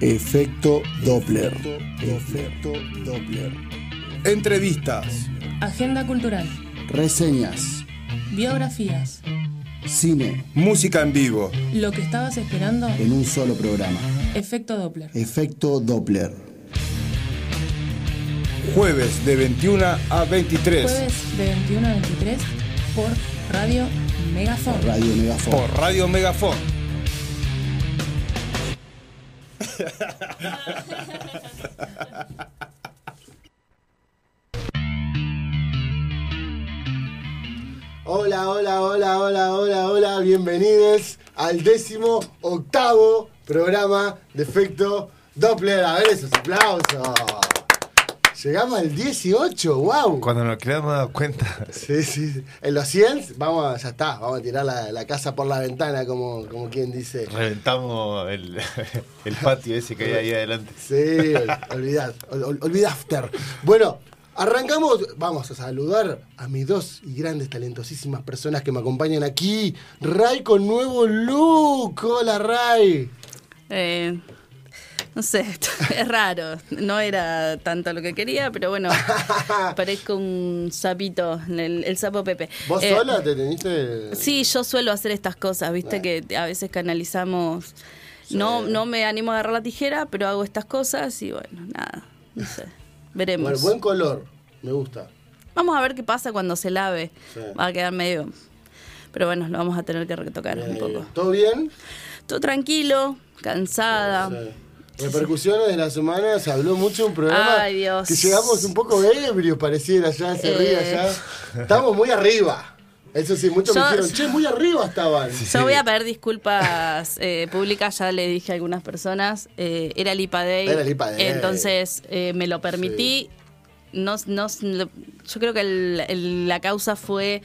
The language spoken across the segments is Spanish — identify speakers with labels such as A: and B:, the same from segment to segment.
A: Efecto Doppler. Efecto Doppler.
B: Entrevistas.
C: Agenda cultural.
A: Reseñas.
C: Biografías.
A: Cine.
B: Música en vivo.
C: Lo que estabas esperando.
A: En un solo programa.
C: Efecto Doppler.
A: Efecto Doppler.
B: Jueves de 21 a 23.
C: Jueves de 21 a 23 por Radio Megafon.
A: Radio Megafon.
B: Por Radio Megafon.
D: Hola, hola, hola, hola, hola, hola, bienvenidos al décimo octavo programa de efecto Doppler. A ver esos aplausos. Llegamos al 18, wow.
E: Cuando nos quedamos dado cuenta.
D: Sí, sí, sí. En los 100, vamos, ya está, vamos a tirar la, la casa por la ventana, como, como quien dice.
E: Reventamos el, el patio ese que hay ahí adelante.
D: Sí, ol- olvidad, ol- ol- olvidad after. Bueno, arrancamos, vamos a saludar a mis dos y grandes, talentosísimas personas que me acompañan aquí. Ray con nuevo look, hola Ray.
F: Eh, no sé, es raro. No era tanto lo que quería, pero bueno, parezco un sapito, el, el sapo Pepe.
D: ¿Vos
F: Eh,
D: sola te teniste?
F: Sí, yo suelo hacer estas cosas, viste que a veces canalizamos. No, no me animo a agarrar la tijera, pero hago estas cosas y bueno, nada, no sé. Veremos.
D: Bueno, buen color, me gusta.
F: Vamos a ver qué pasa cuando se lave.
D: Sí.
F: Va a quedar medio. Pero bueno, lo vamos a tener que retocar
D: Bien,
F: un
D: ahí
F: poco.
D: bien. Eh, ¿Todo bien?
F: Todo tranquilo, cansada.
D: Sí. Repercusiones de la semana, se habló mucho de un programa
F: Ay, Dios.
D: que llegamos un poco ebrios, pareciera ya, se
F: Eh.
D: ríe ya. Estamos muy arriba. Eso sí, muchos me
F: Yo-
D: dijeron, che, muy arriba estaban.
F: Yo voy a pedir disculpas eh, públicas, ya le dije a algunas personas. eh, era el IPA Day.
D: Era el IPA Day.
F: Entonces eh, me lo permití. No, no- yo creo que el- el- la causa fue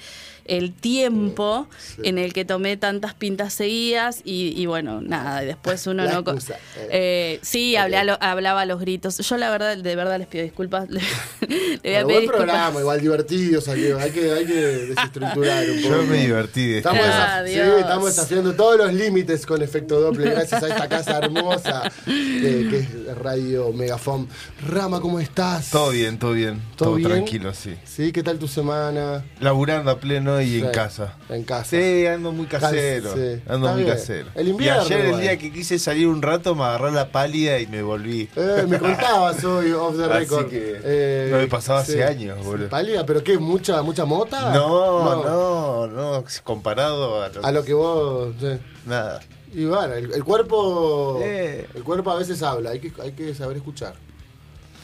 F: el tiempo en el que tomé tantas pintas seguidas y, y bueno, nada, y después uno
D: La
F: no... co-
D: excusa, eh.
F: Eh, sí, hablé a lo- hablaba a los gritos. Yo la verdad, de verdad les pido disculpas. Le, voy a
D: Bueno,
F: pedir
D: buen
F: disculpas.
D: programa, igual divertido salió. Hay que, hay que desestructurar un poco.
E: Yo me divertí. de
D: Estamos,
E: este-
F: Ah,
D: desaf-
F: Dios.
D: sí, estamos desafiando todos los límites con efecto doble, gracias a esta casa hermosa eh, que es Radio Megafon. Rama, ¿cómo estás?
E: Todo bien, todo bien. Todo,
D: bien?
E: tranquilo, sí.
D: Sí, ¿qué tal tu semana?
E: Laburando a pleno y en
D: Sí,
E: casa.
D: En casa.
E: Sí, ando muy casero.
D: Sí.
E: Ando
D: Está
E: muy
D: bien.
E: casero.
D: El invierno,
E: y ayer, el
D: igual.
E: día que quise salir un rato, me agarró la pálida y me volví.
D: Eh, me contabas hoy off the
E: Así
D: record.
E: que
D: Eh,
E: no me pasaba hace años, boludo.
D: Pálida, pero qué, mucha, mucha mota.
E: No, no, no, comparado a lo,
D: Ah, A lo que vos. eh, sí.
E: nada.
D: Y bueno, el, el cuerpo.
E: Eh.
D: El cuerpo a veces habla, hay que, hay que saber escuchar.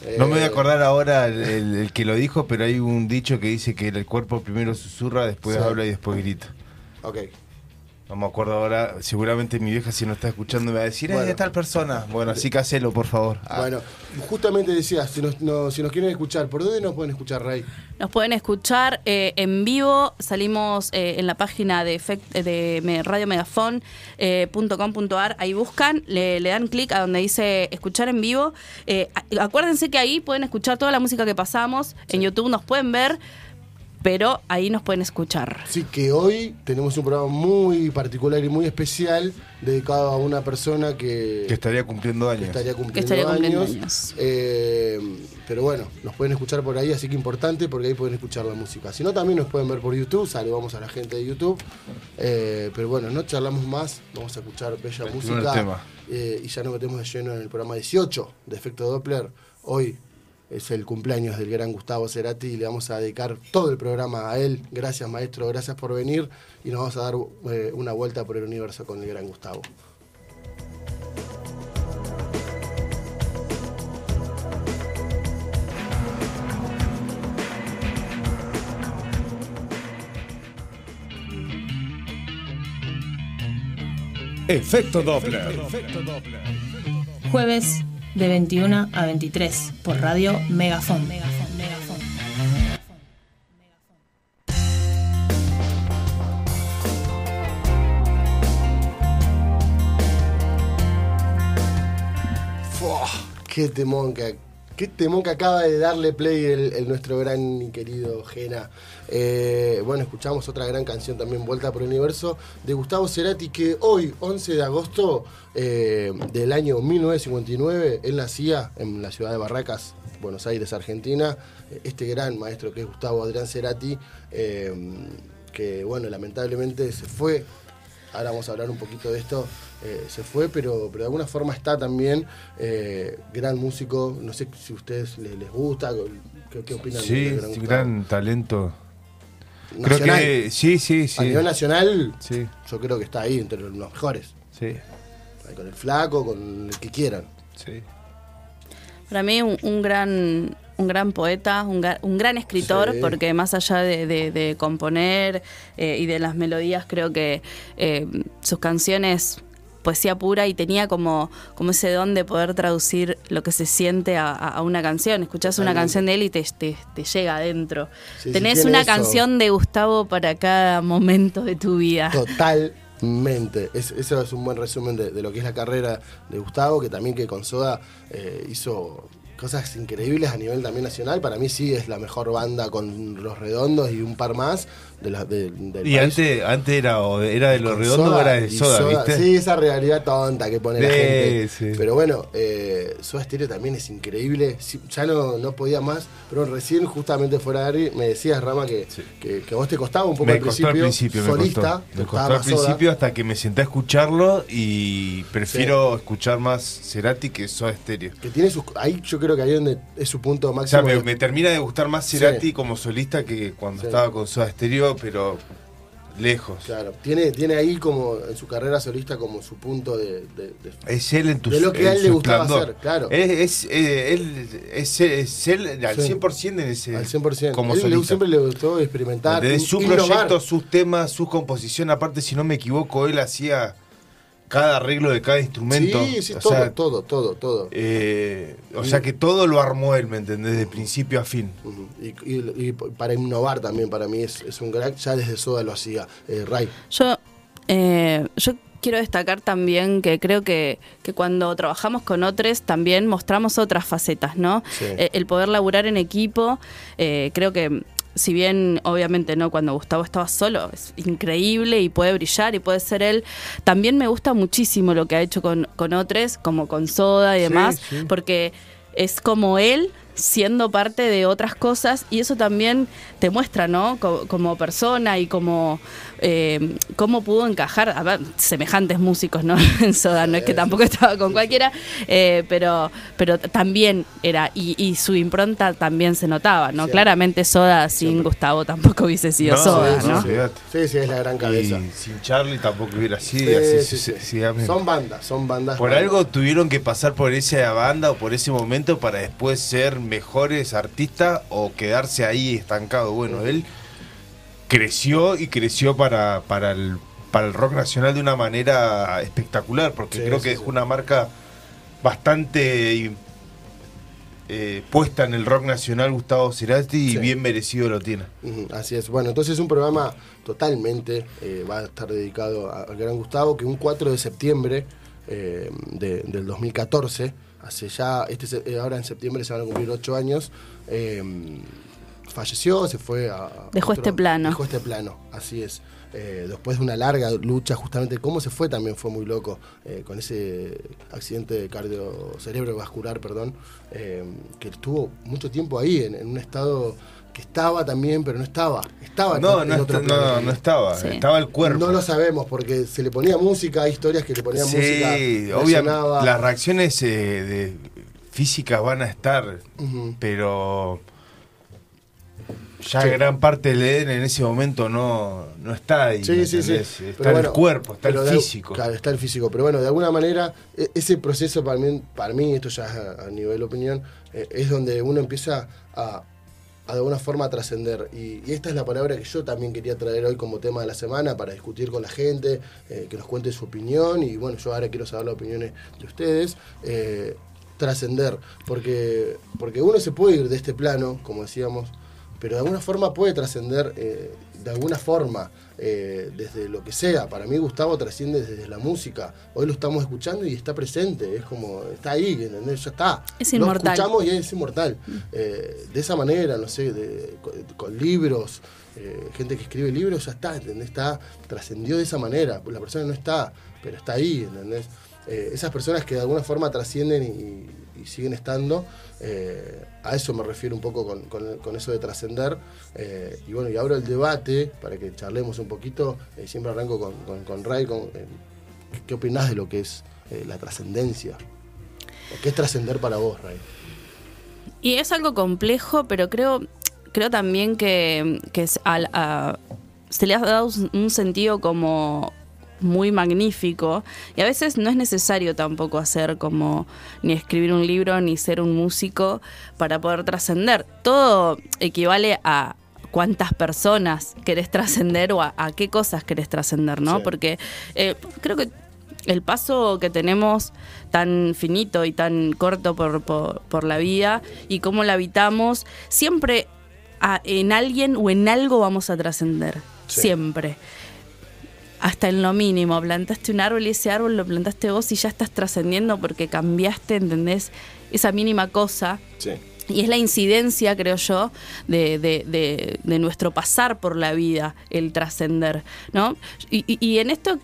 D: Eh,
E: No me voy a acordar ahora el, el- el que lo dijo, pero hay un dicho que dice que el cuerpo primero susurra, después
D: Sí.
E: habla y después grita.
D: Ok.
E: No me acuerdo ahora, seguramente mi vieja si no está escuchando me va a decir, "Ay,
D: Bueno.
E: de tal persona. Bueno, así que hacelo, por favor. Ah,
D: Bueno, justamente decías, si nos, no- si nos quieren escuchar, ¿por dónde nos pueden escuchar, Ray?
F: Nos pueden escuchar eh, en vivo. Salimos eh, en la página de, efect- de me- eh, radiomegafon.com.ar. Ahí buscan, le, le dan clic a donde dice escuchar en vivo. Eh, a- acuérdense que ahí pueden escuchar toda la música que pasamos. En YouTube nos pueden ver, pero ahí nos pueden escuchar.
D: Así que hoy tenemos un programa muy particular y muy especial dedicado a una persona
E: que estaría cumpliendo años.
D: que estaría cumpliendo,
F: Que estaría cumpliendo
D: años.
F: años.
D: Eh, pero bueno, nos pueden escuchar por ahí, así que importante porque ahí pueden escuchar la música. Si no, también nos pueden ver por YouTube. Saludamos a la gente de YouTube. Eh, pero bueno, no charlamos más. Vamos a escuchar bella
E: primer
D: música.
E: tema.
D: Eh, y ya nos metemos de lleno en el programa 18 de Efecto Doppler. Hoy es el cumpleaños del gran Gustavo Cerati y le vamos a dedicar todo el programa a él. Gracias, maestro. Gracias por venir. Y nos vamos a dar eh, una vuelta por el universo con el gran Gustavo.
B: Efecto Doppler.
C: Jueves de 21 a 23 por Radio Megafon. Megafon, Megafon.
D: Fua, ¡Qué temón que Qué temón que acaba de darle play el, el nuestro gran y querido Gena. Eh, bueno, escuchamos otra gran canción también, Vuelta por el Universo, de Gustavo Cerati, que hoy, 11 de agosto eh, del año 1959, él nacía en la ciudad de Barracas, Buenos Aires, Argentina. Este gran maestro que es Gustavo Adrián Cerati, eh, que bueno, lamentablemente se fue ahora vamos a hablar un poquito de esto, eh, se fue, pero, pero de alguna forma está también, eh, gran músico, no sé si a ustedes le- les, gusta, ¿qué, qué opinan
E: Sí,
D: del
E: sí,
D: Gustavo?
E: gran talento.
D: Nacional.
E: Creo que sí, sí,
D: A
E: sí.
D: nivel nacional,
E: Sí,
D: yo creo que está ahí entre los mejores,
E: sí,
D: Ahí con el flaco, con el que quieran.
E: sí.
F: Para mí un, un gran un gran poeta, un, ga- un gran escritor,
D: Sí.
F: porque más allá de, de- de componer eh, y de las melodías, creo que eh, sus canciones poesía pura y tenía como, como ese don de poder traducir lo que se siente a, a- a una canción. Escuchás una
D: Totalmente.
F: canción de él y te, te- te llega adentro.
D: Sí, sí,
F: Tenés
D: tiene
F: una
D: eso.
F: canción de Gustavo para cada momento de tu vida.
D: Totalmente. Es, eso es un buen resumen de, de lo que es la carrera de Gustavo, que también que con Soda eh, hizo cosas increíbles a nivel también nacional. Para mí sí es la mejor banda con Los Redondos y un par más de la, de- del
E: Y
D: país.
E: antes, antes era, o de- era de los
D: Con
E: redondos o era de
D: y
E: soda, ¿viste?
D: Sí, esa realidad tonta que pone la
E: Sí,
D: gente.
E: sí.
D: Pero bueno, eh, Soda Stereo también es increíble. Sí, Ya no, no podía más, pero recién, justamente fuera de aire, me decías, Rama, que, que, que a vos te costaba un poco
E: me
D: al principio.
E: costó al principio, me
D: solista,
E: costó. Me
D: te
E: costó
D: gustaba
E: al
D: más Soda.
E: principio hasta que me senté a escucharlo y prefiero escuchar más Cerati que Soda Stereo.
D: Que tiene sus. Ahí yo creo que ahí donde es su punto
E: O sea,
D: máximo.
E: me,
D: de-
E: me termina de gustar más Cerati
D: Sí.
E: como solista que cuando
D: Sí.
E: estaba con Soda Stereo, pero lejos.
D: Claro, tiene, tiene ahí como en su carrera solista como su punto de. de- de-
E: Es él en tu
D: De lo que
E: en
D: a él le
E: su
D: gustaba
E: esplendor.
D: hacer, claro.
E: Es, es, eh, él, es, es él al
D: Sí.
E: 100% en ese.
D: al 100%.
E: Como
D: Él le-
E: solista.
D: siempre le gustó experimentar.
E: Desde
D: in-
E: su
D: innovar.
E: proyecto, sus temas, sus composiciones, aparte, si no me equivoco, él hacía cada arreglo de cada instrumento.
D: Sí, sí,
E: o
D: todo,
E: sea,
D: todo, todo, todo.
E: eh, o sea que todo lo armó él, ¿me entendés? De principio a fin.
D: Ujú. Y, y- y para innovar también, para mí es, es un crack. Ya desde Soda lo hacía. Eh, Ray,
F: Yo, eh, yo quiero destacar también que creo que, que cuando trabajamos con otros también mostramos otras facetas, ¿no?
D: Sí.
F: Eh, el poder laburar en equipo, eh, creo que si bien obviamente no cuando Gustavo estaba solo es increíble y puede brillar y puede ser él también me gusta muchísimo lo que ha hecho con, con otros como con Soda y demás porque es como él siendo parte de otras cosas y eso también te muestra, ¿no? Co- Como, persona y como eh, cómo pudo encajar, a ver, semejantes músicos, ¿no? En Soda, no es que tampoco estaba con cualquiera, eh, pero, pero también era, y, y su impronta también se notaba, ¿no?
D: Siempre.
F: Claramente Soda sin Gustavo tampoco hubiese sido Soda,
E: sí,
F: ¿no?
E: sí. Olvidate.
D: Sí, sí, es la gran cabeza.
E: Y sin Charlie tampoco hubiera sido.
D: Sí,
E: y así
D: sí, sí.
E: sucesivamente.
D: Son bandas, son bandas.
E: Por
D: bandas.
E: algo tuvieron que pasar por esa banda o por ese momento para después ser mejores artistas o quedarse ahí estancado. Bueno, él creció y creció para, para, el, para el rock nacional de una manera espectacular, porque
D: Sí,
E: creo
D: sí,
E: que dejó
D: sí.
E: una marca bastante eh, puesta en el rock nacional Gustavo Cerati
D: Sí.
E: y bien merecido lo tiene.
D: Ujú, Así es. Bueno, entonces un programa totalmente eh, va a estar dedicado a- al gran Gustavo, que un 4 de septiembre eh, de- del 2014, hace ya, este, se- eh, ahora en septiembre se van a cumplir 8 años, eh, falleció, se fue a... a
F: Dejó este plano.
D: Dejó este plano, así es. Eh, después de una larga lucha, justamente cómo se fue también fue muy loco, eh, con ese accidente cardio cerebrovascular, perdón, eh, que estuvo mucho tiempo ahí, en, en un estado que estaba también, pero no estaba. Estaba
E: No,
D: en
E: no,
D: otro
E: est-
D: plano.
E: no, no estaba,
F: Sí.
E: estaba el cuerpo.
D: No lo sabemos, porque se le ponía música, hay historias que le ponían
E: Sí,
D: música.
E: obviamente
D: resonaba.
E: las reacciones eh, de- físicas van a estar,
D: Ujú.
E: pero ya
D: Sí.
E: gran parte del Eden en ese momento no, no está ahí.
D: Sí,
E: ¿me
D: sí, sí.
E: entendés? Está
D: Pero
E: el
D: bueno,
E: cuerpo, está
D: pero
E: el
D: de-
E: físico.
D: claro, está el físico. Pero bueno, de alguna manera, e- ese proceso para mí, para mí esto ya es a, a nivel opinión, eh, es donde uno empieza a, a de alguna forma a trascender. Y, y esta es la palabra que yo también quería traer hoy como tema de la semana para discutir con la gente, eh, que nos cuente su opinión. Y bueno, yo ahora quiero saber las opiniones de ustedes. eh, trascender, porque, porque uno se puede ir de este plano, como decíamos, pero de alguna forma puede trascender, eh, de alguna forma, eh, desde lo que sea. Para mí Gustavo trasciende desde la música. Hoy lo estamos escuchando y está presente, es como, está ahí, ¿entendés? Ya está.
F: Es
D: Lo
F: inmortal.
D: escuchamos y es inmortal. Eh, de esa manera, no sé, de- con, con libros, eh, gente que escribe libros, ya está, ¿entendés? Está, trascendió de esa manera. La persona no está, pero está ahí, ¿entendés? Eh, esas personas que de alguna forma trascienden y, y siguen estando, eh, a eso me refiero un poco con, con- con eso de trascender. Eh, y bueno, y abro el debate para que charlemos un poquito. Eh, siempre arranco con, con, con Ray, con, eh, ¿qué opinás de lo que es eh, la trascendencia? ¿O ¿Qué es trascender para vos, Ray?
F: Y es algo complejo, pero creo, creo también que, que es al- a- se le ha dado un- un sentido como muy magnífico. Y a veces no es necesario tampoco hacer como ni escribir un libro ni ser un músico para poder trascender. Todo equivale a cuántas personas querés trascender o a, a qué cosas querés trascender, ¿no?
D: Sí.
F: Porque eh, creo que el paso que tenemos tan finito y tan corto por, por- por la vida y cómo la habitamos, siempre a- en alguien o en algo vamos a trascender.
D: Sí.
F: Siempre. Hasta en lo mínimo. Plantaste un árbol y ese árbol lo plantaste vos y ya estás trascendiendo porque cambiaste, ¿entendés? Esa mínima cosa.
D: Sí.
F: Y es la incidencia, creo yo, de, de- de- de nuestro pasar por la vida, el trascender, ¿no? Y, y- y en esto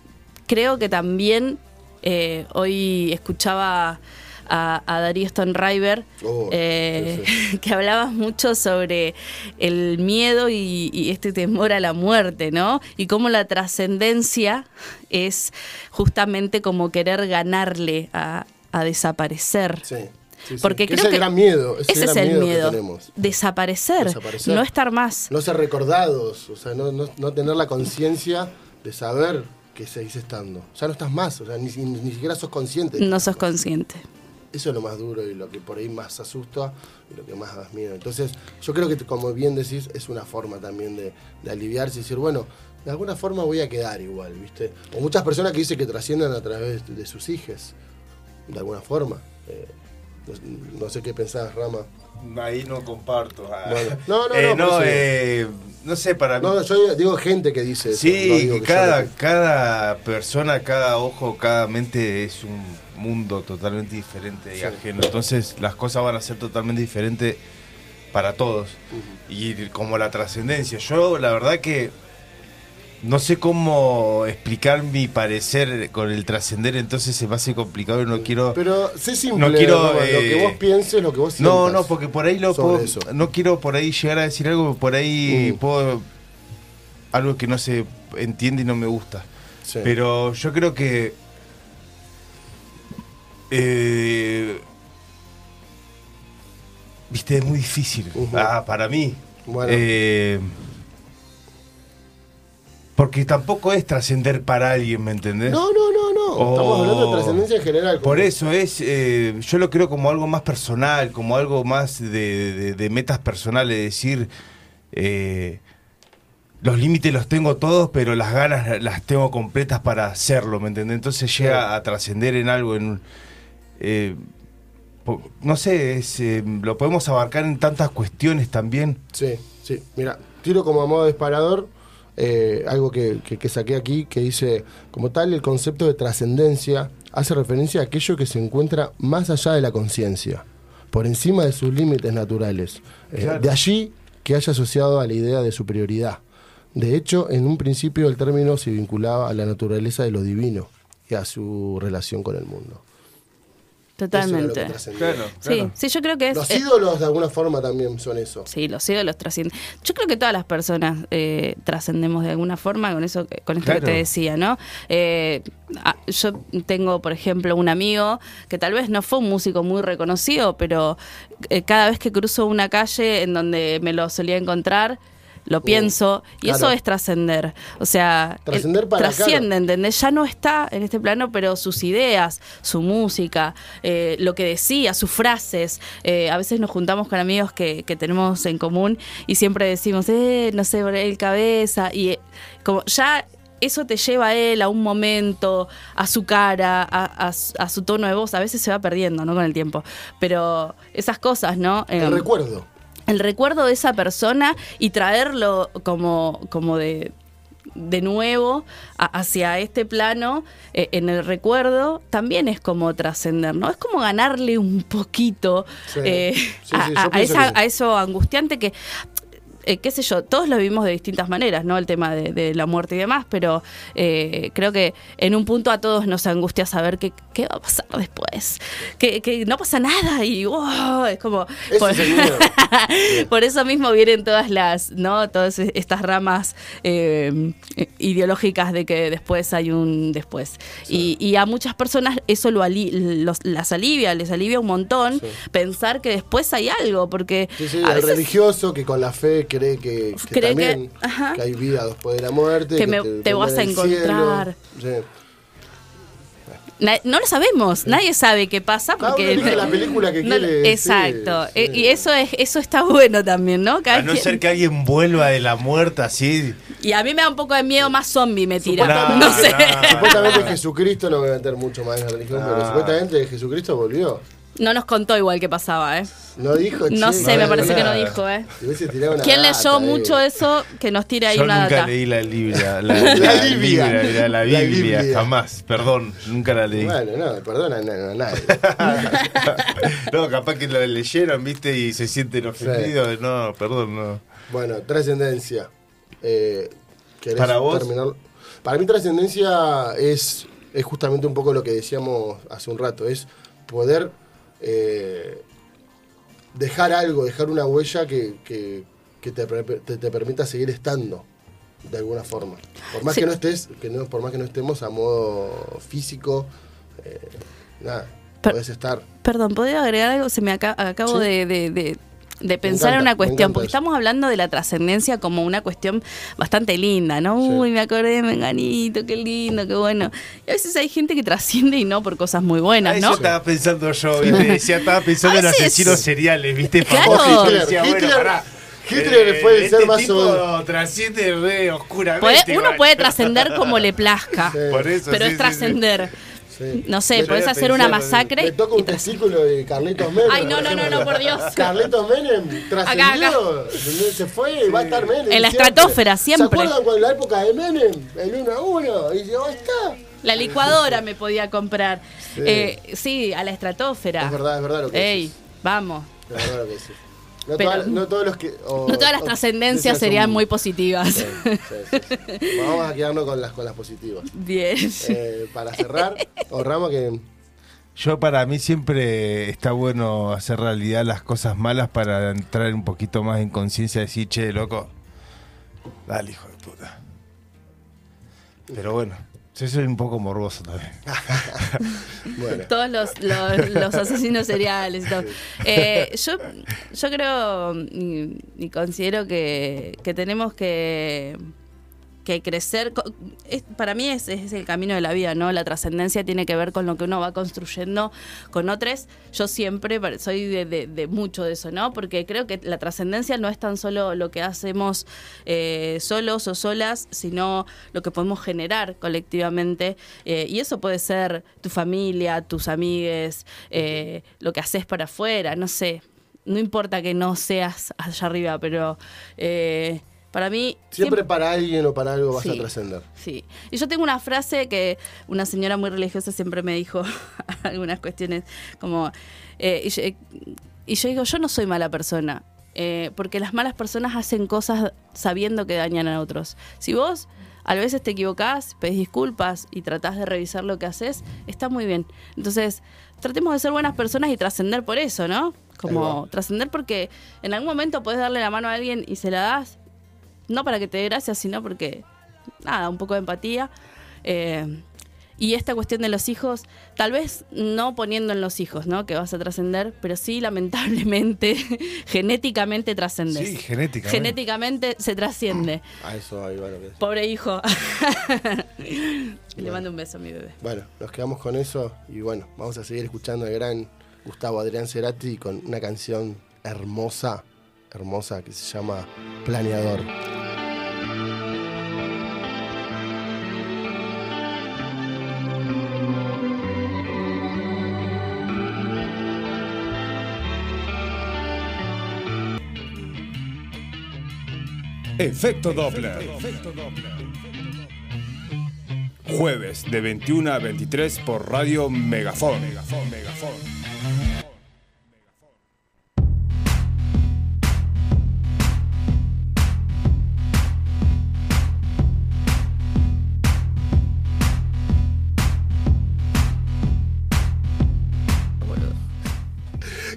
F: creo que también eh, hoy escuchaba a, a Darío Stonriver
D: Oh,
F: eh,
D: sí,
F: que hablabas mucho sobre el miedo y, y este temor a la muerte, ¿no? Y cómo la trascendencia es justamente como querer ganarle a, a desaparecer.
D: Sí, sí, sí.
F: Porque
D: Que
F: creo
D: ese
F: que
D: gran miedo, ese, gran
F: es el
D: miedo,
F: miedo.
D: que tenemos.
F: Desaparecer,
D: Desaparecer.
F: no estar más.
D: No ser recordados, o sea, no, no- no tener la conciencia de saber que seguís estando. Ya no estás más, o sea, ni, ni- ni siquiera sos consciente.
F: No sos consciente.
D: Eso es lo más duro y lo que por ahí más asusta y lo que más da miedo. Entonces, yo creo que, como bien decís, es una forma también de, de aliviarse y decir, bueno, de alguna forma voy a quedar igual, ¿viste? O muchas personas que dicen que trascienden a través de sus hijos, de alguna forma. Eh, no, no sé qué pensás, Rama.
E: Ahí no comparto. ah.
D: Bueno. No, no,
E: Eh,
D: no, por eso.
E: eh, no sé, para mí.
D: No, yo digo gente que dice eso. no
E: Sí,
D: digo que yo
E: cada,
D: lo que-
E: cada persona, cada ojo, cada mente es un mundo totalmente diferente y
D: Sí.
E: ajeno. Entonces las cosas van a ser totalmente diferentes para todos. Y como la trascendencia. Yo la verdad que no sé cómo explicar mi parecer con el trascender, entonces se me hace complicado y no quiero...
D: Mm, Pero sé simple,
E: No quiero,
D: Rama, lo que
E: eh,
D: vos pienses, lo que vos sientas.
E: No, no, porque por ahí lo
D: sobre
E: puedo,
D: eso.
E: no quiero por ahí llegar a decir algo, por ahí
D: Mm.
E: puedo algo que no se entiende y no me gusta.
D: Sí.
E: Pero yo creo que eh, viste es muy difícil.
D: Ujú.
E: Ah, para mí.
D: Bueno.
E: Eh, porque tampoco es trascender para alguien, ¿me entendés?
D: No, no, no, no. Estamos
E: Oh.
D: hablando de trascendencia en general. como-
E: Por eso es, eh, yo lo creo como algo más personal, como algo más de, de- de metas personales, decir, eh, los límites los tengo todos, pero las ganas las tengo completas para hacerlo, ¿me entendés? Entonces llega a trascender en algo, en un- eh, po- no sé, es, eh, lo podemos abarcar en tantas cuestiones también.
D: Sí, sí. Mira, tiro como a modo disparador eh, algo que, que- que saqué aquí que dice, como tal, el concepto de trascendencia hace referencia a aquello que se encuentra más allá de la conciencia, por encima de sus límites naturales. Eh,
E: Claro.
D: De allí que haya asociado a la idea de superioridad. De hecho, en un principio el término se vinculaba a la naturaleza de lo divino y a su relación con el mundo. Eso
F: Totalmente.
D: era lo que trascendía.
F: Sí, sí, yo creo que es.
D: Los
F: eh,
D: ídolos de alguna forma también son eso.
F: Sí, los ídolos trascienden. Yo creo que todas las personas eh, trascendemos de alguna forma con eso, con esto
E: Claro.
F: que te decía, ¿no? Eh, ah, yo tengo, por ejemplo, un amigo que tal vez no fue un músico muy reconocido, pero eh, cada vez que cruzo una calle en donde me lo solía encontrar, lo pienso y
D: Uh, claro.
F: eso es trascender. O sea, el-
D: Trascender para, claro.
F: trasciende, ¿entendés? Ya no está en este plano, pero sus ideas, su música, eh, lo que decía, sus frases. Eh, a veces nos juntamos con amigos que, que tenemos en común y siempre decimos, eh, no sé, el cabeza. Y eh, como ya eso te lleva a él a un momento, a su cara, a, a su- a su tono de voz. A veces se va perdiendo, ¿no? Con el tiempo. Pero esas cosas, ¿no?
D: El
F: Em,
D: recuerdo.
F: el recuerdo de esa persona y traerlo como, como de, de nuevo a- hacia este plano eh, en el recuerdo también es como trascender, ¿no? Es como ganarle un poquito
D: Sí.
F: eh,
D: Sí, sí,
F: a,
D: yo
F: a- a
D: pienso
F: esa-
D: que sí.
F: a eso angustiante que, eh, qué sé yo, todos lo vimos de distintas maneras, ¿no? El tema de, de la muerte y demás, pero eh, creo que en un punto a todos nos angustia saber qué, qué va a pasar después, que, que no pasa nada y wow, es como...
D: Ese
F: por-
D: es el miedo.
F: por eso mismo vienen todas las, ¿no? Todas e- estas ramas eh, ideológicas de que después hay un después. Y, y a muchas personas eso lo ali- los- las alivia, les alivia un montón pensar que después hay algo, porque
D: Sí, sí,
F: a
D: el
F: veces
D: religioso que con la fe cree que, que
F: Cree que-
D: también
F: ajá.
D: que hay vida después de la muerte.
F: Que me- te vas
D: muera
F: a
D: el cielo.
F: encontrar.
D: Sí.
F: na- no lo sabemos, nadie sabe qué pasa
D: Cada
F: porque...
D: uno elige la película que quiere,
F: Exacto,
D: sí,
F: E-
D: sí.
F: y eso es eso está bueno también, ¿no? Cada
E: A no
F: quien-
E: ser que alguien vuelva de la muerte así.
F: Y a mí me da un poco de miedo más zombie, me tira.
E: Nah,
F: no sé.
E: nah.
D: Supuestamente Jesucristo, no voy a meter mucho más en la religión, pero
E: Ah.
D: supuestamente Jesucristo volvió.
F: No nos contó igual qué pasaba, ¿eh?
D: No dijo,
F: No
D: che,
F: sé, me
D: nada.
F: parece que no
E: nada.
F: dijo, ¿eh?
D: Si hubiese tirado una
F: ¿Quién
D: data,
F: leyó
D: eh.
F: mucho eso que nos tire ahí
E: Yo
F: una
E: nunca
F: data?
E: leí la Biblia. La,
D: La Biblia.
E: la Biblia, era la
D: La
E: Biblia,
D: Biblia.
E: jamás. Perdón, nunca la leí.
D: Bueno, no, perdona no, no, nadie.
E: no, capaz que la leyeron, viste, y se sienten ofendidos. No, perdón, no.
D: Bueno, trascendencia. Eh, ¿querés
E: ¿Para vos?
D: terminar? Para mí trascendencia es, es justamente un poco lo que decíamos hace un rato, es poder eh, dejar algo, dejar una huella que, que- que te, per- te- te permita seguir estando de alguna forma. Por más
F: Sí.
D: que no estés, que no, por más que no estemos a modo físico, eh, nada,
F: Pero-
D: podés estar.
F: Perdón, ¿podría agregar algo? Se me aca- acabo
D: Sí.
F: de, de- de- de pensar
D: encanta,
F: en una
D: me
F: cuestión,
D: encanta
F: porque
D: eso.
F: estamos hablando de la trascendencia como una cuestión bastante linda, ¿no?
D: Sí.
F: Uy, me acordé de Menganito, qué lindo, qué bueno. Y a veces hay gente que trasciende y no por cosas muy buenas,
E: Ah,
F: ¿no?
E: Eso estaba pensando yo, viste. Decía, estaba pensando
F: A
E: en
F: veces-
E: asesinos seriales, viste,
F: Claro.
E: famosos.
D: Hitler,
E: Yo decía, bueno,
D: Hitler-
E: pará.
D: Hitler fue el
E: este
D: ser más
E: tipo
D: o-
E: trasciende re
F: Puede-
E: oscuramente.
F: uno
E: igual.
F: puede trascender como le plazca,
E: Por eso,
F: pero
E: sí,
F: es
E: sí,
F: trascender.
D: sí.
F: No sé,
E: Me
F: podés
E: había
F: hacer una
E: pensado,
F: masacre
D: Me toca
F: y
D: un
F: trascender.
D: testículo de Carlitos Menem.
F: Ay, no, no, no, no, por Dios.
D: Carlitos Menem
F: Acá,
D: trascendió. Se fue y va a estar Menem.
F: En la
D: siempre.
F: estratosfera, siempre.
D: ¿Se acuerdan cuando la época de Menem? El 1 a 1. Y yo, ahí está.
F: La licuadora me podía comprar.
D: Sí.
F: Eh, Sí, a la estratosfera.
D: Es verdad, es verdad lo que
F: Ey,
D: decís.
F: vamos.
D: Es verdad lo que decís. No,
F: Pero-
D: todas- no todos los que. o-
F: No todas las
D: o-
F: trascendencias
D: esas son-
F: serían muy positivas.
D: Sí, sí, sí. Vamos a quedarnos con las, con las positivas.
F: Bien.
D: Eh, para cerrar, o Rama que.
E: Yo para mí siempre está bueno hacer realidad las cosas malas para entrar un poquito más en conciencia y decir, che, loco, dale, hijo de puta. Pero bueno, yo soy un poco morboso también.
D: Bueno.
F: Todos los, los- los asesinos seriales. y todo. Eh, yo, yo creo y, y considero que, que tenemos que, que crecer. Co- es- para mí es, es el camino de la vida, ¿no? La trascendencia tiene que ver con lo que uno va construyendo con otros. Yo siempre pare- soy de, de- de mucho de eso, ¿no? Porque creo que la trascendencia no es tan solo lo que hacemos eh, solos o solas, sino lo que podemos generar colectivamente. Eh, y eso puede ser tu familia, tus amigues, eh, lo que haces para afuera, no sé. No importa que no seas allá arriba, pero eh, para mí...
D: Siempre para alguien o para algo vas a
F: Sí.
D: trascender.
F: Sí. Y yo tengo una frase que una señora muy religiosa siempre me dijo algunas cuestiones como... eh, y, yo, y yo digo, yo no soy mala persona. eh, porque las malas personas hacen cosas sabiendo que dañan a otros. Si vos a veces te equivocás, pedís disculpas y tratás de revisar lo que haces, está muy bien. Entonces, tratemos de ser buenas personas y trascender por eso, ¿no?
D: Ahí
F: Como
D: va.
F: trascender porque en algún momento podés darle la mano a alguien y se la das, no para que te dé gracias, sino porque, nada, un poco de empatía. Eh, y esta cuestión de los hijos, tal vez no poniendo en los hijos, ¿no? Que vas a trascender, pero sí, lamentablemente, genéticamente trascendes.
E: Sí, genéticamente.
F: Genéticamente se trasciende.
D: A eso ahí va lo que decís.
F: Pobre hijo. Le mando un beso a mi bebé.
D: Bueno, nos quedamos con eso y bueno, vamos a seguir escuchando al gran Gustavo Adrián Cerati con una canción hermosa, hermosa que se llama Planeador.
B: Efecto Doppler. Jueves de 21 a 23 por Radio Megafón. Megafón, Megafón.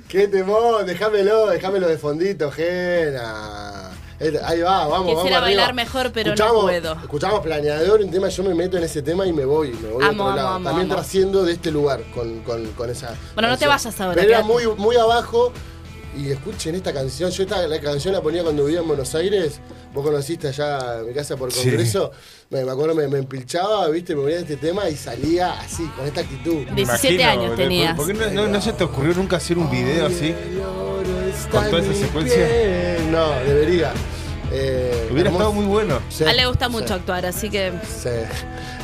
D: ¡Qué temón! Déjamelo, déjamelo de fondito, Gena. Este- Ahí va, vamos, vamos.
F: Quisiera
D: arriba.
F: bailar mejor, pero no puedo.
D: Escuchamos planeador, un tema, yo me meto en ese tema y me voy, me voy a
F: Amo,
D: otro
F: amo,
D: lado.
F: amo,
D: También
F: amo.
D: trasciendo de este lugar con, con- con esa.
F: Bueno, no te
D: canción.
F: vayas ahora,
D: Pero era muy,
F: quédate.
D: muy abajo y escuchen esta canción. Yo esta, la canción la ponía cuando vivía en Buenos Aires. Vos conociste allá mi casa por
E: Sí.
D: congreso. Me, me acuerdo, me, me empilchaba, viste, me ponía este tema y salía así, con esta actitud.
F: 17 años
E: boludo.
F: tenías.
E: ¿Por qué no, no- no se te ocurrió nunca hacer un video así?
D: El oro está
E: Con toda
D: en
E: esa
D: mi
E: secuencia.
D: piel. No, debería. Eh,
E: Hubiera
D: hermoso.
E: estado muy bueno.
D: Sí,
F: A él le gusta
D: sí,
F: mucho actuar, así que.
D: sí.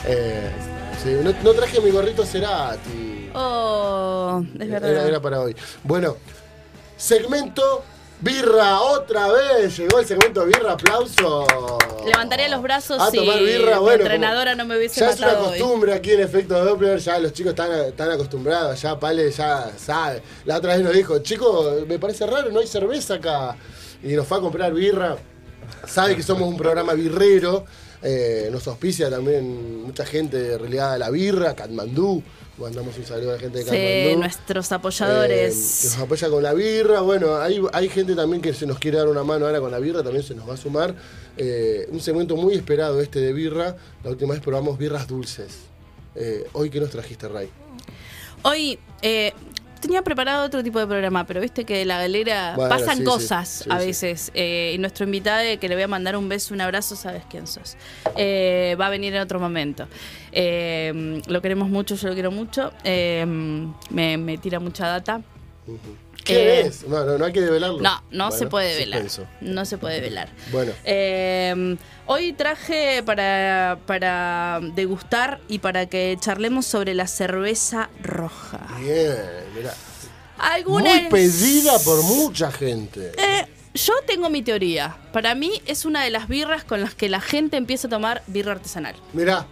D: Eh, sí, No, no traje mi gorrito Cerati.
F: Oh, es
D: Era, era
F: verdad.
D: para hoy. Bueno, segmento birra otra vez. Llegó el segmento birra, aplauso.
F: Levantaría los brazos
D: A
F: si
D: tomar birra,
F: mi
D: bueno,
F: entrenadora
D: como-
F: no me hubiese
D: Ya es
F: matado
D: una
F: hoy.
D: costumbre aquí en Efecto Doppler, ya los chicos están, están acostumbrados, ya Pale ya sabe. La otra vez nos dijo, chicos, me parece raro, no hay cerveza acá. Y nos fue a comprar birra. Sabe que somos un programa birrero. eh, nos auspicia también mucha gente relegada a la birra, Katmandú. Mandamos un saludo a la gente de Katmandú.
F: Sí, nuestros
D: Eh,
F: apoyadores.
D: nos apoya con la birra. Bueno, hay, hay gente también que se nos quiere dar una mano ahora con la birra, también se nos va a sumar. Eh, un segmento muy esperado este de birra. La última vez probamos birras dulces. Eh, Hoy, ¿qué nos trajiste, Ray?
F: Hoy eh, tenía preparado otro tipo de programa, pero viste que de la galera
D: Bueno,
F: pasan
D: sí, sí,
F: cosas
D: sí,
F: a
D: sí.
F: veces. Eh, y nuestro invitado, que le voy a mandar un beso, un abrazo, sabes quién sos. Eh, va a venir en otro momento. Eh, lo queremos mucho, yo lo quiero mucho. Eh, me, me tira mucha data.
D: ¿Qué
F: Eh,
D: es? No, no, no hay que develarlo.
F: No, no se
D: Bueno,
F: puede velar.
D: suspenso.
F: No se puede velar.
D: Bueno.
F: Eh, hoy traje para, para degustar y para que charlemos sobre la cerveza roja.
D: Bien, mirá.
F: Alguna
D: Muy pedida por mucha gente.
F: Eh, yo tengo mi teoría. Para mí es una de las birras con las que la gente empieza a tomar birra artesanal.
D: Mirá,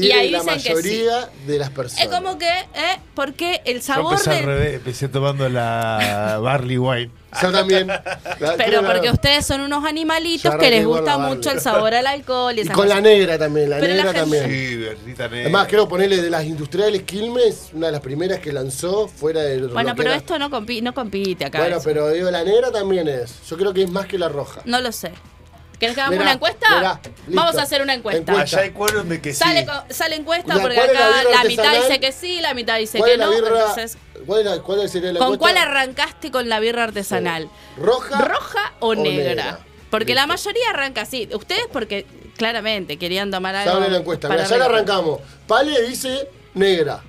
F: y ahí
D: adhiere la
F: dicen que sí.
D: mayoría de las personas.
F: Es como que, eh, porque el
E: Yo
F: sabor
E: empecé al
F: del...
E: revés, empecé tomando la Barley Wine.
D: Yo también.
F: Pero porque ustedes son unos animalitos
D: Ya
F: que
D: arranqué
F: les
D: igual
F: gusta
D: la
F: mucho
D: barba.
F: el sabor al alcohol y,
D: Y
F: esas
D: con la
F: cosas.
D: negra también, la
F: Pero la
D: negra
F: gente-
D: también.
E: Sí, berrita negra.
D: Además, quiero ponerle de las industriales Quilmes, una de las primeras que lanzó fuera del.
F: Bueno,
D: lo que
F: pero
D: era-
F: esto no, compi- no compite acá.
D: Bueno,
F: eso.
D: pero digo, la negra también es. Yo creo que es más que la roja.
F: No lo sé. ¿Querés que hagamos
D: Mirá,
F: una encuesta?
D: mirá, listo.
F: Vamos a hacer una encuesta.
D: Encuesta.
E: Allá hay cueros de que sí.
F: Sale, co- sale encuesta
D: La-
F: porque
D: ¿cuál es la
F: acá
D: birra
F: la, mitad
D: artesanal?
F: dice que sí, la mitad dice
D: ¿Cuál
F: que
D: es la
F: no.
D: birra?
F: entonces,
D: ¿cuál, es la- cuál sería la
F: ¿con cuál
D: encuesta?
F: arrancaste con la birra artesanal?
D: ¿Roja?
F: ¿Roja o,
D: o
F: negra?
D: negra.
F: Porque la
D: Listo.
F: mayoría arranca así. Ustedes porque claramente querían tomar
D: Ya
F: algo.
D: abre la encuesta.
F: para
D: Mira, ya la
F: arrancar.
D: arrancamos. Pale dice negra.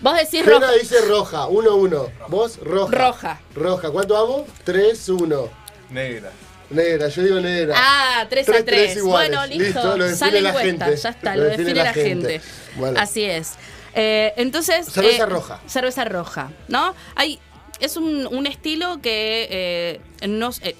F: Vos decís
D: Gena
F: roja.
D: dice roja. 1-1. Vos, roja.
F: Roja.
D: Roja. ¿Cuánto vamos? 3-1.
E: Negra.
D: Negra, yo digo negra.
F: Ah, 3
D: Tres-
F: a 3.
D: tres iguales.
F: Bueno, listo.
D: Listo, lo define
F: Sale
D: la
F: encuesta,
D: gente.
F: ya está,
D: Lo
F: lo,
D: define
F: define,
D: la
F: la gente.
D: gente. Bueno.
F: Así es. Eh, entonces.
D: Cerveza
F: eh,
D: roja.
F: Cerveza roja, ¿no? Hay, es un, un estilo que eh, no. eh,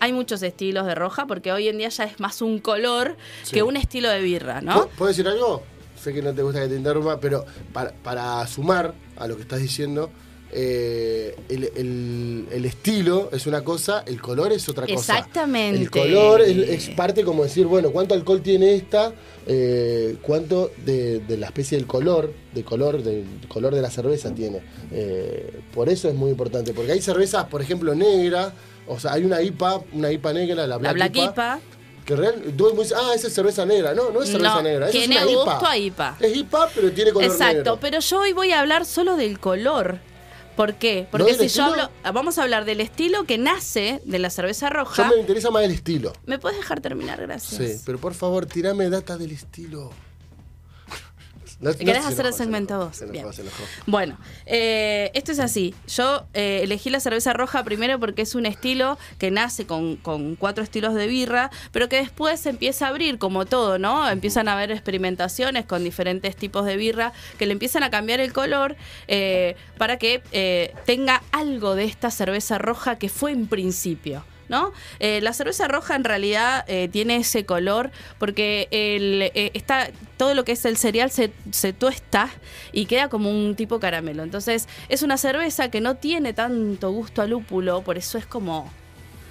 F: hay muchos estilos de roja porque hoy en día ya es más un color
D: Sí.
F: que un estilo de birra, ¿no?
D: ¿Pu- ¿Puedo decir algo? Sé que no te gusta que te interrumpa, pero para, para sumar a lo que estás diciendo, eh, el, el- el estilo es una cosa, el color es otra cosa.
F: Exactamente.
D: El color es, es parte como decir, bueno, ¿cuánto alcohol tiene esta? Eh, ¿Cuánto de, de la especie del color, de color, del color de la cerveza tiene? Eh, por eso es muy importante, porque hay cervezas, por ejemplo, negra, o sea, hay una IPA, una IPA negra, la
F: La
D: Black,
F: Black
D: IPA.
F: IPA.
D: Que real, todo el mundo dice, ah, esa es cerveza negra. No, no es cerveza
F: No,
D: negra. Eso
F: tiene
D: es una
F: gusto
D: IPA.
F: a IPA.
D: Es IPA, pero tiene color
F: Exacto,
D: negro.
F: pero yo hoy voy a hablar solo del color. ¿Por qué? Porque
D: del
F: si
D: estilo?
F: yo hablo, vamos a hablar del estilo que nace de la cerveza
D: Yo
F: roja.
D: me
F: Me...
D: interesa más el estilo.
F: puedes dejar terminar? Gracias.
D: Sí, pero por favor, tirame data del estilo. No- no
F: ¿Querés
D: se
F: hacer el
D: enojó, se
F: segmento
D: enojó,
F: vos?
D: se enojó,
F: Bien.
D: se enojó.
F: Bueno, eh, esto es así. Yo eh, elegí la cerveza roja primero porque es un estilo que nace con, con cuatro estilos de birra, pero que después se empieza a abrir, como todo, ¿no? Empiezan a haber experimentaciones con diferentes tipos de birra que le empiezan a cambiar el color eh, para que eh, tenga algo de esta cerveza roja que fue en principio. ¿no? Eh, la cerveza roja en realidad eh, tiene ese color porque el, eh, está, todo lo que es el cereal se, se tuesta y queda como un tipo caramelo. Entonces es una cerveza que no tiene tanto gusto a lúpulo, por eso es como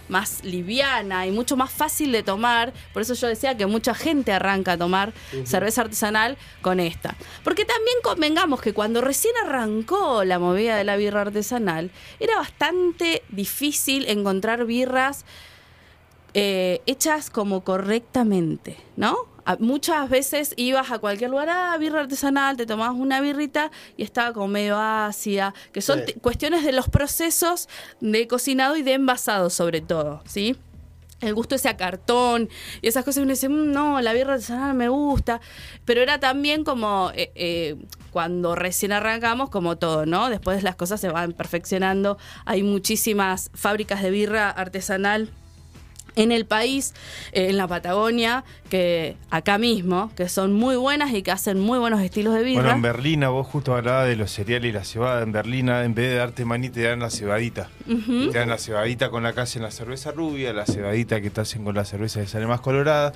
F: más liviana y mucho más fácil de tomar. Por eso yo decía que mucha gente arranca a tomar cerveza artesanal con esta. Porque también convengamos que cuando recién arrancó la movida de la birra artesanal, era bastante difícil encontrar birras eh, hechas como correctamente, ¿no? A- Muchas veces ibas a cualquier lugar, ah, birra artesanal, te tomabas una birrita y estaba como medio ácida, que son
D: Sí.
F: te- cuestiones de los procesos de cocinado y de envasado sobre todo, ¿sí? El gusto ese a cartón y esas cosas, uno dice, "Mm, no, la birra artesanal me gusta, pero era también como eh, eh, cuando recién arrancamos, como todo, ¿no? Después las cosas se van perfeccionando, hay muchísimas fábricas de birra artesanal en el país, eh, en la Patagonia, que acá mismo, que son muy buenas y que hacen muy buenos estilos de birra.
E: Bueno, en Berlina, vos justo hablabas de los cereales y la cebada. En Berlina, en vez de darte maní, te dan la cebadita. Te dan la cebadita con la que hacen la cerveza rubia, la cebadita que te hacen con la cerveza que sale más colorada,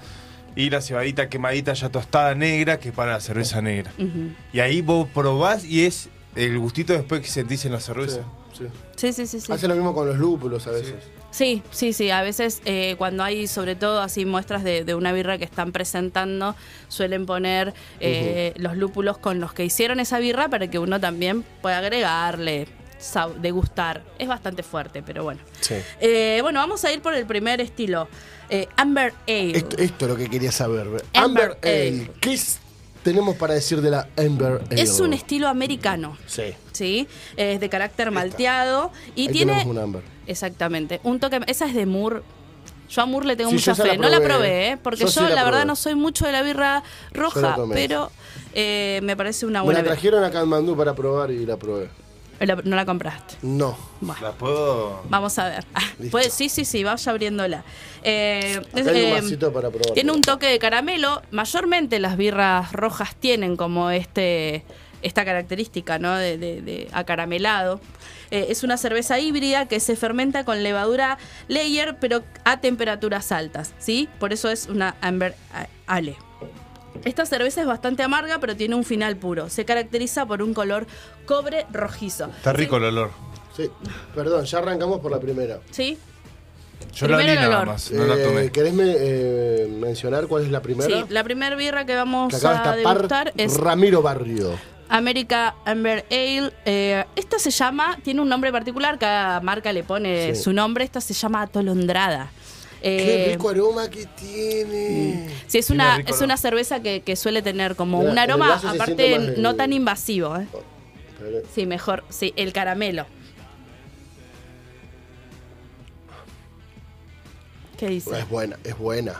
E: y la cebadita quemadita ya tostada negra, que es para la cerveza negra.
F: Ujú.
E: Y ahí vos probás y es el gustito después que sentís en la cerveza.
D: Sí, sí.
F: Sí, sí, sí, sí.
D: Hace lo mismo con los lúpulos a veces.
F: Sí, sí, sí. A veces eh, cuando hay, sobre todo, así muestras de, de una birra que están presentando, suelen poner eh, los lúpulos con los que hicieron esa birra para que uno también pueda agregarle, sab- degustar. Es bastante fuerte, pero bueno.
D: Sí.
F: Eh, bueno, vamos a ir por el primer estilo. Eh, Amber Ale.
D: Esto, esto es lo que quería saber.
F: Amber
D: Amber,
F: Ale.
D: Ale. ¿Qué es- tenemos para decir de la Amber Ale?
F: es un estilo americano,
D: Sí.
F: ¿sí? Es de carácter malteado y
D: Ahí
F: tiene...
D: tenemos un Amber.
F: Exactamente. Un toque. Esa es de Moore. Yo a Moore le tengo
D: Sí, yo
F: mucha
D: esa la
F: fe. no la
D: probé,
F: probé,
D: ¿eh?
F: ¿eh? Porque yo,
D: Yo sí la
F: la, verdad
D: probé.
F: no soy mucho de la birra roja,
D: tomé.
F: pero eh, me parece una
D: Me
F: buena
D: la
F: birra. Eh,
D: trajeron a Katmandú para probar y la probé.
F: La- no la compraste.
D: No.
F: Bueno,
E: ¿La puedo...?
F: vamos a ver. Ah,
D: Listo.
F: Pues, sí, sí, sí, vaya abriéndola. Eh,
D: Acá hay
F: eh,
D: un vasito para probar.
F: tiene un toque de caramelo. Mayormente las birras rojas tienen como este esta característica, ¿no? De, de- de acaramelado. Eh, es una cerveza híbrida que se fermenta con levadura layer, pero a temperaturas altas, ¿sí? Por eso es una amber a- ale. Esta cerveza es bastante amarga, pero tiene un final puro. Se caracteriza por un color cobre rojizo.
E: Está rico el olor.
D: Sí. Perdón, ya arrancamos por la primera.
F: ¿Sí,
E: Yo la vi
F: Primero el
E: nada
F: olor.
E: más, no la
D: Eh,
E: tomé.
D: ¿Querés me- eh, mencionar cuál es la primera?
F: sí. La primera birra que vamos
D: que acaba
F: a
D: de tapar
F: degustar es
D: Ramiro Barrio.
F: America Amber Ale. eh, esta se llama, tiene un nombre particular, cada marca le pone
D: Sí.
F: su nombre. Esta se llama atolondrada. Eh,
D: Qué rico aroma que tiene.
F: Sí, es
E: Tiene
F: una,
E: rico
F: es
E: olor.
F: una cerveza que, que suele tener como
D: Mira,
F: un
D: en el
F: aroma,
D: vaso se siente
F: aparte
D: más el-
F: no tan invasivo. eh.
D: Espera.
F: Sí, mejor, sí, el caramelo. ¿Qué dice?
D: Es buena, es buena.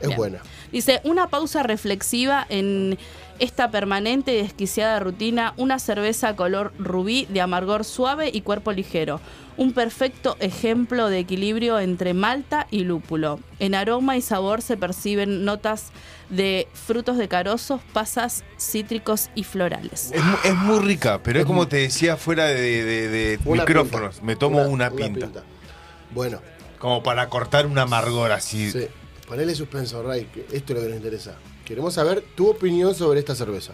D: Es
F: Bien.
D: buena.
F: Dice, una pausa reflexiva en esta permanente y desquiciada rutina, una cerveza color rubí de amargor suave y cuerpo ligero. Un perfecto ejemplo de equilibrio entre malta y lúpulo. En aroma y sabor se perciben notas de frutos de carozos, pasas, cítricos y florales.
E: Es, mu- es muy rica, pero es como te decía fuera de, de- de
D: Una
E: micrófonos.
D: pinta.
E: Me tomo una, pinta.
D: Bueno,
E: Como para cortar un amargor así.
D: sí. Ponele suspenso, Ray, que esto es lo que nos interesa. Queremos saber tu opinión sobre esta cerveza.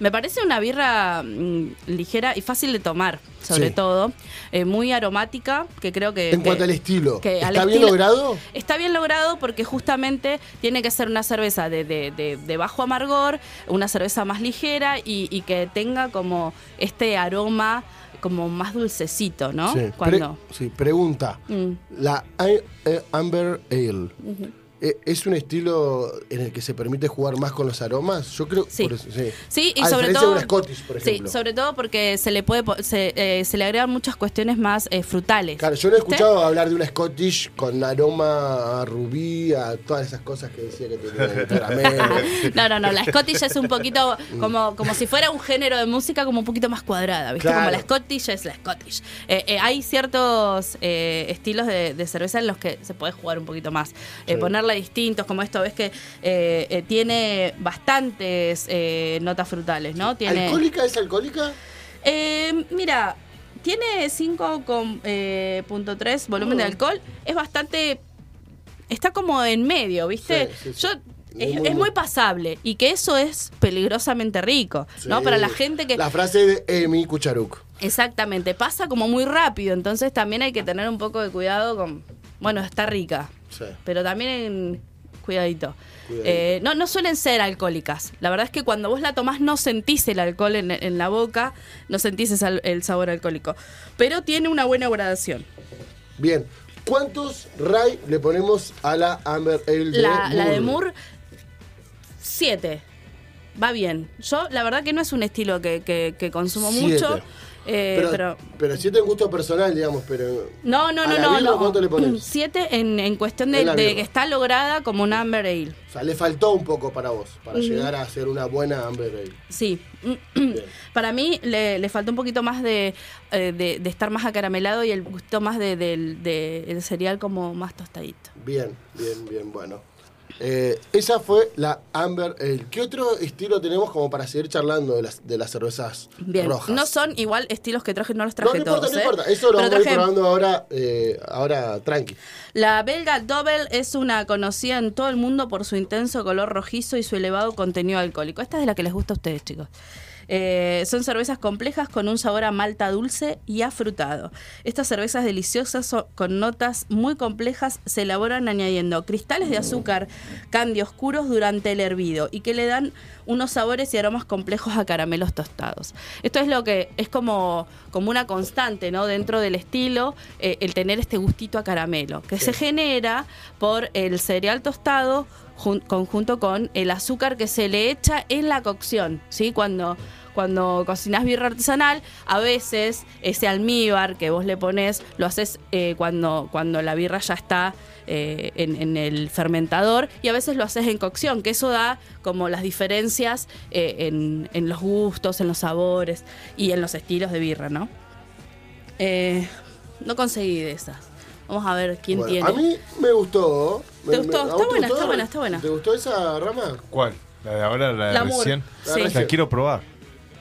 F: Me parece una birra mm, ligera y fácil de tomar, sobre
D: Sí.
F: todo. Eh, muy aromática, que creo que...
D: en
F: Eh, que-
D: cuanto al estilo,
F: que
D: ¿está
F: al
D: bien
F: estilo-
D: logrado?
F: Está bien logrado porque justamente tiene que ser una cerveza de, de- de- de bajo amargor, una cerveza más ligera y, y que tenga como este aroma como más dulcecito, ¿no?
D: Sí.
F: Cuando.
D: Pre- sí, pregunta.
F: Mm.
D: La I- eh, Amber Ale. eh, ¿Es un estilo en el que se permite jugar más con los aromas? Yo creo
F: Sí.
D: por eso- sí.
F: Sí, y
D: A
F: sobre
D: diferencia
F: todo.
D: de una Scottish, por
F: sí,
D: ejemplo.
F: sobre todo porque se le puede po- se, eh, se le agregan muchas cuestiones más eh, frutales.
D: Claro, yo no he
F: ¿Viste?
D: escuchado hablar de una Scottish con aroma a rubí, a todas esas cosas que decía que tenía el caramelo.
F: No, no, no, la Scottish es un poquito como, como si fuera un género de música como un poquito más cuadrada, ¿viste?
D: Claro.
F: Como la Scottish es la Scottish. Eh, eh, hay ciertos eh, estilos de, de cerveza en los que se puede jugar un poquito más, Eh, ponerla distintos, como esto, ves que eh, eh, tiene bastantes eh, notas frutales, ¿no? Tiene,
D: ¿Alcohólica es alcohólica?
F: Eh, mira, Tiene 5,3 volumen
D: Mm.
F: de alcohol. Es bastante. Está como en medio, ¿viste?
D: Sí, sí, sí.
F: Yo.
D: Muy, muy,
F: Es, es
D: muy.
F: muy pasable y que eso es peligrosamente rico, ¿no?
D: Sí.
F: Para la gente que...
D: La frase de Emi Kucharuk.
F: Exactamente, pasa como muy rápido, entonces también hay que tener un poco de cuidado con... Bueno, está rica,
D: Sí.
F: pero también cuidadito.
D: Cuidadito.
F: Eh, no, no suelen ser alcohólicas. La verdad es que cuando vos la tomás no sentís el alcohol en, en la boca, no sentís esa- el sabor alcohólico. Pero tiene una buena gradación.
D: Bien. ¿Cuántos Ray le ponemos a la Amber Ale de
F: La,
D: Moore?
F: la de Moore, 7. Va bien. Yo, la verdad que no es un estilo que, que- que consumo
D: Siete.
F: mucho. eh,
D: pero,
F: pero
D: pero siete en gusto personal, digamos, pero...
F: No, no,
D: ¿A
F: no,
D: la
F: no.
D: birra
F: no.
D: cuánto le pones?
F: Siete en, en cuestión
D: En
F: de,
D: la
F: de
D: birra.
F: que está lograda como una Amber Ale.
D: O sea, le faltó un poco para vos, para llegar a ser una buena Amber Ale.
F: Sí. Para mí le, le faltó un poquito más de, eh, de, de estar más acaramelado y el gusto más de, del de- el cereal como más tostadito.
D: Bien, bien, bien, bueno. Eh, esa fue la Amber Ale. ¿Qué otro estilo tenemos como para seguir charlando de las, de las cervezas
F: Bien.
D: rojas?
F: No son igual estilos que traje, no los
D: No, no
F: traje
D: importa,
F: todos.
D: no
F: ¿eh?
D: importa. Eso lo
F: Pero
D: vamos a ir
F: traje-
D: probando ahora, eh, ahora tranqui.
F: La belga Double es una conocida en todo el mundo por su intenso color rojizo y su elevado contenido alcohólico. Esta es de la que les gusta a ustedes, chicos. Eh, son cervezas complejas con un sabor a malta dulce y afrutado. Estas cervezas deliciosas so- con notas muy complejas se elaboran añadiendo cristales de azúcar candy oscuros durante el hervido y que le dan unos sabores y aromas complejos a caramelos tostados. Esto es lo que es como, como una constante ¿no? dentro del estilo, eh, el tener este gustito a caramelo, que se genera por el cereal tostado jun- conjunto con el azúcar que se le echa en la cocción, ¿sí? Cuando, cuando cocinas birra artesanal, a veces ese almíbar que vos le pones lo haces eh, cuando, cuando la birra ya está eh, en, en el fermentador y a veces lo haces en cocción, que eso da como las diferencias eh, en, en los gustos, en los sabores y en los estilos de birra, ¿no? Eh, no conseguí de esas. Vamos a ver quién
D: Bueno,
F: tiene.
D: A mí me gustó.
F: ¿Te
D: Me-
F: gustó?
D: ¿a vos
F: Está
D: te
F: buena, está buena, está buena.
D: ¿Te gustó esa rama?
E: ¿Cuál? La de ahora, la de
F: La Moore,
E: recién.
F: sí.
E: La quiero probar.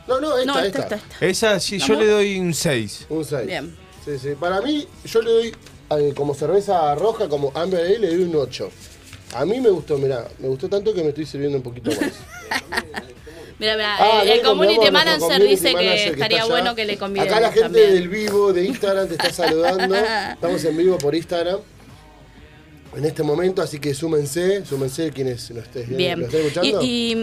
D: No, no, esta,
F: no,
D: esta.
F: esta, esta, esta.
E: Esa sí,
F: ¿La
E: yo
F: Moore?
E: le doy un 6.
D: Un 6.
F: Bien.
D: Sí, sí. Para mí, yo le doy, eh, como cerveza roja, como Amber Ale, le doy un 8. A mí me gustó, mirá, me gustó tanto que me estoy sirviendo un poquito más.
F: Mira, mira,
D: Ah,
F: el,
D: ahí
F: el community
D: convidamos a
F: manager
D: nuestro community
F: dice
D: manager
F: que
D: está
F: estaría
D: allá.
F: bueno que le convidemos
D: Acá la gente
F: también.
D: del vivo de Instagram te está saludando. Estamos en vivo por Instagram. En este momento, así que súmense, súmense quienes nos estés viendo,
F: Bien.
D: nos estén escuchando.
F: Y, y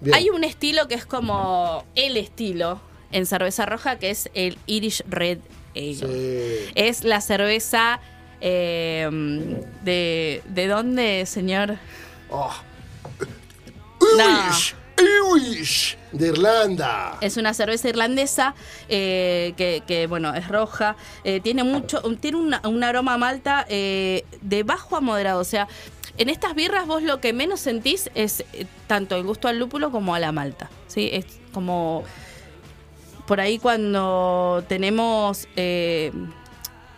D: Bien.
F: hay un estilo que es como el estilo en cerveza roja, que es el Irish Red Ale.
D: Sí.
F: Es la cerveza eh, de... ¿De dónde, señor?
D: Oh.
F: No.
D: Irish, Irish, de Irlanda.
F: Es una cerveza irlandesa eh, que, que, bueno, es roja. eh, tiene mucho, tiene una- un aroma a malta eh, de bajo a moderado. O sea, en estas birras vos lo que menos sentís es eh, tanto el gusto al lúpulo como a la malta. ¿sí? Es como por ahí cuando tenemos eh,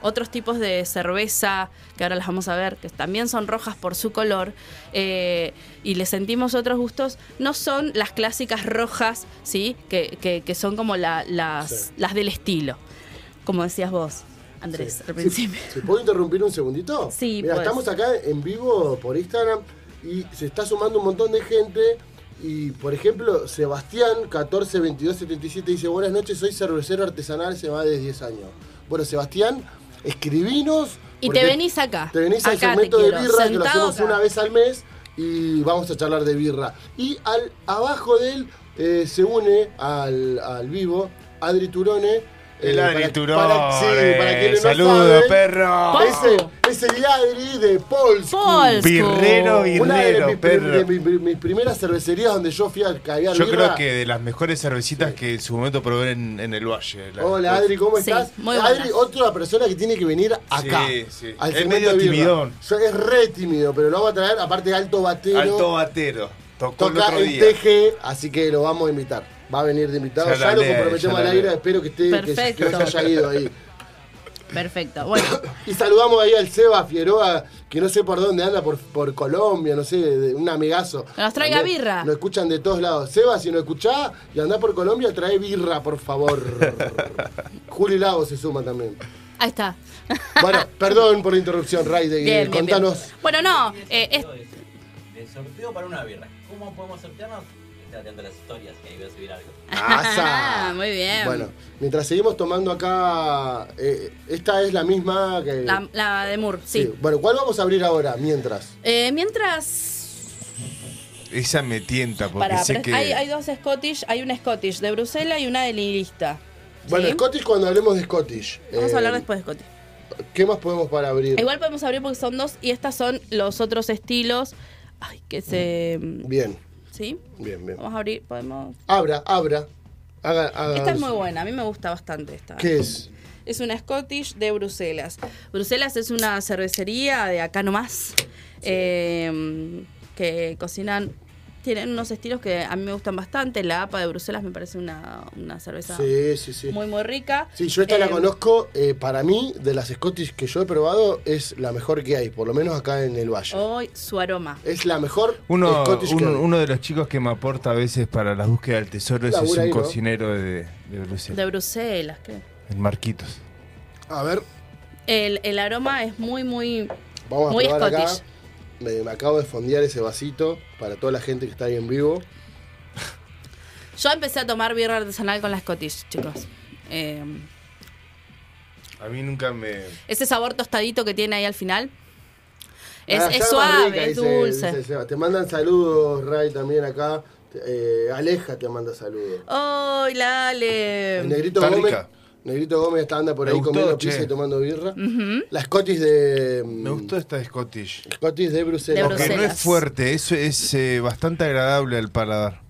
F: otros tipos de cerveza, que ahora las vamos a ver, que también son rojas por su color, eh, y le sentimos otros gustos, no son las clásicas rojas, ¿sí? Que, que- que son como la- las,
D: Sí.
F: las del estilo, como decías vos, Andrés, al principio.
D: ¿Se puedo interrumpir un segundito?
F: Sí,
D: Mira,
F: pues.
D: estamos acá en vivo por Instagram y se está sumando un montón de gente. Y por ejemplo, Sebastián 14 22 77 dice, buenas noches, soy cervecero artesanal, se va de 10 años. Bueno, Sebastián, escribinos.
F: Y
D: porque
F: te venís acá.
D: Te venís al
F: Acá te
D: segmento de
F: quiero,
D: birra, que lo
F: sentado
D: hacemos
F: acá.
D: una vez al mes, y vamos a charlar de birra. Y al abajo de él eh, se une al, al vivo Adri Turone. eh,
E: El Adri
D: para-
E: Turone.
D: para- sí, para quienes no
E: Saludo,
D: saben,
E: perro.
F: Pon-
D: ese, es el Adri de Paul's.
F: Paul's
E: Birrero,
F: Cook.
D: Una de mis,
E: birrero, perro.
D: de mi- mi- mis primeras cervecerías donde yo fui a caer birra.
E: Yo creo que de las mejores cervecitas que en su momento probé en, en el Valle. la-
D: Hola Adri, ¿cómo
F: Sí,
D: estás?
F: muy
D: Adri,
F: buenas.
D: otra persona que tiene que venir acá.
E: Sí, sí.
D: al
E: Es
D: segmento
E: medio
D: de birra.
E: timidón.
D: O sea, es re tímido, pero lo vamos a traer, aparte alto batero.
E: Alto Batero. Tocó el
D: Toca
E: otro
D: en
E: día.
D: TG, así que lo vamos a invitar. Va a venir de invitado.
E: Ya
D: Ya,
E: la
D: lo
E: leo,
D: comprometemos
E: ya la
D: al aire.
E: leo.
D: Espero que esté que- que
F: Perfecto.
D: se haya ido ahí.
F: Perfecto. Bueno,
D: Y saludamos ahí al Seba Fieroa, que no sé por dónde anda, por, por Colombia, no sé, de- un amigazo.
F: Que nos traiga
D: También
F: birra.
D: Nos escuchan de todos lados. Seba, si nos escuchás y andás por Colombia, trae birra, por favor. Juli Lago se suma también.
F: ahí está.
D: Bueno, perdón por la interrupción, Ray, de-
F: Bien, bien, bien.
D: Eh, contanos.
F: Bueno, no, eh, es-
G: Esto es de sorteo para una birra. ¿Cómo podemos sortearnos? Esté atento a las historias, que ahí voy a subir algo.
D: ¡Asa!
F: Muy bien.
D: Ah, Bueno, mientras seguimos tomando acá, eh, esta es la misma que...
F: la, la de Moore, sí.
D: Sí, Bueno, ¿cuál vamos a abrir ahora, mientras?
F: Eh, mientras
E: Esa me tienta porque
F: Pará,
E: sé
F: pero
E: que.
F: hay, hay dos Scottish, hay una Scottish de Bruselas y una de Lilista.
D: Bueno,
F: ¿Sí?
D: Scottish cuando hablemos de Scottish.
F: Vamos
D: Eh,
F: a hablar después de Scottish.
D: ¿Qué más podemos para abrir?
F: Igual podemos abrir porque son dos y estas son los otros estilos. Ay, que se...
D: Bien,
F: ¿Sí?
D: bien, bien.
F: Vamos a abrir, podemos...
D: Abra, abra. Haga, haga-
F: Esta es muy buena, a mí me gusta bastante esta.
D: ¿Qué es?
F: Es una Scottish de Bruselas. Bruselas es una cervecería de acá nomás eh, que cocinan. Tienen unos estilos que a mí me gustan bastante. La APA de Bruselas me parece una, una cerveza
D: Sí, sí, sí.
F: muy, muy rica.
D: Sí, yo esta la
F: Eh,
D: conozco, eh, para mí, de las Scottish que yo he probado, es la mejor que hay, por lo menos acá en el Valle.
F: Hoy su aroma.
D: Es la mejor
E: Uno,
D: Scottish que hay.
E: uno, uno de los chicos que me aporta a veces para las búsquedas del tesoro ese es
D: Labura
E: un
D: ahí, ¿no?
E: cocinero de, de
F: De
E: Bruselas,
F: Bruselas, creo.
E: el Marquitos.
D: A ver,
F: El, el aroma es muy, muy.
D: vamos a
F: Muy
D: probar acá.
F: Scottish.
D: Me, me acabo de fondear ese vasito para toda la gente que está ahí en vivo.
F: Yo empecé a tomar birra artesanal con la Scottish, chicos. Eh,
E: A mí nunca me.
F: ese sabor tostadito que tiene ahí al final. Es,
D: Ah,
F: es
D: ya más
F: suave,
D: rica,
F: es
D: dice-
F: dulce.
D: dice Seba. Te mandan saludos, Ray, también acá. Te- eh, Aleja te manda saludos.
F: ¡Ay,
D: El
F: Lale!
D: Negrito
E: Está
D: Gómez.
E: rica.
D: Negrito Gómez está anda por
E: Me
D: ahí
E: gustó,
D: comiendo
E: che.
D: pizza y tomando birra. Las cotis de. mm,
E: Me gustó esta Scottish.
D: Cotis de Bruselas.
F: De
E: Porque no
F: Bruselas.
E: es fuerte, eso es eh, bastante agradable al paladar.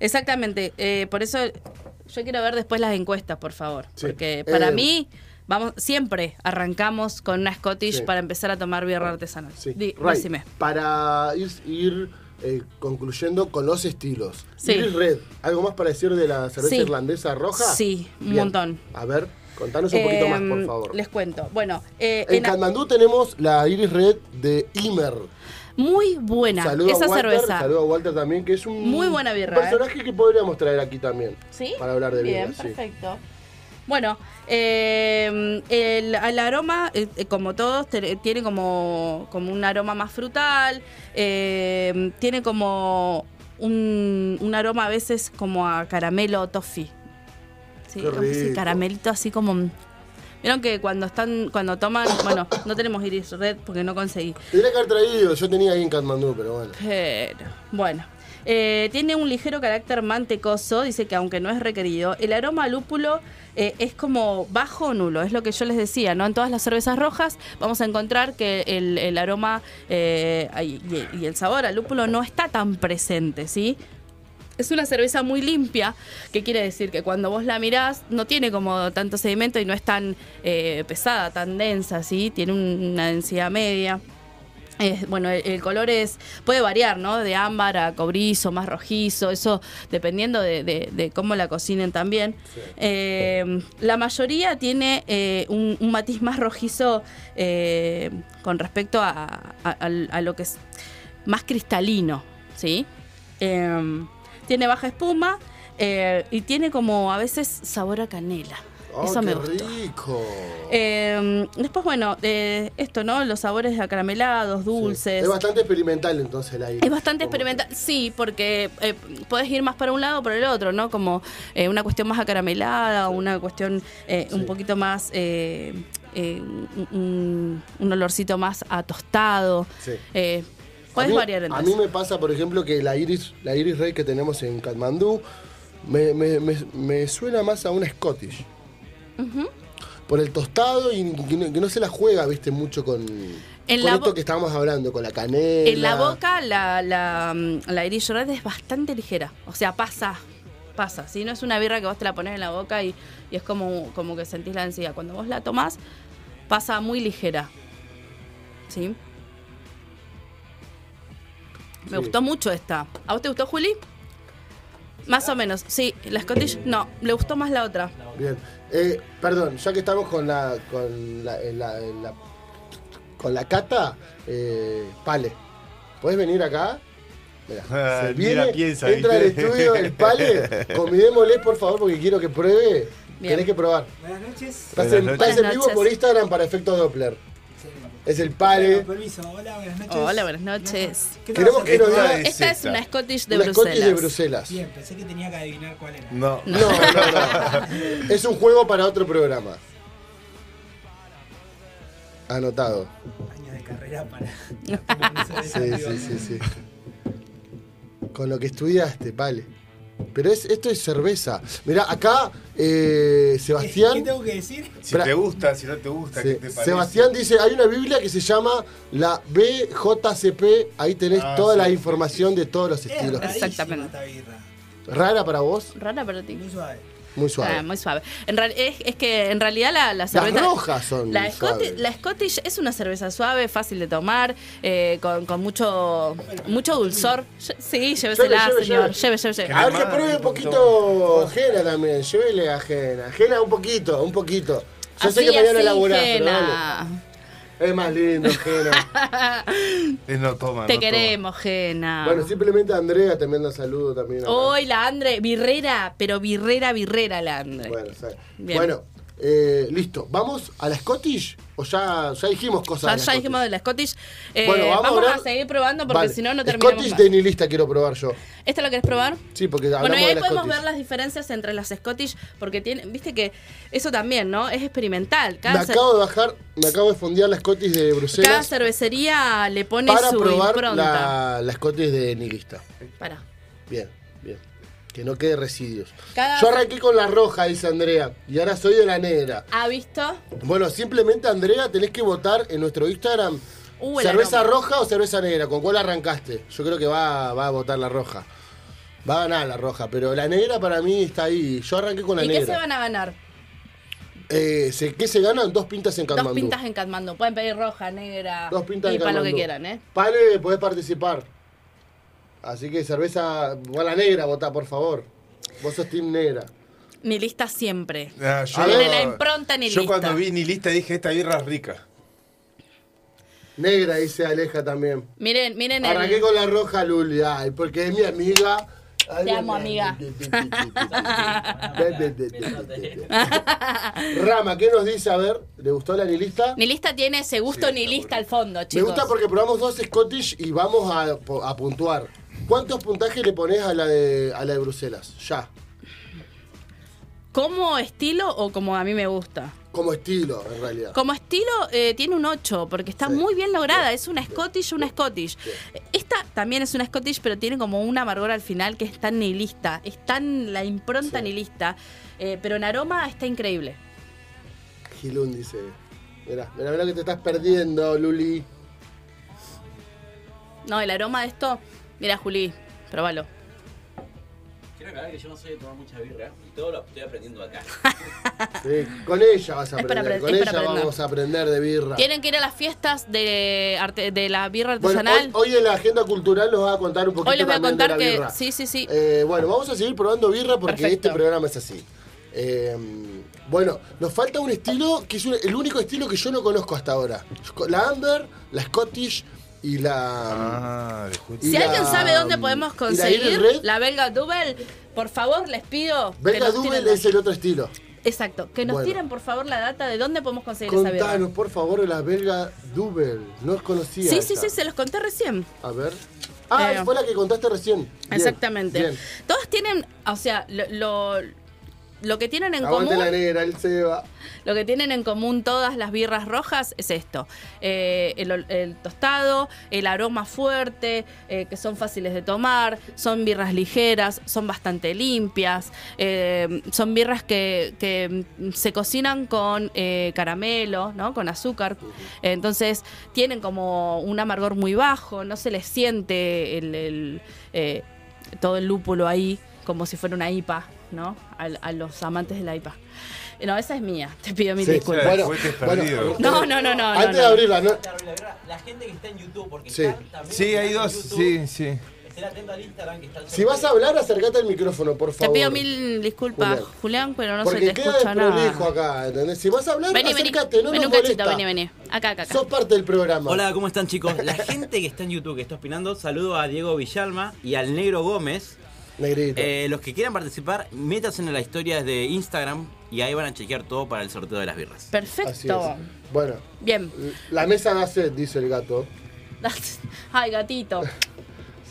F: Exactamente. eh, por eso yo quiero ver después las encuestas, por favor.
D: Sí.
F: Porque para
D: Eh,
F: mí. Vamos, siempre arrancamos con una Scottish
D: Sí.
F: para empezar a tomar birra artesanal.
D: Sí.
F: Di-
D: Ray,
F: decime.
D: Para ir, ir, eh, concluyendo con los estilos.
F: Sí.
D: Iris Red, ¿algo más para decir de la cerveza
F: Sí.
D: irlandesa roja?
F: Sí, un montón.
D: A ver, contanos un poquito más, por
F: Em,
D: favor.
F: Les cuento. Bueno, eh,
D: En
F: en a-
D: Katmandú tenemos la Iris Red de Imer.
F: muy buena
D: Saludo
F: esa
D: a Walter,
F: cerveza.
D: saludo a Walter también, que es un
F: Muy buena birra, eh.
D: personaje que podríamos traer aquí también.
F: ¿Sí?
D: Para hablar de
F: Bien,
D: birra, sí.
F: perfecto. Bueno, eh, el, el aroma, eh, eh, como todos, te- tiene como, como un aroma más frutal, eh, tiene como un, un aroma a veces como a caramelo o toffee. Sí,
D: Qué
F: como ese
D: rico.
F: caramelito así como... mm. Vieron que cuando están, cuando toman, bueno, no tenemos iris red porque no conseguí.
D: Tendría que haber traído, yo tenía ahí en Katmandú, pero bueno.
F: Pero, bueno. Eh, tiene un ligero carácter mantecoso, dice que aunque no es requerido, el aroma a lúpulo eh, es como bajo o nulo, es lo que yo les decía, ¿no? En todas las cervezas rojas vamos a encontrar que el, el aroma eh, ay, y, y el sabor al lúpulo no está tan presente, ¿sí? Es una cerveza muy limpia, que quiere decir que cuando vos la mirás no tiene como tanto sedimento y no es tan eh, pesada, tan densa, ¿sí? Tiene un- una densidad media. Eh, bueno, el, el color es puede variar, ¿no? De ámbar a cobrizo, más rojizo, eso dependiendo de, de- de cómo la cocinen también. Eh, la mayoría tiene eh, un, un matiz más rojizo eh, con respecto a, a- al- a lo que es más cristalino, ¿sí? Eh, tiene baja espuma eh, y tiene como a veces sabor a canela.
D: Oh,
F: eso me
D: qué
F: gustó.
D: rico.
F: Eh, después, bueno, eh, esto, ¿no? Los sabores acaramelados, dulces.
D: Es bastante experimental entonces la Iris.
F: Es bastante
D: Como que-
F: experimental, sí, porque eh, podés ir más para un lado o para el otro, ¿no? Como eh, una cuestión más acaramelada, una cuestión eh,
D: Sí.
F: un poquito más, eh, eh, un, un- un olorcito más a tostado.
D: Sí.
F: Eh,
D: A
F: podés
D: mí-
F: variar
D: A
F: entonces.
D: mí me pasa, por ejemplo, que la Iris, la Iris Rey que tenemos en Katmandú me, me- me- me suena más a una Scottish. Por el tostado y que no, que no se la juega, viste, mucho con,
F: En
D: con
F: la
D: esto
F: bo-
D: que estábamos hablando, con Eh, la canela.
F: En la boca la, la, mm, la Irish Red es bastante ligera. O sea, pasa, pasa. Si no es una birra que vos te la pones en la boca y, y es como, como que sentís la densidad. Cuando vos la tomás, pasa muy ligera. ¿Sí? Me
D: Sí.
F: gustó mucho esta. ¿A vos te gustó, Juli? Más o menos, sí. La Scottish, no, le gustó más la otra.
D: Bien. Eh, perdón, ya que estamos con la con la, en la- en la- con la cata, eh, Pale, ¿podés venir acá? Mirá,
E: Ah,
D: se
E: mira,
D: viene,
E: piensa,
D: entra al
E: ¿viste?
D: estudio el Pale, convidémosle por favor porque quiero que pruebe.
F: Bien.
D: Tenés que probar.
H: Buenas noches.
D: Estás
E: Buenas
D: en,
E: noches.
D: estás en
F: Buenas
D: vivo
F: noches.
D: por Instagram para efecto Doppler. Es el Pale.
H: Con permiso. Hola, buenas noches.
F: Hola, buenas noches.
H: ¿Qué tal?
D: Queremos que nos
E: Esta
D: diga
E: es
F: Esta es
E: esta.
F: una Scottish de
D: una Scottish
F: Bruselas.
D: de Bruselas.
H: Bien, pensé que tenía que adivinar cuál era.
E: No.
D: No, no, no. es un juego para otro programa. Anotado.
H: Años de carrera para. para ponerse
D: Sí, sí,
H: desafío.
D: sí, sí. Con lo que estudiaste, vale. Pero es, esto es cerveza. Mirá, acá eh,
H: ¿Qué
D: Sebastián.
H: tengo que decir?
E: Si te gusta, si no te gusta,
D: sí,
E: ¿qué te parece?
D: Sebastián dice, hay una Biblia que se llama la BJCP, ahí tenés
E: Ah,
D: toda
E: sí,
D: la
E: sí,
D: información de todos los
H: Es
D: estilos.
H: rarísima
F: Exactamente.
H: esta birra.
D: ¿Rara para vos?
F: Rara para ti.
H: Muy suave.
D: Muy
F: Ah,
D: suave.
F: muy suave. En real- es, es que en realidad la, la
D: Las
F: cerveza.
D: rojas son
F: La,
D: suaves.
F: Scottish, la Scottish es una cerveza suave, fácil de tomar, eh, con, con mucho mucho dulzor. Lle- Sí, llévesela,
D: Lleve, lleve,
F: señor.
D: lleve.
F: Lleve, lleve, lleve.
D: A ver que
E: Mamá,
D: pruebe un
E: un
D: poquito Jena también. Llévele a Jena. Jena un poquito, un poquito. Yo sé
F: Así,
D: que mañana
F: así,
D: laburás, pero
F: Jena.
D: dale. Es más lindo, Jena.
E: Eh, no toma,
F: Te
E: no toma.
F: queremos, Jena.
D: bueno, simplemente a Andrea también nos saludo también. acá.
F: Hoy la Andre, birrera, pero birrera, birrera la Andre.
D: Bueno, o sea,
F: Bien.
D: bueno, eh, listo. ¿Vamos a la Scottish? ¿O ya, ya dijimos
F: Ya-
D: cosas? de la
F: ya dijimos de
D: Scottish?
F: la Scottish. Eh,
D: Bueno,
F: vamos
D: hablar-
F: a seguir probando porque
D: Vale.
F: si no, no terminamos.
D: Scottish
F: más.
D: de mi lista quiero probar yo.
F: ¿Esta la querés probar?
D: Sí, porque hablamos
F: Bueno, y ahí
D: de la
F: podemos
D: Scottish.
F: ver las diferencias entre las Scottish, porque tienen, viste que eso también, ¿no? Es experimental.
D: Me
F: Cada, cer-
D: acabo de bajar, me acabo de fondear la Scottish de
F: cada
D: Bruselas
F: cervecería le pone
D: para
F: su
D: probar
F: impronta.
D: la, la Scottish de mi lista.
F: Pará.
D: Bien, bien. Que no quede residuos.
F: Cada-
D: Yo arranqué con la roja, dice Andrea, y ahora soy de la negra.
F: ¿Ha Ah, visto?
D: Bueno, simplemente, Andrea, tenés que votar en nuestro Instagram.
F: Uh, el
D: ¿Cerveza
F: aroma.
D: roja o cerveza negra? ¿Con cuál arrancaste? Yo creo que va, va a votar la roja. Va a ganar la roja, pero la negra para mí está ahí. Yo arranqué con la
F: ¿Y qué se
D: negra.
F: van a ganar?
D: Eh, se- ¿Qué se ganan? Dos pintas en Katmandú.
F: Dos pintas en Katmandú. Pueden pedir roja, negra.
D: Dos pintas
F: y
D: en
F: para lo
D: Katmandú.
F: que quieran, ¿eh?
D: Pale, podés participar. Así que cerveza... Va la negra, votá, por favor. Vos sos team negra.
F: Ni lista siempre.
E: Ah, yo,
F: Tiene la impronta ni
E: Yo cuando
F: lista.
E: vi ni lista dije, esta birra es rica.
D: Negra, dice Aleja también.
F: Miren, miren el-
D: Arranqué con la roja, Luli. Ay, porque es mi amiga. Ay,
F: Te
D: ay,
F: amo,
D: ay.
F: amiga.
D: Rama, ¿qué nos dice? A ver, ¿le gustó la nilista?
F: Ni lista tiene ese gusto ni lista al fondo,
D: Me
F: chicos.
D: gusta porque probamos dos Scottish y vamos a, po- a puntuar. ¿Cuántos puntajes le pones a la de, a la de Bruselas? Ya.
F: ¿Como estilo o como a mí me gusta?
D: Como estilo, en realidad.
F: Como estilo eh, tiene un 8, porque está muy bien lograda. Es una Scottish, una Scottish. Esta también es una Scottish, pero tiene como un amargor al final que es tan nihilista. Es tan la impronta nihilista. Eh, pero en aroma está increíble.
D: Gilún dice. Mirá, mirá, mirá que te estás perdiendo, Luli.
F: No, el aroma de esto. Mira, Juli, probalo.
G: Quiero aclarar que yo no soy de tomar mucha birra y todo lo estoy aprendiendo acá.
D: Sí, con ella vas a
F: Es para
D: aprender.
F: apre-
D: Con
F: es
D: ella
F: para aprender.
D: vamos a aprender de birra.
F: Tienen que ir a las fiestas de, arte- de la birra
D: Bueno,
F: artesanal.
D: hoy, hoy en la agenda cultural nos va a contar un poquito
F: Hoy les voy a
D: también de
F: contar
D: la
F: que.
D: birra.
F: Sí, sí, sí.
D: Eh, bueno, vamos a seguir probando birra porque
F: Perfecto.
D: este programa es así. Eh, bueno, nos falta un estilo que es un- el único estilo que yo no conozco hasta ahora. La Amber, la Scottish y la...
E: Ah, de
D: y
E: justo.
F: si
D: la- mm,
F: alguien sabe dónde podemos
D: y la
F: conseguir
D: Iris Red.
F: la belga double, por favor, les pido. que
D: Venga,
F: nos
D: Double
F: tiren la-
D: es el otro estilo.
F: Exacto, que nos
D: Bueno.
F: tiren por favor la data de dónde podemos conseguir esa
D: Contanos,
F: birra.
D: por favor, la belga Double. No conocía
F: Sí, sí,
D: esa.
F: sí, se los conté recién.
D: A ver. Ah,
F: Eh,
D: fue la que contaste recién. Bien,
F: Exactamente.
D: bien.
F: Todos tienen, o sea, lo, lo, lo que tienen en
D: Aguante la
F: común,
D: negra, el Seba.
F: lo que tienen en común todas las birras rojas es esto: Eh, el, ol- el tostado, el aroma fuerte, eh, que son fáciles de tomar, son birras ligeras, son bastante limpias, eh, son birras que, que, mm, se cocinan con eh, caramelo, ¿no? Con azúcar. Entonces tienen como un amargor muy bajo, no se les siente el, el, eh, todo el lúpulo ahí como si fuera una IPA, ¿no? Al- A, los amantes de la IPA. No, esa es mía, te pido mil
D: Sí,
F: disculpas.
D: bueno,
E: Fuiste
D: bueno, eh,
E: perdido.
F: No, no, no, no.
D: Antes
F: no,
D: de
F: no.
D: abrirla, ¿no?
G: La gente que está en YouTube, porque
D: Sí.
G: están también
E: Sí, hay
G: en
E: dos,
G: YouTube,
E: sí, sí.
G: Estén atentos al Instagram que está el
D: Si vas a
G: sorteo.
D: hablar, acercate al micrófono, por
F: Te
D: favor.
F: pido mil disculpas,
D: Julián.
F: Julián, pero no se
D: Porque
F: te
D: queda
F: escucha nada.
D: desprolijo acá, ¿entendés? Si vas a hablar,
F: Vení, vení.
D: acércate, no
F: vení
D: nos
F: un cachito,
D: molesta.
F: vení, vení. Acá, acá, acá.
D: Sos parte del programa.
G: Hola, ¿cómo están chicos? La gente que está en YouTube, que está opinando, saludo a Diego Villalma y al Negro Gómez.
D: Negrito.
G: Eh, los que quieran participar, métanse en las historias de Instagram y ahí van a chequear todo para el sorteo de las birras.
D: Así es.
F: Perfecto.
D: Bueno,
F: Bien.
D: la mesa da sed, dice el gato.
F: Ay, gatito.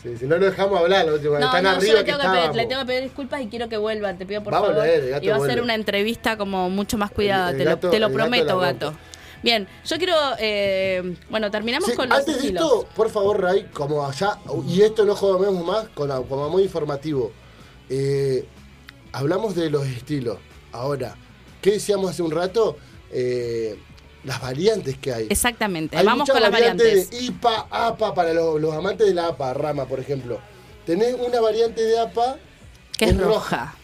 D: Sí, si no lo dejamos hablar, la última vez.
F: No,
D: Están
F: no, yo
D: arriba
F: le
D: que
F: tengo que, pedir, le tengo
D: estábamos.
F: que pedir disculpas y quiero que vuelvan, te pido por
D: Va a
F: favor.
D: volver, el gato
F: y va a
D: vuelve.
F: ser una entrevista como mucho más cuidada,
D: El- el
F: te,
D: gato-
F: lo, te lo
D: el gato
F: prometo,
D: la
F: gato.
D: rompe.
F: Bien, yo quiero, eh, bueno, terminamos
D: Sí,
F: con los
D: antes de
F: estilos.
D: esto, por favor, Ray, como allá, y esto no jodemos más, con la- como muy informativo. Eh, hablamos de los estilos. Ahora, ¿qué decíamos hace un rato? Eh, las variantes que hay.
F: Exactamente,
D: Hay
F: vamos
D: muchas
F: con las variantes.
D: de IPA, APA, para los, los amantes de la APA, rama, por ejemplo. Tenés una variante de APA
F: Que es
D: es roja.
F: roja.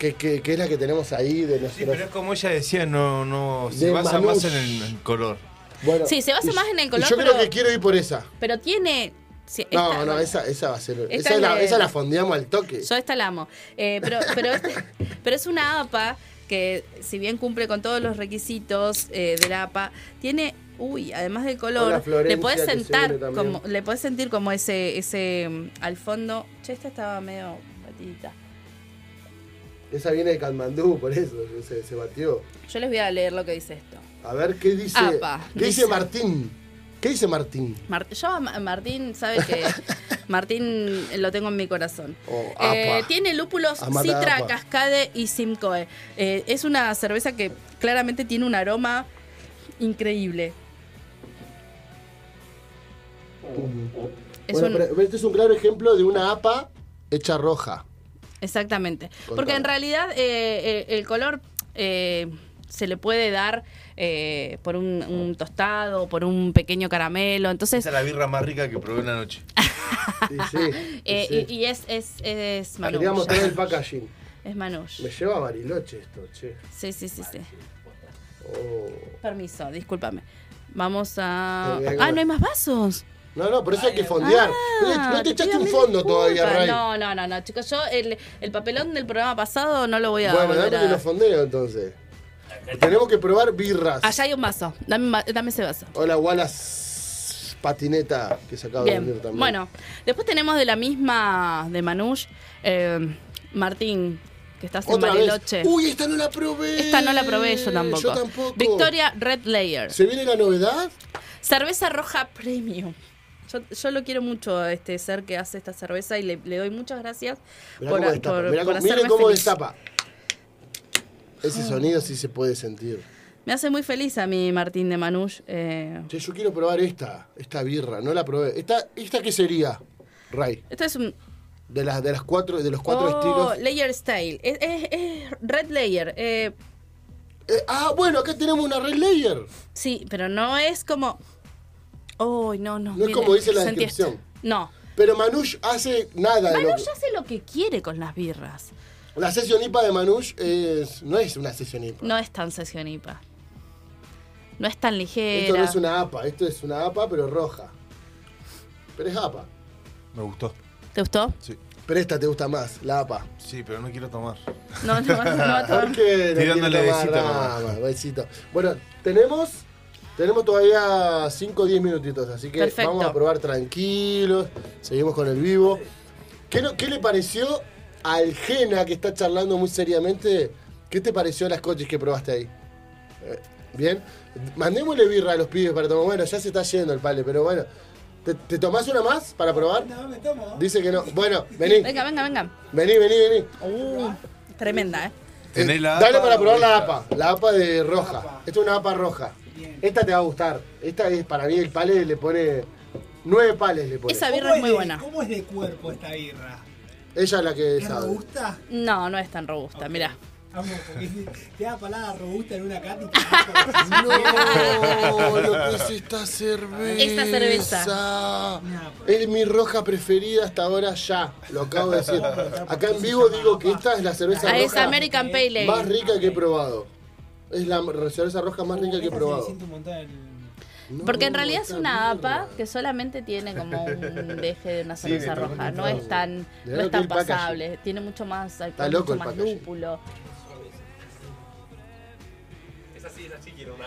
D: que, que- que es la que tenemos ahí de
E: Sí,
D: nuestros.
E: pero es como ella decía, no, no se
D: De
E: basa más
D: Manouche.
E: en el en color.
D: Bueno,
F: Sí, se basa
D: y-
F: más en el
D: y
F: color,
D: Yo
F: pero-
D: creo que quiero ir por esa.
F: Pero tiene... sí,
D: No,
F: esta-
D: no, esa, esa va a ser.
F: Esta
D: Esa la,
F: le-
D: esa la fondeamos al toque.
F: Yo esta la amo. Eh, pero, pero, este- pero es una APA que, si bien cumple con todos los requisitos eh, de la APA, tiene, uy, además del
D: Hola,
F: color,
D: Florencia,
F: le puedes
D: que se
F: sentar,
D: une también.
F: como, le puedes sentir como ese, ese mm, al fondo. Che, esta estaba medio batidita.
D: Esa viene de Kalmandú, por eso se, se batió.
F: Yo les voy a leer lo que dice esto.
D: A ver qué dice.
F: Apa,
D: ¿Qué dice
F: dice.
D: Martín? ¿Qué dice Martín?
F: Mar- yo a Ma- Martín sabe que Martín lo tengo en mi corazón.
D: Oh,
F: Eh,
D: apa.
F: tiene lúpulos
D: Amada
F: Citra,
D: apa.
F: Cascade y Simcoe. Eh, es una cerveza que claramente tiene un aroma increíble. Es
D: Bueno,
F: un-
D: pero- pero este es un claro ejemplo de una apa hecha roja.
F: Exactamente.
D: Contame.
F: Porque en realidad eh, eh, el color eh, se le puede dar eh, por un,
D: Oh.
F: un tostado, por un pequeño caramelo. Entonces,
E: Esa es la birra más rica que probé en la noche.
D: Sí, sí.
F: eh,
D: sí.
F: y, y es, es, es
D: Ah,
F: Manouche.
D: Quería mostrar el packaging.
F: Es Manouche.
D: Me lleva a Bariloche esto, che.
F: Sí, sí, sí, sí.
D: Oh.
F: Permiso, discúlpame. Vamos a.
D: Te voy a-
F: Ah, no hay más vasos.
D: No, no, por eso hay que fondear. No le-
F: Ah,
D: no te
F: te
D: echaste
F: pido
D: un
F: mil
D: fondo
F: disculpas.
D: todavía, Ray.
F: No, no, no, no, chicos. Yo el, el papelón del programa pasado no lo voy a
D: bueno,
F: volver
D: dame
F: a
D: que
F: dar.
D: lo fondeo entonces. Tenemos que probar birras.
F: Allá hay un vaso. Dame, un va- dame ese vaso.
D: Hola, Wallace Patineta, que se acaba de
F: Bien.
D: venir también.
F: Bueno, después tenemos de la misma de Manush, eh, Martín, que estás
D: otra
F: en
D: vez.
F: Bariloche.
D: Uy, esta no la probé.
F: Esta no la probé yo tampoco.
D: Yo tampoco.
F: Victoria Red Layer.
D: ¿Se viene la novedad?
F: Cerveza roja premium. Yo, yo lo quiero mucho a este ser que hace esta cerveza y le, le doy muchas gracias
D: Mirá
F: por,
D: cómo destapa.
F: por-
D: mirá
F: por
D: cómo- miren
F: hacerme
D: cómo
F: feliz.
D: destapa. Ese sonido sí se puede sentir.
F: Me hace muy feliz a mí Martín de Manush. eh.
D: Che, yo quiero probar esta, esta birra, no la probé. ¿Esta, esta qué sería, Ray?
F: Esto es un
D: De, las, de, las cuatro, de los cuatro
F: oh,
D: estilos.
F: layer style. Es, es- es red layer. eh,
D: Eh, ah, bueno, acá tenemos una Red Layer.
F: sí, pero no es como. Oh, no, no.
D: No es
F: miren,
D: como dice la
F: sentí esto.
D: descripción.
F: No.
D: Pero Manush hace nada. de lo
F: Manush
D: que-
F: hace lo que quiere con las birras.
D: La sesión IPA de Manush es, no es una sesión IPA.
F: No es tan sesión IPA. No es tan ligera.
D: Esto no es una APA, esto es una APA pero roja. Pero es APA.
E: Me gustó.
F: ¿Te gustó?
D: Pero esta te gusta más, la APA.
E: Sí, pero no quiero tomar.
F: No, no, no, no, no.
D: ¿Por qué?
E: Estoy
D: No
E: dándole
D: quiero
E: besito
D: tomar
E: nomás.
D: nada más, besito. Bueno, tenemos tenemos todavía 5 o 10 minutitos, así que
F: Perfecto.
D: vamos a probar tranquilos. Seguimos con el vivo. ¿Qué, no- qué le pareció al Jena que está charlando muy seriamente? ¿Qué te pareció las coches que probaste ahí? Eh, Bien, mandémosle birra a los pibes para tomar. Bueno, ya se está yendo el pale, pero bueno. ¿Te, te tomás una más para probar?
H: No, me tomo.
D: Dice que no. Bueno, vení,
F: Venga, venga, venga.
D: vení, vení, vení.
F: Uh, tremenda, ¿eh?
E: ¿Tenés la
D: Dale
E: APA
D: para
E: o
D: probar la
E: esta?
D: APA, la APA de roja. Esta es una APA roja.
H: Bien.
D: Esta te va a gustar. Esta es para mí el pale le pone nueve pales le pone.
F: Esa- La
H: ¿Cómo
F: birra es muy
H: de-
F: buena.
H: ¿Cómo es de cuerpo esta birra?
D: Ella es la que
H: ¿Es
D: sabe.
H: robusta?
F: No, no es tan robusta, mirá.
H: Amo, porque te da palabra robusta en una carta.
D: No, lo que es esta cerveza.
F: Esta cerveza.
D: Es mi roja preferida hasta ahora ya. Lo acabo de decir. Acá en vivo digo que esta es la cerveza
F: Ah, es
D: roja
F: American Pale
D: más
F: Ale.
D: rica que he probado. Es la cerveza roja más rica que he
H: Esa se le
D: probado.
H: siente un montón.
F: Porque en realidad es
D: esta
F: una
D: mierda.
F: APA que solamente tiene como un deje de una
E: Sí,
F: cerveza
E: me tocó
F: roja.
E: mi
F: No es
D: caso.
F: tan,
D: Le
F: no
D: veo
F: es
D: que
F: tan
D: el packaging.
F: pasable. Tiene mucho más alcohol,
D: loco
F: mucho
D: el
F: más
D: packaging.
F: lúpulo.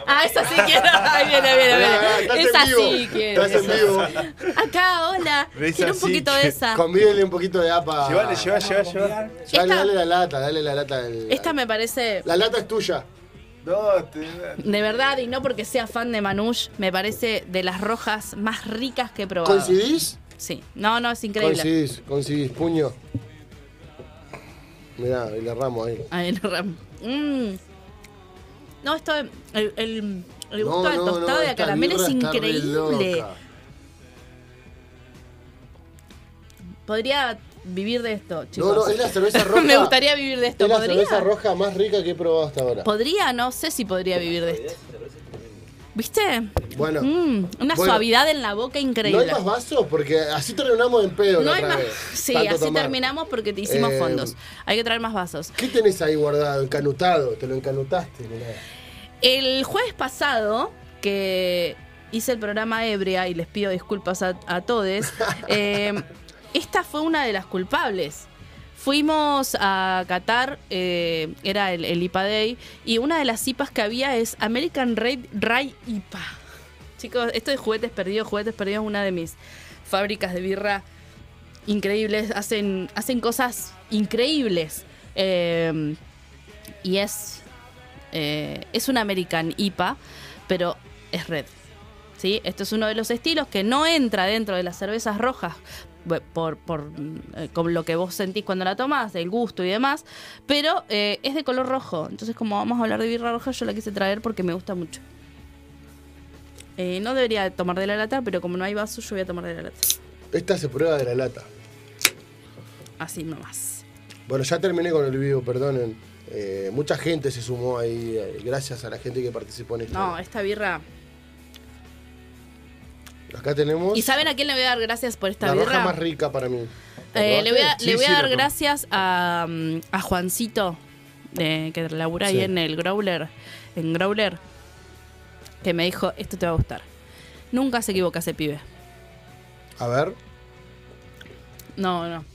F: Ah, esa sí quiero. Ahí viene, ahí viene, ahí viene.
D: Ah, estás en
F: Esa
D: vivo,
F: sí quiero.
D: Estás en
F: esa
D: vivo.
F: sí. Acá, hola.
E: De esa
F: Quiero un
E: sí
F: poquito de
E: que-
F: esa.
D: Convívele un poquito de APA.
E: Llévale, lleva, lleva, lleva.
H: Confiar.
D: Dale,
F: Esta-
D: dale la lata, dale la lata. del-
F: Esta me parece,
D: La lata es tuya.
E: No, te-
F: de verdad, y no porque sea fan de Manush, me parece de las rojas más ricas que he probado.
D: ¿Coincidís?
F: Sí. No, no, es increíble.
D: Coincidís, coincidís. Puño. Mirá, y le erramos ahí.
F: Ahí en el ram. Mm. No, esto el, el, el gusto
D: No,
F: al
D: no,
F: tostado
D: no,
F: de
D: esta
F: caramel es
D: birra está re
F: increíble.
D: loca.
F: Podría vivir de esto,
D: No,
F: chicos.
D: no, es la cerveza roja.
F: Me gustaría vivir de esto.
D: Es la
F: ¿Podría?
D: cerveza roja más rica que he probado hasta ahora.
F: Podría, no sé si podría vivir de esto. ¿Viste?
D: Bueno,
F: Mm, una
D: Bueno.
F: suavidad en la boca
D: ¿no hay
F: increíble.
D: más vasos? Porque así terminamos en pedo. la
F: No hay
D: otra
F: más-
D: vez.
F: Sí,
D: Tanto
F: así
D: tomar.
F: terminamos porque te hicimos
D: Eh,
F: fondos. Hay que traer más vasos.
D: ¿Qué tenés ahí guardado, encanutado? Te lo encanutaste, mirá.
F: El jueves pasado, que hice el programa Ebria y les pido disculpas a, a todos, eh, esta fue una de las culpables. Fuimos a Qatar, eh, era el, el IPA Day, y una de las IPAs que había es American Red Rye IPA. Chicos, esto de juguetes perdidos, juguetes perdidos es una de mis fábricas de birra increíbles. Hacen, hacen cosas increíbles. Eh, y es eh, es una American IPA, pero es red. ¿Sí? Esto es uno de los estilos que no entra dentro de las cervezas rojas bu- por, por, mm, eh, con lo que vos sentís cuando la tomás, el gusto y demás, pero eh, es de color rojo. Entonces, como vamos a hablar de birra roja, yo la quise traer porque me gusta mucho. Eh, no debería tomar de la lata, pero como no hay vaso, yo voy a tomar de la lata.
D: Esta se prueba de la lata.
F: Así nomás.
D: Bueno, ya terminé con el vivo, perdonen. Eh, mucha gente se sumó ahí, eh, gracias a la gente que participó en esto.
F: No, esta birra.
D: Acá tenemos
F: ¿Y saben a quién le voy a dar gracias por esta
D: la
F: birra?
D: roja más rica para mí. ¿La
F: Eh, le voy a,
E: Sí,
F: le voy a
E: sí, la
F: dar
E: probé.
F: gracias a, mm, a Juancito, de- que labura ahí
D: Sí.
F: en el Growler, en Growler, que me dijo, esto te va a gustar. Nunca se equivoca ese pibe.
D: probaste? A ver,
F: No, no.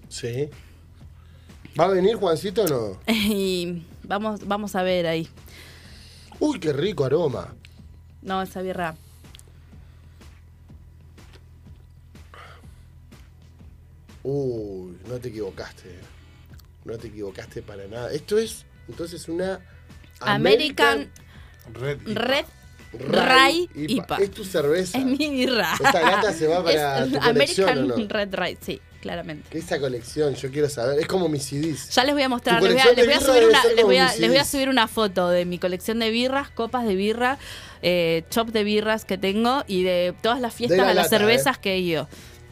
D: sí. ¿Va a venir Juancito o no?
F: Y vamos, vamos a ver ahí.
D: Uy, qué rico aroma.
F: No, esa birra.
D: Uy, no te equivocaste. No te equivocaste para nada. Esto es entonces una
F: American,
E: Red.
F: Red Rye
D: Rye
F: IPA.
D: Es tu cerveza.
F: es mi birra.
D: Esta lata se va para
F: Es
D: tu colección,
F: American
D: ¿o no?
F: Red Rye, sí, claramente.
D: Que Esa colección, yo quiero saber. Es como mis CDs.
F: Ya les voy a mostrar,
D: Tu
F: les voy a,
D: colección de
F: les voy a
D: birra
F: subir
D: debe
F: una,
D: ser
F: les voy a-
D: como mis
F: les voy a
D: CDs.
F: subir una foto de mi colección de birras, copas de birra, eh, chop de birras que tengo y de todas las fiestas
D: De la
F: a las
D: lata, eh.
F: cervezas que he ido.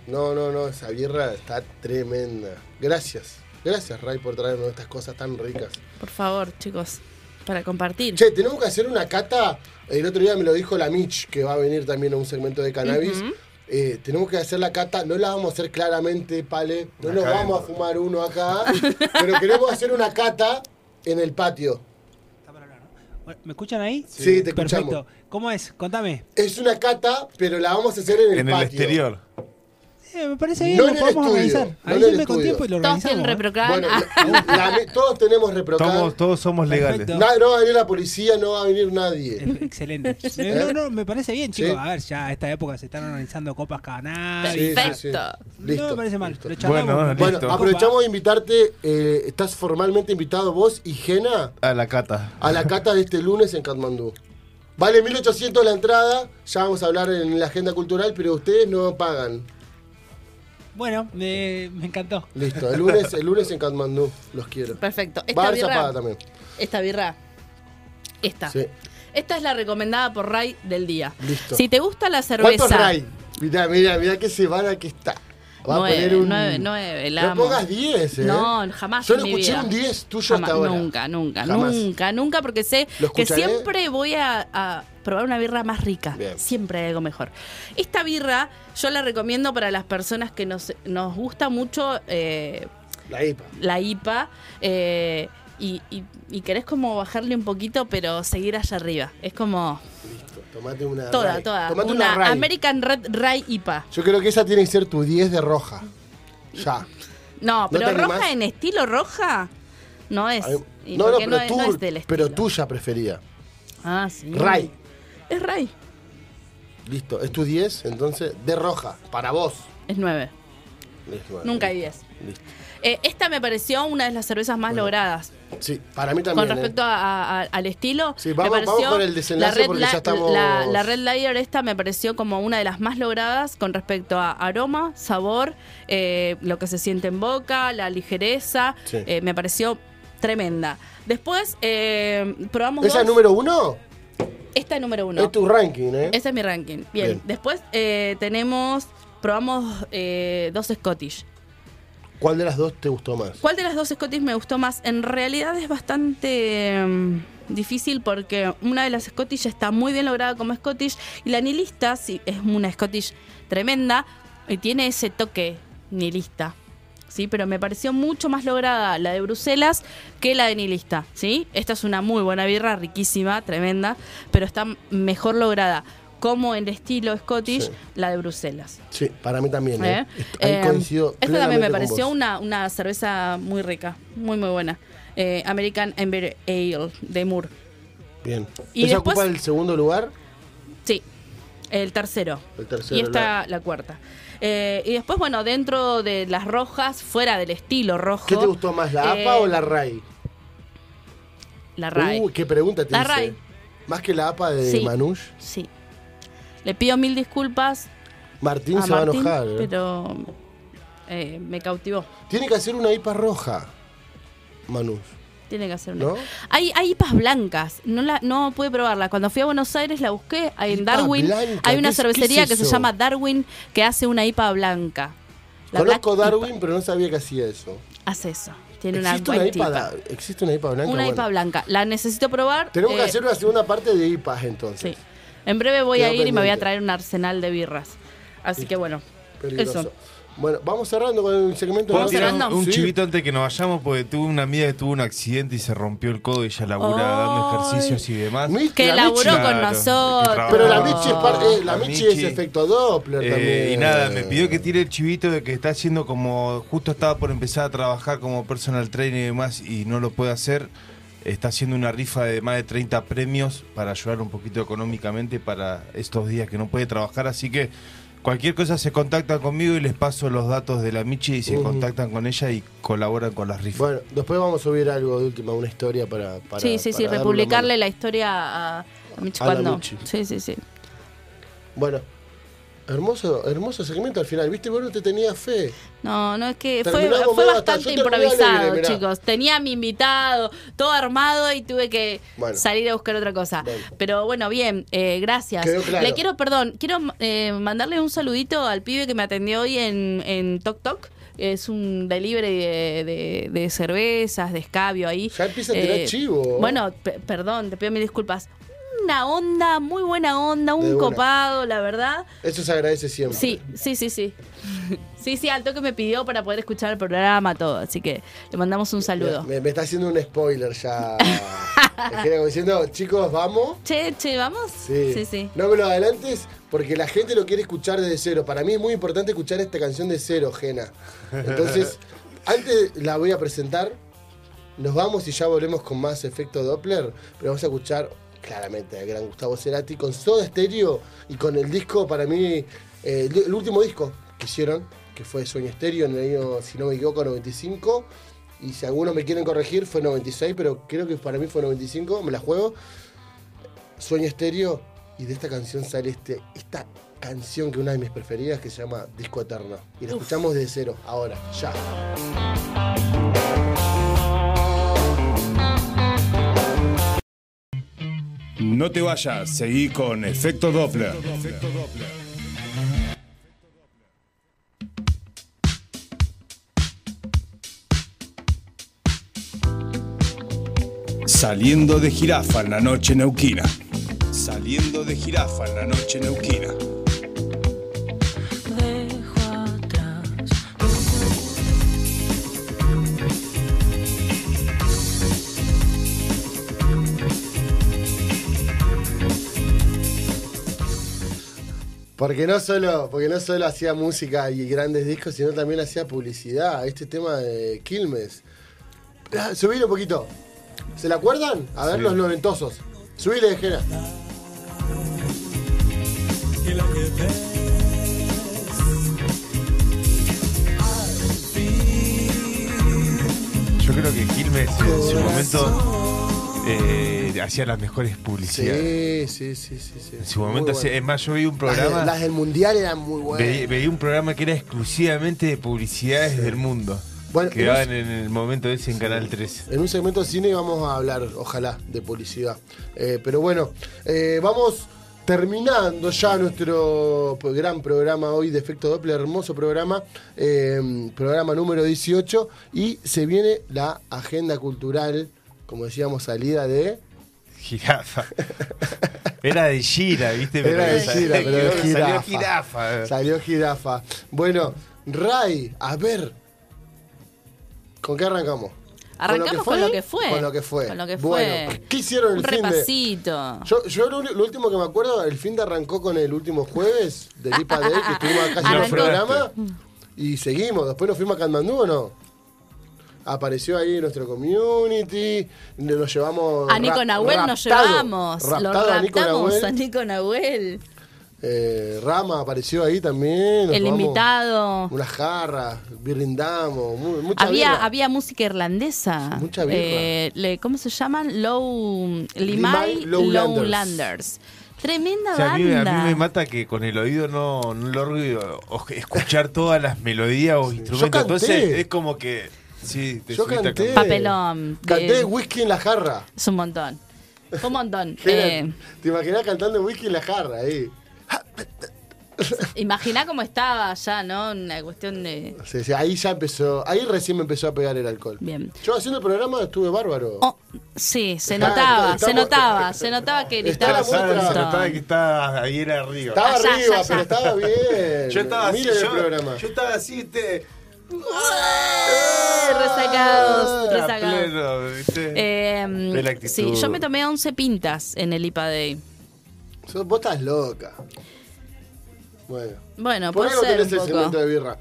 D: No, no, no, esa birra está tremenda. Gracias. Gracias, Ray, por traernos estas cosas tan ricas.
F: Por favor, chicos, para compartir.
D: Che, tenemos que hacer una cata. El otro día me lo dijo la Mitch, que va a venir también a un segmento de cannabis. Eh, tenemos que hacer la cata. No la vamos a hacer claramente, Pale. No nos
E: Acá
D: vamos a
E: dentro.
D: fumar uno acá. pero queremos hacer una cata en el patio.
H: Está para hablar, ¿no? Bueno, ¿Me escuchan ahí?
D: Sí, te escuchamos.
H: Perfecto. ¿Cómo es? Contame.
D: Es una cata, pero la vamos a hacer en el
E: En el
D: patio.
E: exterior.
H: Eh, me parece bien,
D: No
H: lo
D: en el
H: podemos
D: estudio,
H: organizar.
D: no en el
H: Avísenme con
D: estudio.
H: tiempo y lo
F: Todos tienen
H: organizamos. ¿eh?
F: reprocan.
D: Bueno,
F: Ah,
D: la- la- todos tenemos reprocar.
E: Todos, todos somos legales.
H: Perfecto.
D: Na- no va a venir la policía, no va a venir nadie.
H: Eh, Excelente. Eh, No, no, me parece bien,
D: Sí.
H: chicos. A ver, ya a esta época se están organizando copas canales.
D: Sí, sí, sí.
F: Perfecto.
D: Listo,
H: no me parece mal.
D: listo.
H: Lo charlamos.
E: Bueno,
D: Bueno,
E: Listo.
D: aprovechamos de invitarte. eh, estás formalmente invitado vos y Jena
E: A la cata.
D: a la cata de este lunes en Katmandú. Vale 1800 la entrada. Ya vamos a hablar en la agenda cultural, pero ustedes no pagan.
H: Bueno, me, me encantó.
D: Listo, el lunes, el lunes en Katmandú. Los quiero.
F: Ah, Perfecto. Esta
D: Barça paga
F: birra. Ah,
D: también.
F: Esta birra. Esta.
D: Sí.
F: Esta es la recomendada por Ray del día.
D: Listo.
F: Si te gusta la
D: ¿Cuánto
F: cerveza.
D: Ray? Mirá, mirá, mirá qué semana que está. Va
F: Nueve,
D: a poner un.
F: nueve, nueve, la
D: no
F: amo.
D: pongas 10, ¿eh?
F: No, jamás.
D: Yo
F: en
D: no
F: mi
D: escuché
F: vida.
D: un 10 tuyo
F: Jamás,
D: hasta ahora.
F: Nunca, nunca,
D: Jamás.
F: nunca, nunca, porque sé
D: Lo
F: que
D: escucharé.
F: siempre voy a, a probar una birra más rica.
D: Bien.
F: Siempre hay algo mejor. Esta birra yo la recomiendo para las personas que nos, nos gusta mucho eh,
D: La IPA.
F: la IPA eh, y, y- y querés como bajarle un poquito, pero seguir allá arriba. Es como.
D: Listo. Tomate una.
F: Toda,
D: Ray.
F: toda.
D: Tomate
F: una
D: una, Ray.
F: American Red Rye IPA.
D: Yo creo que esa tiene que ser tu 10 de roja. Ya.
F: No,
D: te
F: pero roja
D: animás?
F: en estilo roja no es.
D: Ay,
F: Y
D: No, no,
F: porque
D: pero,
F: es-
D: tú,
F: es del estilo.
D: pero tuya preferida.
F: Ah, sí.
D: Ray.
F: Es Ray.
D: Listo. Es tu 10, entonces, de roja. Para vos.
F: Es 9.
D: Es nueve.
F: Nunca hay 10.
D: Listo.
F: Eh, esta me pareció una de las cervezas más logradas.
D: Sí, para mí también.
F: Con respecto
D: ¿eh?
F: a- a- al estilo,
D: Sí, vamos-
F: me pareció
D: vamos con el desenlace porque ya
F: Li-
D: estamos-
F: la- la Red Lager esta me pareció como una de las más logradas con respecto a aroma, sabor, eh, lo que se siente en boca, la ligereza.
D: Sí.
F: eh, me pareció tremenda. Después eh, probamos
D: ¿Esa
F: dos.
D: es número uno?
F: esta es número uno.
D: Es tu ranking, ¿eh?
F: Ese es mi ranking. Bien.
D: Bien.
F: Después eh, tenemos, probamos eh, dos Scottish.
D: ¿Cuál de las dos te gustó más?
F: ¿Cuál de las dos Scottish me gustó más? En realidad es bastante mm, difícil porque una de las Scottish está muy bien lograda como Scottish y la nihilista sí, es una Scottish tremenda y tiene ese toque nihilista. Sí, pero me pareció mucho más lograda la de Bruselas que la de Nihilista, ¿sí? Esta es una muy buena birra, riquísima, tremenda, pero está mejor lograda como en estilo Scottish
D: Sí.
F: la de Bruselas.
D: Sí, para mí también. ¿eh?
F: ¿Eh?
D: Ahí
F: Eh,
D: coincido.
F: Esta
D: plenamente
F: también me
D: con
F: pareció
D: vos.
F: una, una cerveza muy rica, muy muy buena. Eh, American Amber Ale de Moore.
D: Bien.
F: Y
D: ¿Esa
F: después-
D: ocupa el segundo lugar?
F: Sí, el tercero.
D: El tercero,
F: Y esta la, cuarta. Eh, y después, bueno, dentro de las rojas, fuera del estilo rojo.
D: ¿Qué te gustó más, la APA
F: eh,
D: o la RAI?
F: La Rai.
D: Uh, qué pregunta te
F: La
D: hice.
F: Rai.
D: Más que la APA de
F: Sí.
D: Manush.
F: Sí. Le pido mil disculpas
D: Martín
F: a
D: se
F: Ah, Martín,
D: va a enojar. ¿eh?
F: pero eh, me cautivó.
D: Tiene que hacer una IPA roja, Manush.
F: Tiene que hacer una.
D: ¿No?
F: Hay, hay hipas blancas, no la no pude probarla. Cuando fui a Buenos Aires la busqué hay en
D: Hipa
F: Darwin.
D: blanca,
F: hay
D: ¿qué
F: una
D: es-
F: cervecería
D: qué es
F: que se
D: eso?
F: llama Darwin que hace una hipa blanca. La
D: Conozco
F: Black
D: Darwin, pero no sabía que hacía eso.
F: Hipa hace eso. Tiene una
D: ¿Existe una,
F: white
D: IPA,
F: hipa.
D: da- ¿Existe una IPA blanca?
F: Una
D: Bueno,
F: hipa blanca. La necesito probar.
D: Tenemos que
F: eh,
D: hacer una segunda parte de IPAs entonces.
F: sí. En breve voy
D: Quedó
F: a ir y me voy
D: pendiente.
F: a traer un arsenal de birras. Así que bueno.
D: Peligroso.
F: Eso.
D: Bueno, vamos cerrando con el segmento.
E: ¿Puedo
F: Vamos
E: tirar un,
F: cerrando.
E: un
D: Sí.
E: chivito antes que nos vayamos? Porque tuve una amiga que tuvo un accidente y se rompió el codo y ella labura dando
F: Ay.
E: ejercicios y demás.
D: Michi,
F: Que
D: la
F: laburó
D: Michi.
E: Claro,
F: con
E: que
F: nosotros.
E: trabajó.
D: Pero la Michi es, par- eh, la
E: La
D: Michi
E: Ah, Michi.
D: es efecto Doppler
E: Eh,
D: también.
E: y nada, me pidió que tire el chivito de que está haciendo como, justo estaba por empezar a trabajar como personal trainer y demás y no lo puede hacer. Está haciendo una rifa de más de 30 premios para ayudar un poquito económicamente para estos días que no puede trabajar. Así que cualquier cosa se contactan conmigo y les paso los datos de la Michi y se
D: Ujú.
E: contactan con ella y colaboran con las rifas.
D: Bueno, después vamos a subir algo de última, una historia para. para
F: sí, sí,
D: eh, para
F: sí.
D: dar una
F: Republicarle
D: mano.
F: la historia a, a Michi
D: A la
F: cuando.
D: Michi.
F: Sí, sí, sí.
D: Bueno, hermoso, hermoso segmento al final. Viste, vos no te tenías fe.
F: No, no es que fue,
D: Terminamos
F: fue
D: medio
F: bastante
D: hasta- yo terminé alegre,
F: improvisado,
D: mirá.
F: chicos. Tenía a mi invitado todo armado y tuve que
D: Bueno.
F: salir a buscar otra cosa.
D: Bueno.
F: Pero bueno, bien, eh, gracias.
D: Quedó claro.
F: Le quiero, perdón, quiero eh, mandarle un saludito al pibe que me atendió hoy en, en Tok Tok. Es un delivery de, de- de cervezas, de escabio ahí. Eh,
D: Ya empieza a tirar chivo.
F: Bueno, pe- perdón, te pido mis disculpas. Una onda, muy buena onda,
D: De
F: un
D: una.
F: copado, la verdad.
D: Eso se agradece siempre.
F: Sí, sí, sí, sí. Sí, sí, alto que me pidió para poder escuchar el programa, todo. Así que le mandamos un saludo.
D: Me, me está haciendo un spoiler ya. Es que era como diciendo, chicos, vamos.
F: Che, che, ¿vamos?
D: Sí.
F: sí.
D: No me lo adelantes porque la gente lo quiere escuchar desde cero. Para mí es muy importante escuchar esta canción de cero, Jena. Entonces, antes la voy a presentar. Nos vamos y ya volvemos con más efecto Doppler. Pero vamos a escuchar claramente al gran Gustavo Cerati con Soda Stereo y con el disco, para mí, eh, el, el último disco que hicieron, que fue Sueño Stereo en el año, si no me equivoco, 95. Y si algunos me quieren corregir, fue 96, pero creo que para mí fue 95, me la juego. Sueño Estéreo y de esta canción sale este, esta canción que es una de mis preferidas que se llama Disco Eterno. Y la escuchamos de cero, ahora, ya.
B: No te vayas, seguí con Efecto Doppler. Saliendo de jirafa en la noche neuquina. Saliendo de jirafa en la noche neuquina.
I: Dejo atrás
D: Porque no solo, porque no solo hacía música y grandes discos, sino también hacía publicidad. Este tema de Quilmes. Ah, Subile un poquito. ¿Se la acuerdan? A ver los noventosos. Subile, Jera.
E: Yo creo que Quilmes en su momento eh, hacía las mejores publicidades.
D: Sí, sí, sí, sí, sí.
E: En su momento,
D: Muy bueno.
E: hacía- es más, yo vi un
D: Las, de- las
E: programa,
D: del mundial eran muy
E: ve-
D: buenas.
E: veía un programa que era exclusivamente de publicidades del mundo.
D: Bueno,
E: que daban
D: vos-
E: en el momento ese en Canal 13.
D: En un segmento de cine vamos a hablar, ojalá, de publicidad. Eh, pero bueno, eh, vamos terminando ya nuestro pues, gran programa hoy de Efecto Doppler, hermoso programa, eh, programa número 18, y se viene la agenda cultural, como decíamos, salida de...
E: Jirafa. Era de gira, ¿viste?
D: Era de
E: sal-
D: gira, pero de
E: salió
D: jirafa. eh.
E: jirafa.
D: Salió jirafa. Bueno, Ray, a ver, ¿con qué arrancamos?
F: Arrancamos con lo que fue.
D: Con lo que fue.
F: Con lo que
D: Bueno,
F: fue.
D: ¿qué hicieron el
F: Un
D: fin de...?
F: repasito.
D: Yo, yo lo, uni- lo último que me acuerdo, el fin de arrancó con el último jueves de Lipa Day, que estuvimos acá haciendo el
F: Arrancó.
D: programa. Y seguimos. Después nos fuimos a Katmandú o no. Apareció ahí nuestro community. le- Nos llevamos.
F: A Nico
D: ra-
F: Nahuel nos
D: raptado,
F: llevamos. Lo
D: raptado a Nico
F: raptamos a
D: Nahuel.
F: Nico Nahuel.
D: Eh, Rama apareció ahí también. nos
F: El
D: llevamos
F: invitado.
D: Unas jarras, brindamos. mu- Mucha
F: Había,
D: birra.
F: había música irlandesa.
D: Mucha birra.
F: Eh, le- ¿Cómo se llaman? Low, Limay
D: Limay Lowlanders.
F: Lowlanders. Tremenda
E: O sea, a, mí, a
F: banda.
E: mí me mata que con el oído no, no logro o- escuchar todas las melodías o instrumentos.
D: canté.
E: Entonces es como que. Sí, te
D: Yo
E: subiste a
D: canté.
E: cantar.
F: Papelón. eh,
D: Canté
F: De-
D: whisky en la jarra.
F: Es un montón. Fue un montón.
D: Era-
F: Eh,
D: Te imaginás cantando whisky en la jarra ahí.
F: Imaginá cómo estaba ya, ¿no? Una cuestión de.
D: Sí, sí, ahí ya empezó, ahí recién me empezó a pegar el alcohol.
F: Bien.
D: Yo haciendo el programa estuve bárbaro.
F: Oh, sí, se
D: Está-
F: notaba,
D: está-
F: se
D: estamos-
F: notaba, se notaba que
D: Está la
F: gritaba.
E: Pero sabes,
D: otra.
E: se notaba que estaba ahí era arriba.
D: estaba
F: allá,
D: arriba,
F: allá,
D: pero
F: allá.
D: estaba bien.
E: Yo estaba así,
D: Miren el
E: yo,
D: programa.
E: yo estaba así, te.
F: Eh,
D: Ah,
F: Resacados,
E: a
F: resacados.
E: pleno, ¿viste?
F: Eh,
E: De la actitud.
F: sí, yo me tomé 11 pintas en el IPA Day.
D: Sos- Vos estás loca. Bueno.
F: Bueno,
D: por
F: puede
D: algo
F: ser
D: tenés
F: un
D: el segmento
F: poco.
D: de birra.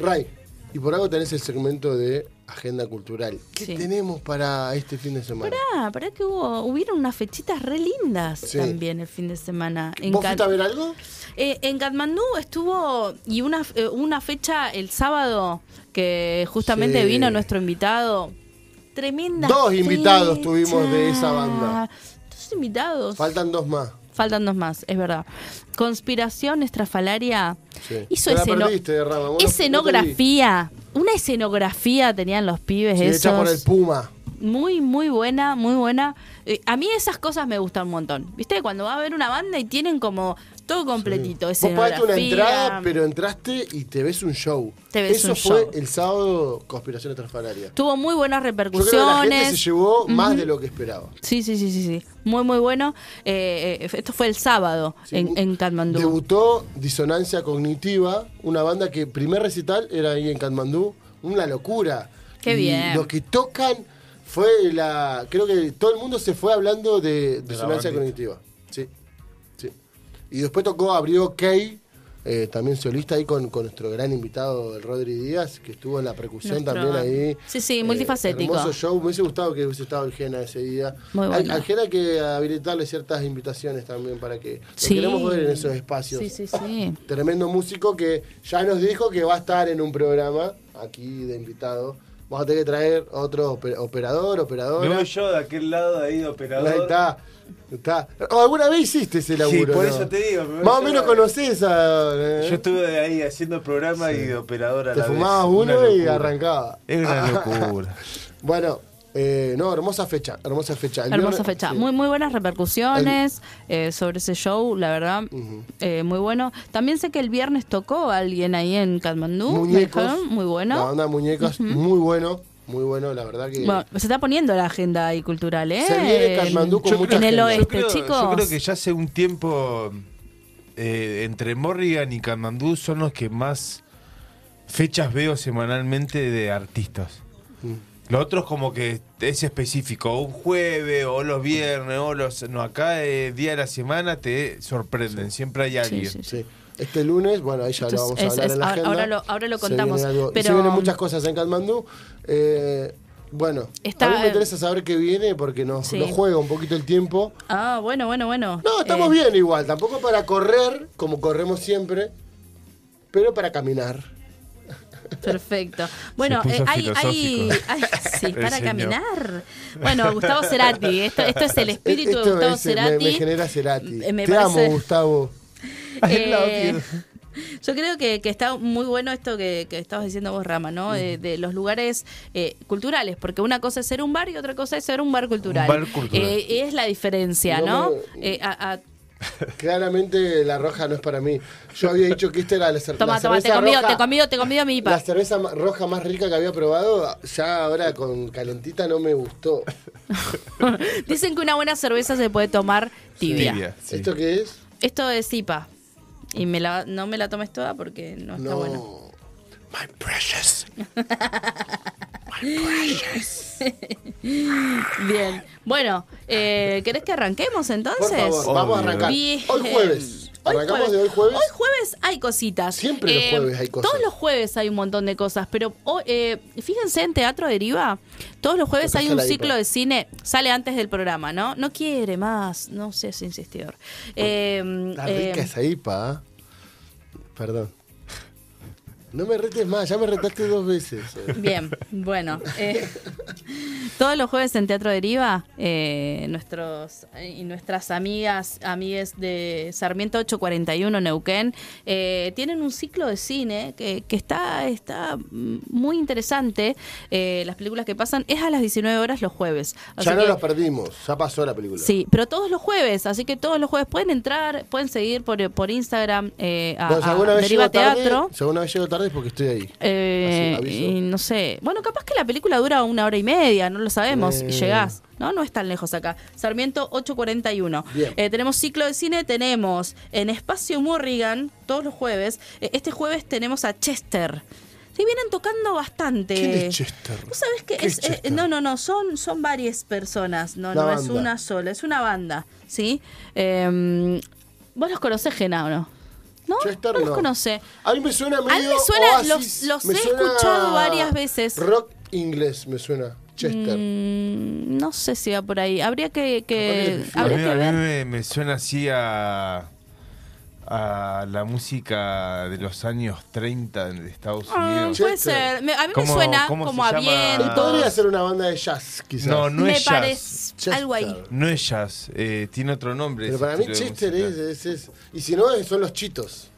D: Ray, y por algo tenés el segmento de agenda cultural. ¿Qué
F: Sí.
D: tenemos para este fin de semana?
F: Ah, pará que hubo, hubieron unas fechitas re lindas
D: Sí.
F: también el fin de semana. En
D: ¿Vos
F: Can-
D: fuiste a ver algo?
F: Eh, en Katmandú estuvo y una, eh, una fecha el sábado que justamente
D: Sí.
F: vino nuestro invitado. Tremenda.
D: Dos invitados
F: fecha.
D: tuvimos de esa banda.
F: Dos invitados.
D: Faltan dos más.
F: Faltan dos más, es verdad. Conspiración estrafalaria.
D: Sí.
F: Hizo
D: Te la
F: esceno-
D: perdiste, Rama, vos no-
F: escenografía. Una escenografía tenían los pibes
D: Sí, hecha
F: esos.
D: por el Puma.
F: Muy, muy buena, muy buena. Eh, a mí esas cosas me gustan un montón. ¿Viste? Cuando va a ver una banda y tienen como todo completito.
D: Vos pagaste una
F: escenografía.
D: entrada, pero entraste y te ves un show.
F: Te ves
D: Eso
F: un
D: fue
F: show.
D: el sábado Conspiración Estrafalaria.
F: Tuvo muy buenas
D: Yo creo que la gente se
F: repercusiones.
D: llevó más de lo que esperaba.
F: Sí, sí, sí, sí, sí. Muy, muy bueno. Eh, eh, esto fue el sábado
D: Sí.
F: en, en Katmandú.
D: Debutó Disonancia Cognitiva, una banda que primer recital era ahí en Katmandú. Una locura.
F: Qué
D: Y
F: bien.
D: Lo que tocan fue la. Creo que todo el mundo se fue hablando de Disonancia
E: bandita.
D: Cognitiva. Sí. sí. Y después tocó, abrió Kay. eh, también solista ahí con, con nuestro gran invitado el Rodri Díaz, que estuvo en la percusión
F: Nuestro-
D: también ahí. Eh,
F: Sí, sí, multifacético.
D: Hermoso show, me hubiese gustado que hubiese estado Algena ese día.
F: Muy bueno.
D: Al- Algena hay que habilitarle ciertas invitaciones también para que lo
F: Sí.
D: queremos ver en esos espacios.
F: Sí, sí, sí.
D: Tremendo músico que ya nos dijo que va a estar en un programa aquí de invitado. Vamos a tener que traer otro oper- operador,
E: Me
D: operadora.
E: voy yo de aquel lado de ahí de operador.
D: Ahí está. Está. ¿O ¿Alguna vez hiciste ese laburo?
E: por
D: no?
E: eso te digo, me voy
D: Más o
E: yo
D: menos
E: a-
D: conocés a.
E: Yo estuve ahí haciendo el programa y de operador a
D: ¿eh? Te
E: la vez.
D: fumabas
E: Una
D: uno y
E: locura.
D: arrancaba.
E: Es una locura.
D: Bueno, eh, no, hermosa fecha, hermosa fecha. El
F: Hermosa
D: viernes-
F: fecha.
D: sí.
F: Muy, muy buenas repercusiones eh, sobre ese show, la verdad. Eh, muy bueno. También sé que el viernes tocó alguien ahí en Katmandú. me
D: Muñecos.
F: dijeron, Muy
D: La
F: bueno.
D: banda Muñecas, muy bueno, muy bueno, la verdad que.
F: Bueno, se está poniendo la agenda ahí cultural, ¿eh?
D: Se viene Katmandú con
F: En-
D: mucha
F: En el
D: agenda.
E: Yo
F: oeste,
E: creo,
F: Este, ¿eh, chicos.
E: yo creo que ya hace un tiempo eh, entre Morrigan y Kamandú son los que más fechas veo semanalmente de artistas.
D: Mm.
E: Los otros como que es específico, un jueves o los viernes o los... No, acá eh, día de la semana te sorprenden, siempre hay
F: Sí,
E: alguien.
F: sí, sí.
D: Sí. Este lunes, bueno, ahí ya lo vamos
F: Entonces,
D: a hablar
F: es- es-
D: en la
F: ahora-
D: agenda.
F: ahora lo- ahora lo
D: Se
F: contamos,
D: vienen algo-
F: pero-
D: se vienen muchas cosas en Katmandú. Eh, bueno,
F: Está- eh,
D: a mí me interesa saber qué viene porque nos,
F: Sí.
D: nos juega un poquito el tiempo.
F: Ah, bueno, bueno, bueno.
D: No, estamos
F: Eh,
D: bien igual. Tampoco para correr, como corremos siempre, pero para caminar.
F: Perfecto. Bueno,
E: puso
F: eh, hay, hay,
E: filosófico.
F: hay- sí,
E: El
F: para
E: señor.
F: caminar. Bueno, Gustavo Cerati, esto, esto es el espíritu
D: Esto
F: de Gustavo
D: es- me-
F: Cerati.
D: Me, genera Cerati.
F: Eh, me
D: Te
F: parece-
D: amo, Gustavo.
F: Eh, yo creo que, que está muy bueno esto que, que estabas diciendo vos, Rama, ¿no? De, de los lugares eh, culturales, porque una cosa es ser un bar y otra cosa es ser un bar cultural.
E: bar cultural.
F: Eh, es la diferencia,
D: No
F: ¿no? Eh, a- a-
D: Claramente la roja no es para mí. Yo había dicho que esta era la, cer
F: toma,
D: la
F: toma,
D: cerveza
F: te convido,
D: roja-
F: te convido, te convido mi
D: La
F: IPA.
D: cerveza ma- roja más rica que había probado, ya ahora con calentita no me gustó.
F: Dicen que una buena cerveza se puede tomar tibia.
E: Tibia, sí.
D: ¿Esto qué es?
F: Esto es IPA. Y me la, no me la tomes toda porque no está
D: No.
F: bueno.
D: My precious.
F: Bien. Bueno, eh, ¿querés que arranquemos entonces?
D: Por favor, vamos a
E: Obvio.
D: arrancar.
F: Bien.
D: Hoy jueves. Arrancamos de hoy jueves.
F: Hoy jueves hay cositas. Eh,
D: Siempre los jueves hay cosas.
F: Todos los jueves hay un montón de cosas, pero hoy, eh, fíjense en Teatro Deriva, todos los jueves
D: Tocaste
F: hay un
D: la
F: ciclo
D: IPA.
F: de cine, sale antes del programa, ¿no? No quiere más, no sé si insistidor. Eh,
D: Está
F: eh,
D: rica esa IPA. ¿eh? Perdón. No me retes más, ya me retaste dos veces. eh.
F: Bien, bueno. eh, todos los jueves en Teatro Deriva, eh, nuestros eh, y nuestras amigas, amigues de Sarmiento 841 Neuquén, eh, tienen un ciclo de cine que, que está, está mm, muy interesante. Eh, las películas que pasan es a las 19 horas los jueves. Así
D: ya no
F: que-
D: los perdimos, ya pasó la película.
F: Sí, pero todos los jueves, así que todos los jueves pueden entrar, pueden seguir por, por Instagram eh,
D: Bueno, si
F: a, a
D: Pues, alguna vez
F: Deriva
D: llego tarde,
F: Teatro.
D: si alguna vez llego tarde es porque estoy ahí.
F: Eh,
D: Así, aviso.
F: y no sé. Bueno, capaz que la película dura una hora y media, no lo sabemos.
D: Eh.
F: Y llegás. No, no es tan lejos acá. Sarmiento 841.
D: Bien.
F: Eh, tenemos ciclo de cine, tenemos en Espacio Morrigan todos los jueves. Eh, este jueves tenemos a Chester. Se vienen tocando bastante.
D: ¿Quién es Chester?
F: ¿Vos sabés que
D: ¿Qué
F: es,
D: es Chester?
F: eh, no, no, no, son, son varias personas, no,
D: Una
F: no es
D: banda.
F: una sola, es una banda, ¿sí? Eh, ¿Vos los conocés, Gena, o no? ¿No?
D: Chester
F: no los
D: no.
F: conocés.
D: A mí me suena medio
F: A mí me suena,
D: Oasis,
F: los- los
D: me
F: he
D: suena
F: escuchado varias veces.
D: Rock inglés me suena. Chester.
F: Mm, no sé si va por ahí. Habría que, que-
D: Capaz que-
E: A mí,
F: habría
E: a
F: que
E: mí
F: ver.
E: me, me suena así a, a la música de los años 30 de Estados
F: Ah,
E: Unidos.
F: puede
D: Chester.
F: ser. Me- a mí me
E: este, ¿Cómo-
F: suena
E: cómo se
F: como a
E: llama?
D: Él
E: Ah.
F: viento.
D: podría ser una banda de jazz, quizás.
E: no, no
F: me
E: es jazz.
F: parece
D: Chester.
F: algo ahí.
E: No es jazz, eh, tiene otro nombre.
D: Pero
E: ese
D: para mí
E: estilo de
D: Chester es, eh,
E: música.
D: es- es- Y si no, son los chitos.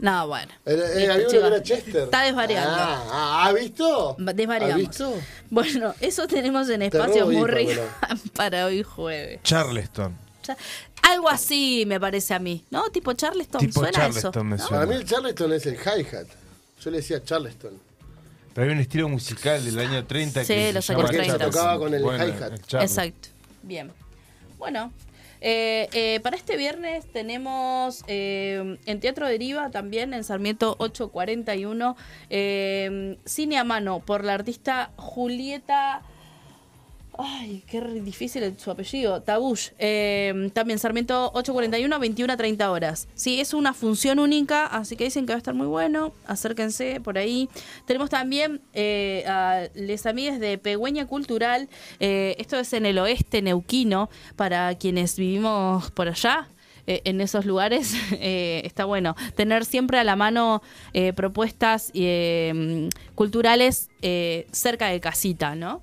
F: No, bueno.
D: Era- era- había
F: Listo,
D: uno
F: chicos.
D: que era Chester.
F: Este, Está desvariando.
D: Ah, ah, ¿ha visto?
F: Va- desvariamos.
D: ¿Ha visto?
F: Bueno, eso tenemos en
D: Te
F: espacio
D: robo hipa,
F: Murray
D: pero-
F: para hoy jueves.
E: Charleston.
F: Ya- algo así me parece a mí, ¿no? Tipo Charleston,
E: Tipo
F: suena
E: Charleston
F: eso.
E: me
D: Para mí
E: suena.
D: el Charleston es el hi-hat. Yo le decía Charleston.
E: Pero hay un estilo musical del año 30
F: Sí,
E: que
F: los
E: se
F: años
E: llama
F: 30.
E: Charleston.
D: Tocaba con el hi-hat.
E: el Charleston.
F: Exacto. Bien. Bueno, eh, eh, para este viernes tenemos eh, en Teatro Deriva también, en Sarmiento 841, eh, Cine a Mano por la artista Julieta. Ay, qué re- difícil es su apellido. Tabush. Eh, también Sarmiento 841, 21 a 30 horas. Sí, es una función única, así que dicen que va a estar muy bueno. Acérquense por ahí. Tenemos también eh, a les amigues de Pegüeña Cultural. Eh, esto es en el oeste neuquino, para quienes vivimos por allá eh, en esos lugares, eh, está bueno. Tener siempre a la mano eh, propuestas eh, culturales eh, cerca de casita, ¿no?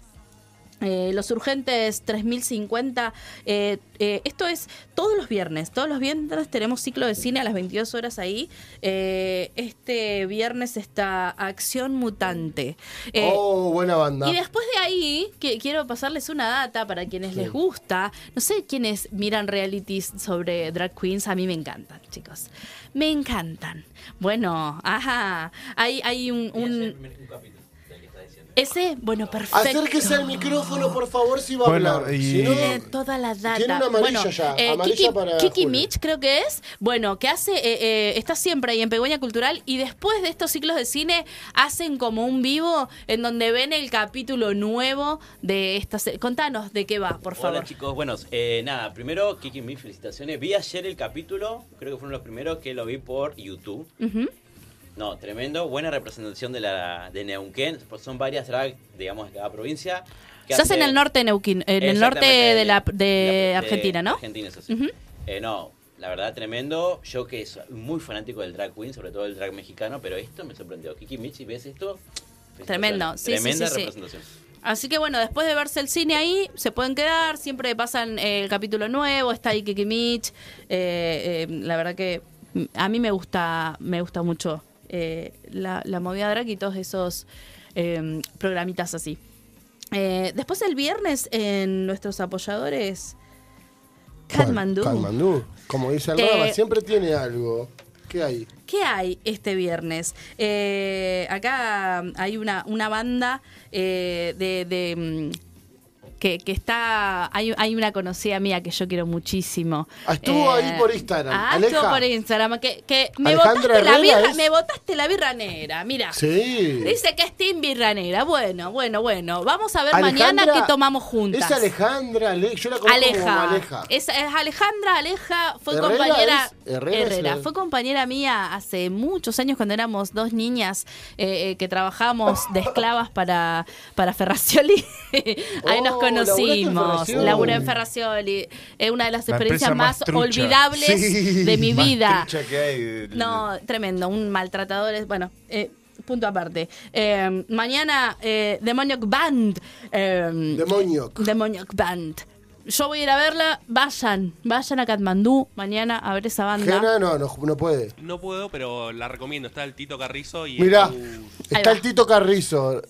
F: Eh, los urgentes 3050. eh, eh, esto es todos los viernes. Todos los viernes tenemos ciclo de cine a las 22 horas ahí. Eh, este viernes está Acción Mutante. Eh,
D: oh, buena banda.
F: y después de ahí, que quiero pasarles una data para quienes les gusta. No sé quiénes miran realities sobre drag queens. A mí me encantan, chicos. Me encantan. Bueno, ajá. Hay, hay un- un,
G: Un capítulo del que está diciendo.
F: Ese, bueno, perfecto.
D: Acérquese al micrófono, por favor, si va a
E: Bueno,
D: hablar.
E: y-
D: Si no,
F: Tiene toda la data.
D: Tiene una amarilla
F: bueno,
D: ya,
F: eh,
D: amarilla
F: Kiki,
D: para
F: Kiki
D: Julio.
F: Mitch creo que es, bueno, que hace, eh, eh, está siempre ahí en Pegüeña Cultural y después de estos ciclos de cine hacen como un vivo en donde ven el capítulo nuevo de esta se- Contanos de qué va, por favor.
G: Hola chicos, bueno, eh, nada, primero Kiki, mis felicitaciones. Vi ayer el capítulo, creo que fueron los primeros que lo vi por YouTube.
F: Ujú.
G: No, tremendo, buena representación de la de Neuquén, pues son varias drags, digamos, de cada provincia. que
F: Se hace en
G: hace-
F: el norte de Neuquén, en el norte
G: Exactamente,
F: de, la,
G: de-
F: de
G: de-
F: Argentina, ¿no?
G: Argentina, eso sí.
F: Ujú.
G: Eh, no, la verdad, tremendo. Yo que soy muy fanático del drag queen, sobre todo del drag mexicano, pero esto me sorprendió. Kiki Michi, ¿ves esto?
F: Tremendo, sí, sí,
G: Tremenda
F: sí, sí.
G: representación.
F: Así que bueno, después de verse el cine ahí, se pueden quedar, siempre pasan eh, el capítulo nuevo, está ahí Kiki Mitch. eh, eh, la verdad que mm, a mí me gusta, me gusta mucho eh, la, la movida drag y todos esos eh, programitas así. Eh, después el viernes en nuestros apoyadores Katmandú.
D: Katmandú. Como dice el
F: Que-
D: Raba, siempre tiene algo. ¿Qué hay?
F: ¿Qué hay este viernes? Eh, acá hay una, una banda eh, de... de, mm, que, que está. Hay, hay una conocida mía que yo quiero muchísimo.
D: Ah, estuvo ahí por Instagram.
F: Ah,
D: Aleja.
F: estuvo por Instagram. Que, que me
D: Alejandra
F: botaste la
D: Herrera
F: birra,
D: es-
F: me botaste la birranera, mira.
D: Sí.
F: Dice que es Team Birranera. Bueno, bueno, bueno. Vamos a ver mañana
D: Alejandra-
F: qué tomamos juntas.
D: Es Alejandra, Ale- yo la conozco como
F: Aleja.
D: Aleja.
F: Es, es Alejandra Aleja, fue
D: Herrera
F: compañera.
D: es- Herrera es la-
F: Fue compañera mía hace muchos años cuando éramos dos niñas eh, eh, que trabajábamos de esclavas para, para Ferracioli. Ahí nos
D: Oh, ¿laburaste en
F: conocimos.
D: Ferracioli?
F: Laura en Ferracioli. Es una de las
E: La empresa
F: experiencias más,
E: trucha.
F: olvidables
E: Sí,
F: de mi
E: más
F: vida.
E: trucha que hay del-
F: No, tremendo, un maltratador es, bueno, eh, punto aparte. Eh, mañana, eh, Demoniac Band. eh,
D: Demoniac.
F: Demoniac Band. Yo voy a ir a verla, vayan, vayan a Katmandú mañana a ver esa banda.
D: Jena no, no, no puede.
J: No puedo, pero la recomiendo. Está el Tito Carrizo y
D: Mirá,
J: el Agus.
D: está
F: va.
D: el Tito Carrizo.
E: Eh.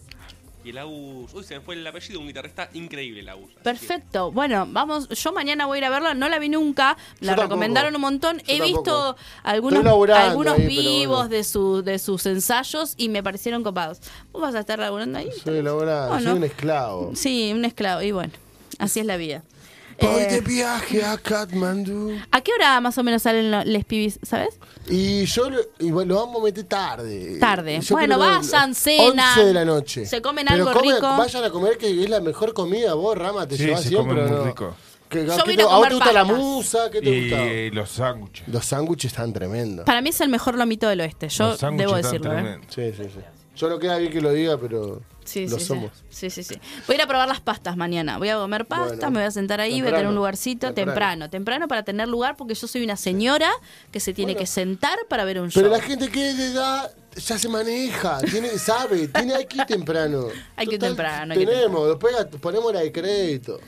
J: Y el Agus. Uy, se me fue el apellido de un guitarrista increíble, el Agus. Así que-
F: Perfecto, bueno, vamos, yo mañana voy a ir a verla, no la vi nunca,
D: Yo
F: la
D: tampoco.
F: recomendaron un montón,
D: Yo
F: he
D: tampoco.
F: visto
D: Estoy
F: algunos,
D: laburando
F: algunos
D: ahí, pero
F: vivos
D: bueno.
F: de, su, de sus ensayos y me parecieron copados. ¿Vos vas a estar laburando ahí?
D: Soy laborado,
F: ¿O
D: soy
F: no?
D: un esclavo.
F: Sí, un esclavo. Y bueno, así es la vida.
D: Voy
F: Eh,
D: de viaje a Katmandú.
F: ¿A qué hora más o menos salen los, les pibis, sabes?
D: Y yo lo, y bueno, lo vamos a meter tarde.
F: Tarde.
D: Yo
F: Bueno,
D: creo que
F: vayan,
D: 11
F: cenan.
D: de la noche.
F: Se comen
D: Pero
F: algo
D: come-
F: rico.
D: Vayan a comer, que es la mejor comida. Vos, Rama, te
E: Sí,
D: llevas
E: se
D: siempre.
E: come
D: ¿o
E: muy
D: no?
E: rico.
D: ¿Qué-
F: Yo
D: qué te-
F: vine a
D: ¿A vos
F: comer
D: te gusta la
F: pastas.
D: musa? ¿Qué te
E: Y
D: gusta?
E: eh, los sándwiches.
D: Los sándwiches están tremendos.
F: Para mí es el mejor lomito del oeste, yo
E: Los sándwiches
F: debo
E: están
F: decirlo. ¿eh?
E: tremendos.
D: Sí, sí, sí. Yo no queda bien que lo diga, pero
F: Sí,
D: lo
F: sí,
D: somos.
F: sí, sí, sí. Voy a ir a probar las pastas mañana. Voy a comer pasta,
D: Bueno.
F: me voy a sentar ahí, voy a
D: Temprano.
F: tener un lugarcito temprano. temprano,
D: Temprano.
F: para tener lugar porque yo soy una señora que se tiene
D: Bueno.
F: que sentar para ver un show.
D: Pero la gente que es de edad ya se maneja, tiene, sabe, tiene aquí temprano.
F: Hay que ir temprano, hay que ir
D: Tenemos, después la- ponemos la de crédito.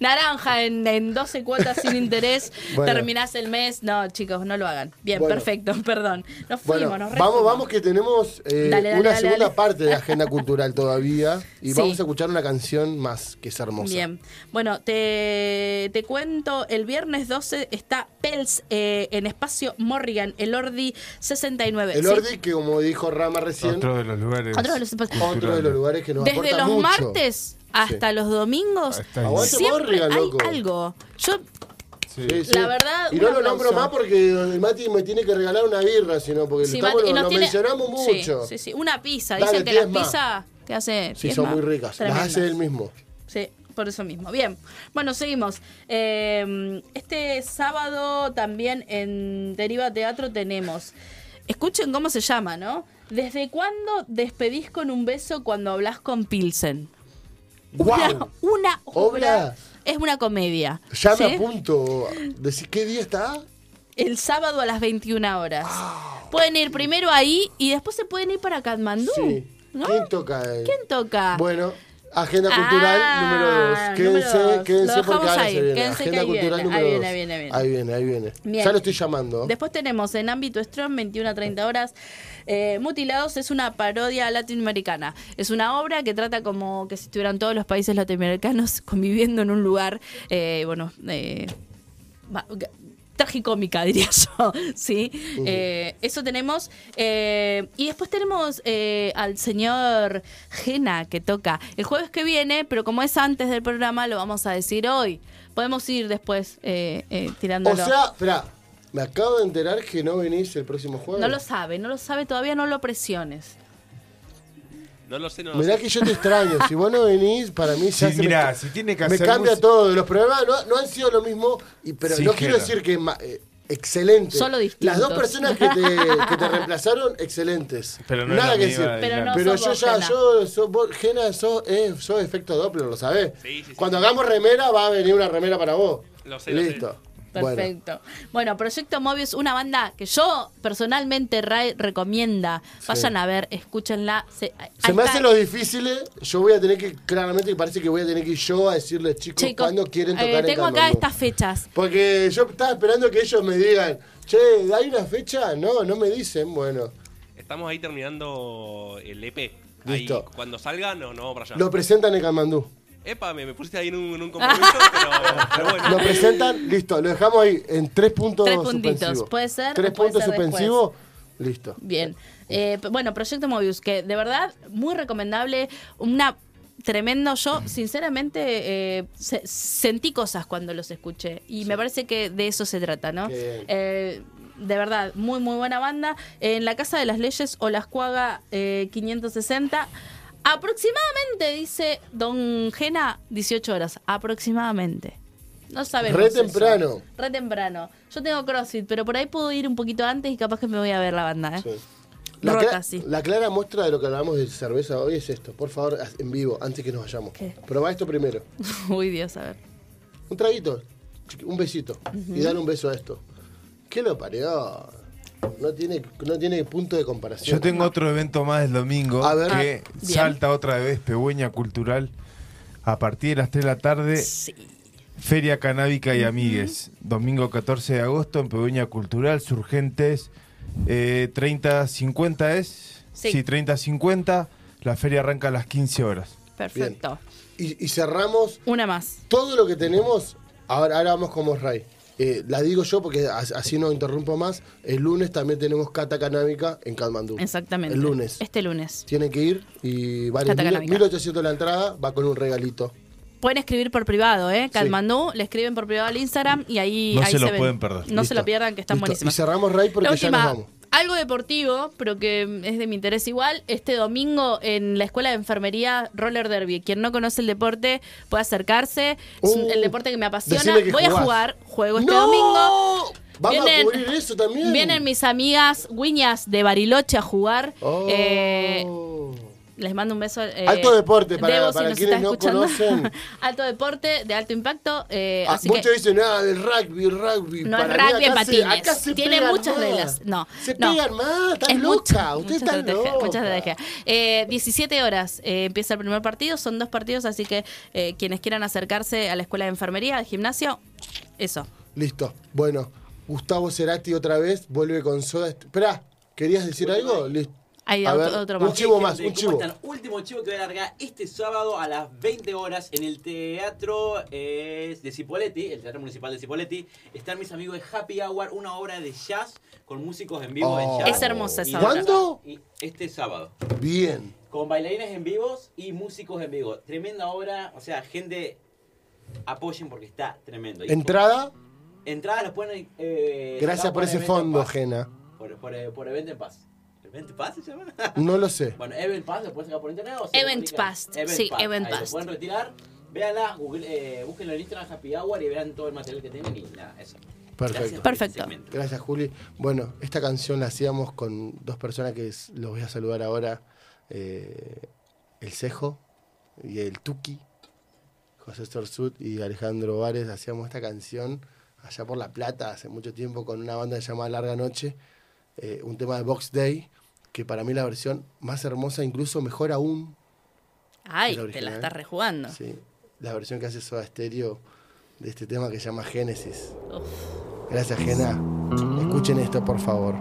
F: Naranja en, en 12 cuotas sin interés,
D: Bueno.
F: terminás el mes. No, chicos, no lo hagan. Bien,
D: Bueno.
F: perfecto, perdón. Nos fuimos,
D: Bueno,
F: nos
D: vamos,
F: refuimos.
D: vamos que tenemos eh,
F: Dale, dale,
D: una
F: dale,
D: segunda
F: dale.
D: parte de la agenda cultural todavía y
F: Sí.
D: vamos a escuchar una canción más que es hermosa.
F: Bien. Bueno, te, te cuento, el viernes 12 está Pels eh, en espacio Morrigan, el Ordi 69.
D: El
F: pues, ¿sí?
D: Ordi, que como dijo Rama recién,
E: Otro de los lugares.
F: Otro de los-
D: otro de los lugares que nos
F: Desde
D: aporta
F: los
D: mucho.
F: martes hasta los domingos,
E: Ahí Ah, está.
D: Aguante
F: siempre
D: Morrigan,
F: hay
D: loco.
F: algo. Yo,
E: Sí.
D: Sí, sí.
F: La verdad,
D: Y
F: un
D: no lo
F: aplauso.
D: nombro más porque el Mati me tiene que regalar una birra, sino porque
F: sí,
D: lo, estamos-
F: Mati,
D: lo-
F: y nos
D: lo
F: tiene-
D: mencionamos
F: sí,
D: mucho.
F: Sí, sí, una pizza.
D: Dale,
F: Dicen que las
D: diezma.
F: pizzas te hace
D: Sí, son
F: diezma.
D: muy ricas.
F: Tremendo.
D: Las hace él mismo.
F: Sí, por eso mismo. Bien, bueno, seguimos. Eh, este sábado también en Deriva Teatro tenemos. Escuchen cómo se llama, ¿no? ¿Desde cuándo despedís con un beso cuando hablas con Pilsen? Una,
D: ¡Wow!
F: una obra.
D: Obra.
F: Es una comedia.
D: Ya
F: ¿sí?
D: me apunto. Decís, ¿qué día está?
F: El sábado a las 21 horas.
D: Ah,
F: Pueden ir primero ahí y después se pueden ir para Katmandú.
D: Sí.
F: ¿no?
D: ¿Quién toca? él?
F: ¿Quién toca?
D: Bueno, agenda
F: Ah,
D: cultural número 2. Quédense,
F: número dos.
D: quédense
F: Lo
D: porque
F: dejamos
D: ahora
F: ahí,
D: se viene.
F: quédense que
D: agenda
F: ahí
D: cultural
F: viene,
D: número
F: ahí
D: 2.
F: viene, ahí viene.
D: Ahí viene, ahí viene.
F: Bien.
D: Ya lo estoy llamando.
F: Después tenemos en ámbito stream 21 a 30 horas. eh, Mutilados es una parodia latinoamericana. Es una obra que trata como que si estuvieran todos los países latinoamericanos conviviendo en un lugar. eh, bueno, eh, va- g- tragicómica, diría yo. ¿sí? Eh, eso tenemos. Eh, y después tenemos eh, al señor Gena que toca el jueves que viene, pero como es antes del programa, lo vamos a decir hoy. Podemos ir después eh, eh,
D: O
F: tirándolo.
D: sea, espera, me acabo de enterar que no venís el próximo jueves.
F: no lo sabe, no lo sabe, todavía no lo presiones.
J: No lo sé, no lo
D: Mirá
J: sé.
D: que yo te extraño. Si vos no venís, para mí ya
E: Sí,
D: se me
E: mirá,
D: ca-
E: si tiene que
D: Me
E: hacer
D: cambia
E: música-
D: todo. Los programas no, no han sido lo mismo, y, pero
E: Sí,
D: no quiero
E: Jera.
D: decir que ma- eh, excelente.
F: Solo
D: Las dos
F: distintos.
D: personas que te, que te reemplazaron, excelentes.
E: Pero no es
D: Nada
E: la
D: que
E: misma
D: decir.
F: Pero eh. no
D: Pero
F: sos
D: yo
F: vos,
D: ya,
F: Gena.
D: yo, sos vos, Gena, sos, eh, sos efecto Doppler, lo sabés.
J: Sí, sí, sí.
D: Cuando hagamos remera, va a venir una remera para vos.
J: Lo sé, lo sé.
D: Listo. Bueno.
F: Perfecto. Bueno. Proyecto Mobius, una banda que yo personalmente Ray recomienda. Vayan a ver, escúchenla.
D: Se
F: Se,
D: me
F: ahí está.
D: hacen los difíciles, yo voy a tener que, claramente que parece que voy a tener que ir yo a decirles chicos,
F: Chicos,
D: cuándo quieren
F: eh,
D: tocar en
F: Tengo acá
D: Katmandú.
F: estas fechas.
D: Porque yo estaba esperando que ellos me digan, che, ¿hay una fecha? No, no me dicen, bueno.
J: Estamos ahí terminando el EP.
D: Listo.
J: Ahí, cuando salga, no, no vamos para allá.
D: Lo presentan en Camandú.
J: Epa, me, me pusiste ahí en un, en un compromiso, pero, pero Ah, bueno.
D: Lo presentan, listo, lo dejamos ahí en tres puntos
F: Tres puntitos,
D: suspensivos.
F: puede ser,
D: Tres
F: o puede
D: puntos
F: ser después.
D: suspensivos, listo.
F: Bien. Eh, p- bueno, Proyecto Mobius, que de verdad, muy recomendable. Una tremendo. Yo, sinceramente, eh, se- sentí cosas cuando los escuché. Y me parece que de eso se trata, ¿no?
D: Qué bien.
F: Eh, de verdad, muy, muy buena banda. En la Casa de las Leyes o Las Cuaga 560. Aproximadamente, dice Don Gena, 18 horas. Aproximadamente. No sabemos.
D: Re
F: eso.
D: temprano.
F: Re temprano. Yo tengo CrossFit, pero por ahí puedo ir un poquito antes y capaz que me voy a ver la banda, ¿eh?
D: Sí. La,
F: Rota,
D: cla-
F: sí.
D: la clara muestra de lo que hablamos de cerveza hoy es esto. Por favor, haz- en vivo, antes que nos vayamos.
F: ¿Qué?
D: Probá esto primero.
F: Uy, Dios, a ver.
D: Un traguito, chiqui- un besito. Y dale un beso a esto. ¿Qué lo parió? No tiene, no tiene punto de comparación.
E: Yo tengo otro evento más el domingo
D: A ver.
E: que
F: Ah, bien.
E: salta otra vez, Pehueña Cultural, a partir de las 3 de la tarde. Feria Canábica y Amigues, domingo 14 de agosto en Pehueña Cultural, Surgentes, eh, 30-50 es.
F: Sí.
E: 30-50. La feria arranca a las 15 horas.
F: Perfecto.
D: Y, y cerramos
F: Una más.
D: todo lo que tenemos. Ahora, ahora vamos con Mosray. Eh, la digo yo porque as- así no interrumpo más. El lunes también tenemos cata canábica en Kalmandú.
F: Exactamente.
D: El lunes.
F: Este lunes.
D: Tienen que ir y vale
F: Cata
D: mil-
F: canábica.
D: 1800 la entrada, va con un regalito.
F: Pueden escribir por privado, ¿eh? Calmandú, le escriben por privado al Instagram y ahí.
E: No
F: ahí
E: se lo
F: ven.
E: pueden perder.
F: No se
D: Listo.
F: lo pierdan, que están
D: Listo.
F: buenísimas.
D: Y cerramos Ray porque
F: la
D: ya
F: última,
D: nos vamos.
F: algo deportivo, pero que es de mi interés igual. Este domingo en la Escuela de Enfermería Roller Derby. Quien no conoce el deporte puede acercarse. es un-
D: Uh,
F: el deporte que me apasiona.
D: decime que
F: Voy
D: jugás.
F: a jugar, juego este
D: ¡No!
F: domingo.
D: Vamos
F: Vienen-
D: a cubrir eso también.
F: Vienen mis amigas Guiñas de Bariloche a jugar.
D: Oh.
F: Eh, les mando un beso. eh,
D: Alto deporte, para-
F: Debo, si
D: para
F: nos
D: quienes
F: está
D: no
F: escuchando.
D: conocen.
F: alto deporte, de alto impacto. eh,
D: Ah,
F: así
D: muchos
F: que
D: dicen, ah, el rugby, el rugby.
F: No, el
D: Para mí
F: rugby
D: acá
F: en
D: se-
F: patines.
D: acá se
F: Tiene
D: pegan
F: muchas
D: más.
F: reglas. No,
D: Se
F: no.
D: pegan más,
F: es
D: están loca.
F: mucha, mucha
D: Usted está
F: estrategia,
D: loca.
F: mucha estrategia. Eh, 17 horas eh, empieza el primer partido. Son dos partidos, así que eh, quienes quieran acercarse a la escuela de enfermería, al gimnasio, eso.
D: Listo. Bueno, Gustavo Cerati otra vez vuelve con soda. Esperá, ¿querías decir algo? Listo.
F: Hay
D: A
F: otro-
D: ver,
F: otro
D: Un
F: más.
D: chivo
G: Gente,
D: más, un
G: ¿cómo
D: chivo.
G: están? Último chivo que voy a largar este sábado a las 20 horas en el teatro eh, de Cipoletti, el Teatro Municipal de Cipoletti. Están mis amigos de Happy Hour, una obra de jazz con músicos en vivo
D: Oh.
G: de jazz.
F: Es hermosa esa
G: Y-
F: obra.
D: ¿Cuándo?
G: y Este sábado.
D: Bien.
G: Con bailarines en vivos y músicos en vivo. Tremenda obra, o sea, gente, apoyen porque está tremendo. Y
D: Entrada,
G: por- Entradas las pueden... eh,
D: gracias
G: sacar
D: por ese
G: Evento en
D: fondo,
G: Paz.
D: Jena.
G: Por, por, eh, por Event en Paz. ¿Event en Paz se llama?
D: No lo sé.
G: Bueno, Event Pass lo pueden sacar por internet o se lo
F: Event
G: publican?
F: Pass, sí,
G: Pass,
F: Event
G: ahí lo
F: Pass.
G: pueden retirar, véanla, Google, eh, búsquenlo en Instagram Happy Hour y vean todo el material que tienen y nada, eso. Gracias
D: Perfecto.
G: por
F: Perfecto.
G: este segmento.
D: Gracias, Juli. Bueno, esta canción la hacíamos con dos personas que s- los voy a saludar ahora. eh, el Cejo y el Tuki. José Sorsut y Alejandro Vares hacíamos esta canción allá por La Plata hace mucho tiempo con una banda llamada Larga Noche. eh, un tema de Box Day, que para mí la versión más hermosa, incluso mejor aún
F: Ay,
D: Era
F: te la
D: original.
F: estás rejugando.
D: Sí, la versión que hace Soda Stereo de este tema que se llama Génesis.
F: Uf.
D: Gracias, Gena. Escuchen esto, por favor.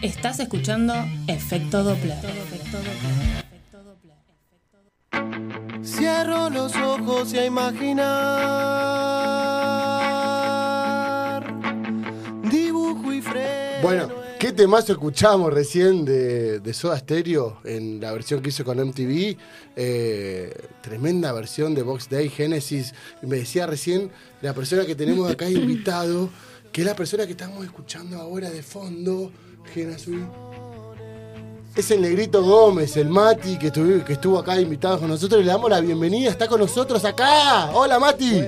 C: Estás escuchando Efecto Doppler.
K: Cierro los ojos y a imaginar. Dibujo y freno.
D: Bueno, ¿qué temazo escuchamos recién de, de Soda Stereo en la versión que hizo con MTV? Eh, tremenda versión de Box Day, Genesis. Me decía recién la persona que tenemos acá invitado, que es la persona que estamos escuchando ahora de fondo, Genazul. Es el Negrito Gómez, el Mati, que estuvo, que estuvo acá invitado con nosotros. Le damos la bienvenida, está con nosotros acá. Hola, Mati.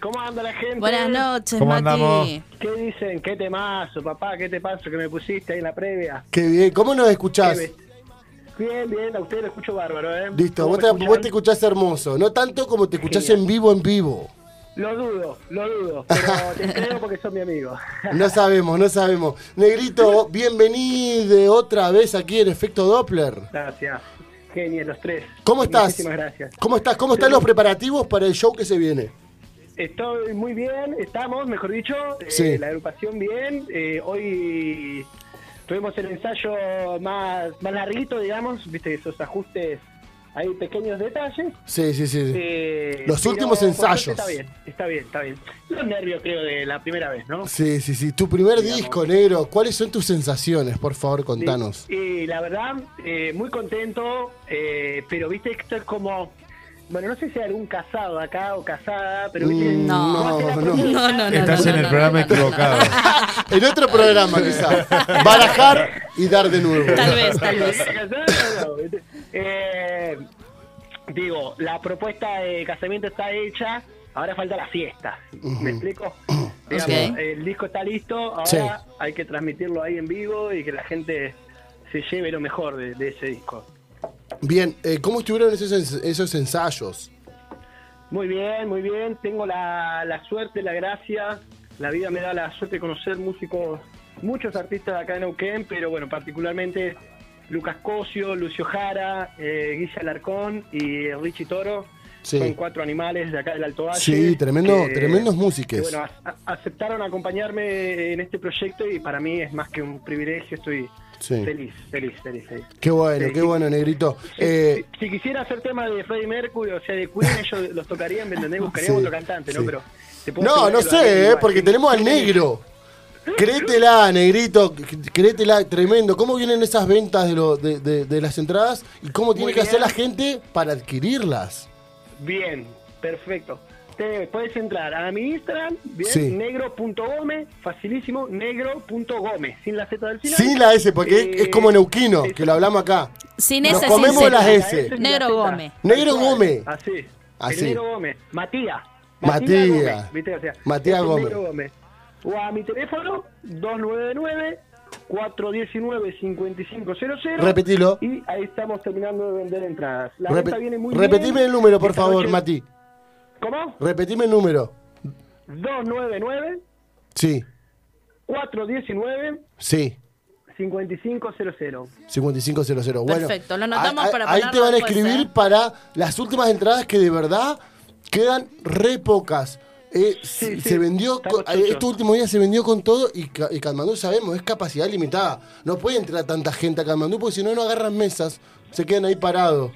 L: ¿Cómo anda la gente?
F: Buenas noches,
D: ¿Cómo
F: Mati.
D: andamos?
L: ¿Qué dicen? ¿Qué temazo, papá? ¿Qué te paso que me pusiste ahí en la previa?
D: Qué bien, ¿cómo nos escuchás?
L: Qué be- Bien, bien, a usted lo escucho bárbaro, ¿eh?
D: Listo,
L: ¿Cómo
D: vos
L: me
D: te,
L: escuchan?
D: vos te escuchás hermoso, no tanto como te escuchás en vivo, en vivo.
L: Lo dudo, lo dudo, pero te creo porque son mi amigo.
D: No sabemos, no sabemos. Negrito, bienvenido otra vez aquí en Efecto Doppler.
L: Gracias. Genial, los tres.
D: ¿Cómo estás?
L: Muchísimas gracias.
D: ¿Cómo estás? ¿Cómo están los preparativos para el show que se viene?
L: Estoy muy bien, estamos, mejor dicho, eh,
D: Sí.
L: la agrupación bien. eh, hoy tuvimos el ensayo más, más larguito, digamos, viste, esos ajustes, hay pequeños detalles.
D: Sí, sí, sí.
L: Eh,
D: Los
L: pero
D: últimos
L: por
D: ensayos.
L: suerte Está bien, está bien, está bien. Los nervios, creo, de la primera vez, ¿no?
D: Sí, sí, sí. Tu primer
L: Digamos.
D: disco, negro, ¿cuáles son tus sensaciones? Por favor, contanos.
L: Sí, Y la verdad, eh, muy contento, eh, pero viste, esto es como. Bueno, no sé si hay algún casado acá o casada, pero viste.
D: Mm, no,
L: hace la
D: no.
L: promesa,
E: Estás en el
F: Ah,
E: programa equivocado.
D: En otro programa, quizás. Barajar y dar de nuevo.
L: Eh, digo, la propuesta de casamiento está hecha, ahora falta la fiesta.
D: Ujú.
L: ¿Me explico? Digamos, El disco está listo, ahora
D: Sí.
L: hay que transmitirlo ahí en vivo y que la gente se lleve lo mejor de, de ese disco.
D: Bien, eh, ¿cómo estuvieron esos, ens- esos ensayos?
L: Muy bien, muy bien. Tengo la, la suerte, la gracia. La vida me da la suerte de conocer músicos, muchos artistas de acá en Neuquén, pero bueno, particularmente Lucas Cosio, Lucio Jara, eh, Guilla Alarcón y Richie Toro.
D: Sí.
L: Son cuatro animales de acá del Alto Valle.
D: Sí, tremendo,
L: que-
D: tremendos
L: que,
D: músicos.
L: eh, bueno, a- a- aceptaron acompañarme en este proyecto y para mí es más que un privilegio. Estoy
D: Sí.
L: feliz, feliz, feliz, feliz.
D: Qué bueno,
L: Sí,
D: qué
L: sí.
D: bueno, negrito. Eh,
L: Si quisiera hacer tema de Freddie Mercury, o sea, de Queen, ellos los tocarían, ¿me entendés? Buscarían
D: Sí,
L: otro cantante, ¿no?
D: sí.
L: Pero te puedo
D: no,
L: asegurar
D: no
L: que lo harían
D: sé, eh,
L: igual.
D: porque tenemos al negro. Créetela, negrito, créetela, tremendo. ¿Cómo vienen esas ventas de, lo- de, de- de las entradas y cómo tiene
L: Muy
D: que hacer
L: bien.
D: la gente para adquirirlas?
L: Bien, perfecto. Te puedes entrar a mi Instagram, bien,
D: Sí.
L: negro.gome, facilísimo, negro.gome, sin la Z del final. Eh,
D: Sin la S, porque es- es como neuquino, que lo hablamos acá.
F: Sin
D: Nos
F: ese,
D: comemos
F: sin
D: las
F: ese.
D: S.
L: Sin la
F: Negro
L: Z.
F: Gómez.
D: Negro Gómez.
L: Así.
D: Así.
L: El negro Gómez. Matías.
D: Matías.
L: Gómez, ¿viste? O sea,
D: Matías
L: es el
D: Gómez.
L: negro Gómez. O a mi teléfono, 299-419-5500.
D: Repetilo.
L: Y ahí estamos terminando de vender entradas. La
D: Repe-
L: venta viene muy
D: repetime
L: bien.
D: el número, por
L: Esta
D: favor,
L: noche-
D: Mati.
L: ¿Cómo?
D: Repetime el número.
L: 299
D: Sí,
L: 419
D: sí.
L: 5500.
D: 5500. Bueno,
F: Perfecto, lo anotamos
D: ahí-
F: para
D: Ahí te
F: ponerlo
D: van a
F: después,
D: escribir
F: ¿eh?
D: para las últimas entradas que de verdad quedan re pocas. Eh, se-
L: sí,
D: se vendió,
L: estamos
D: con- eh, este
L: chochos.
D: último día se vendió con todo y, Ca- y Katmandú sabemos, es capacidad limitada. No puede entrar tanta gente a Katmandú porque si no, no agarran mesas, se quedan ahí parados.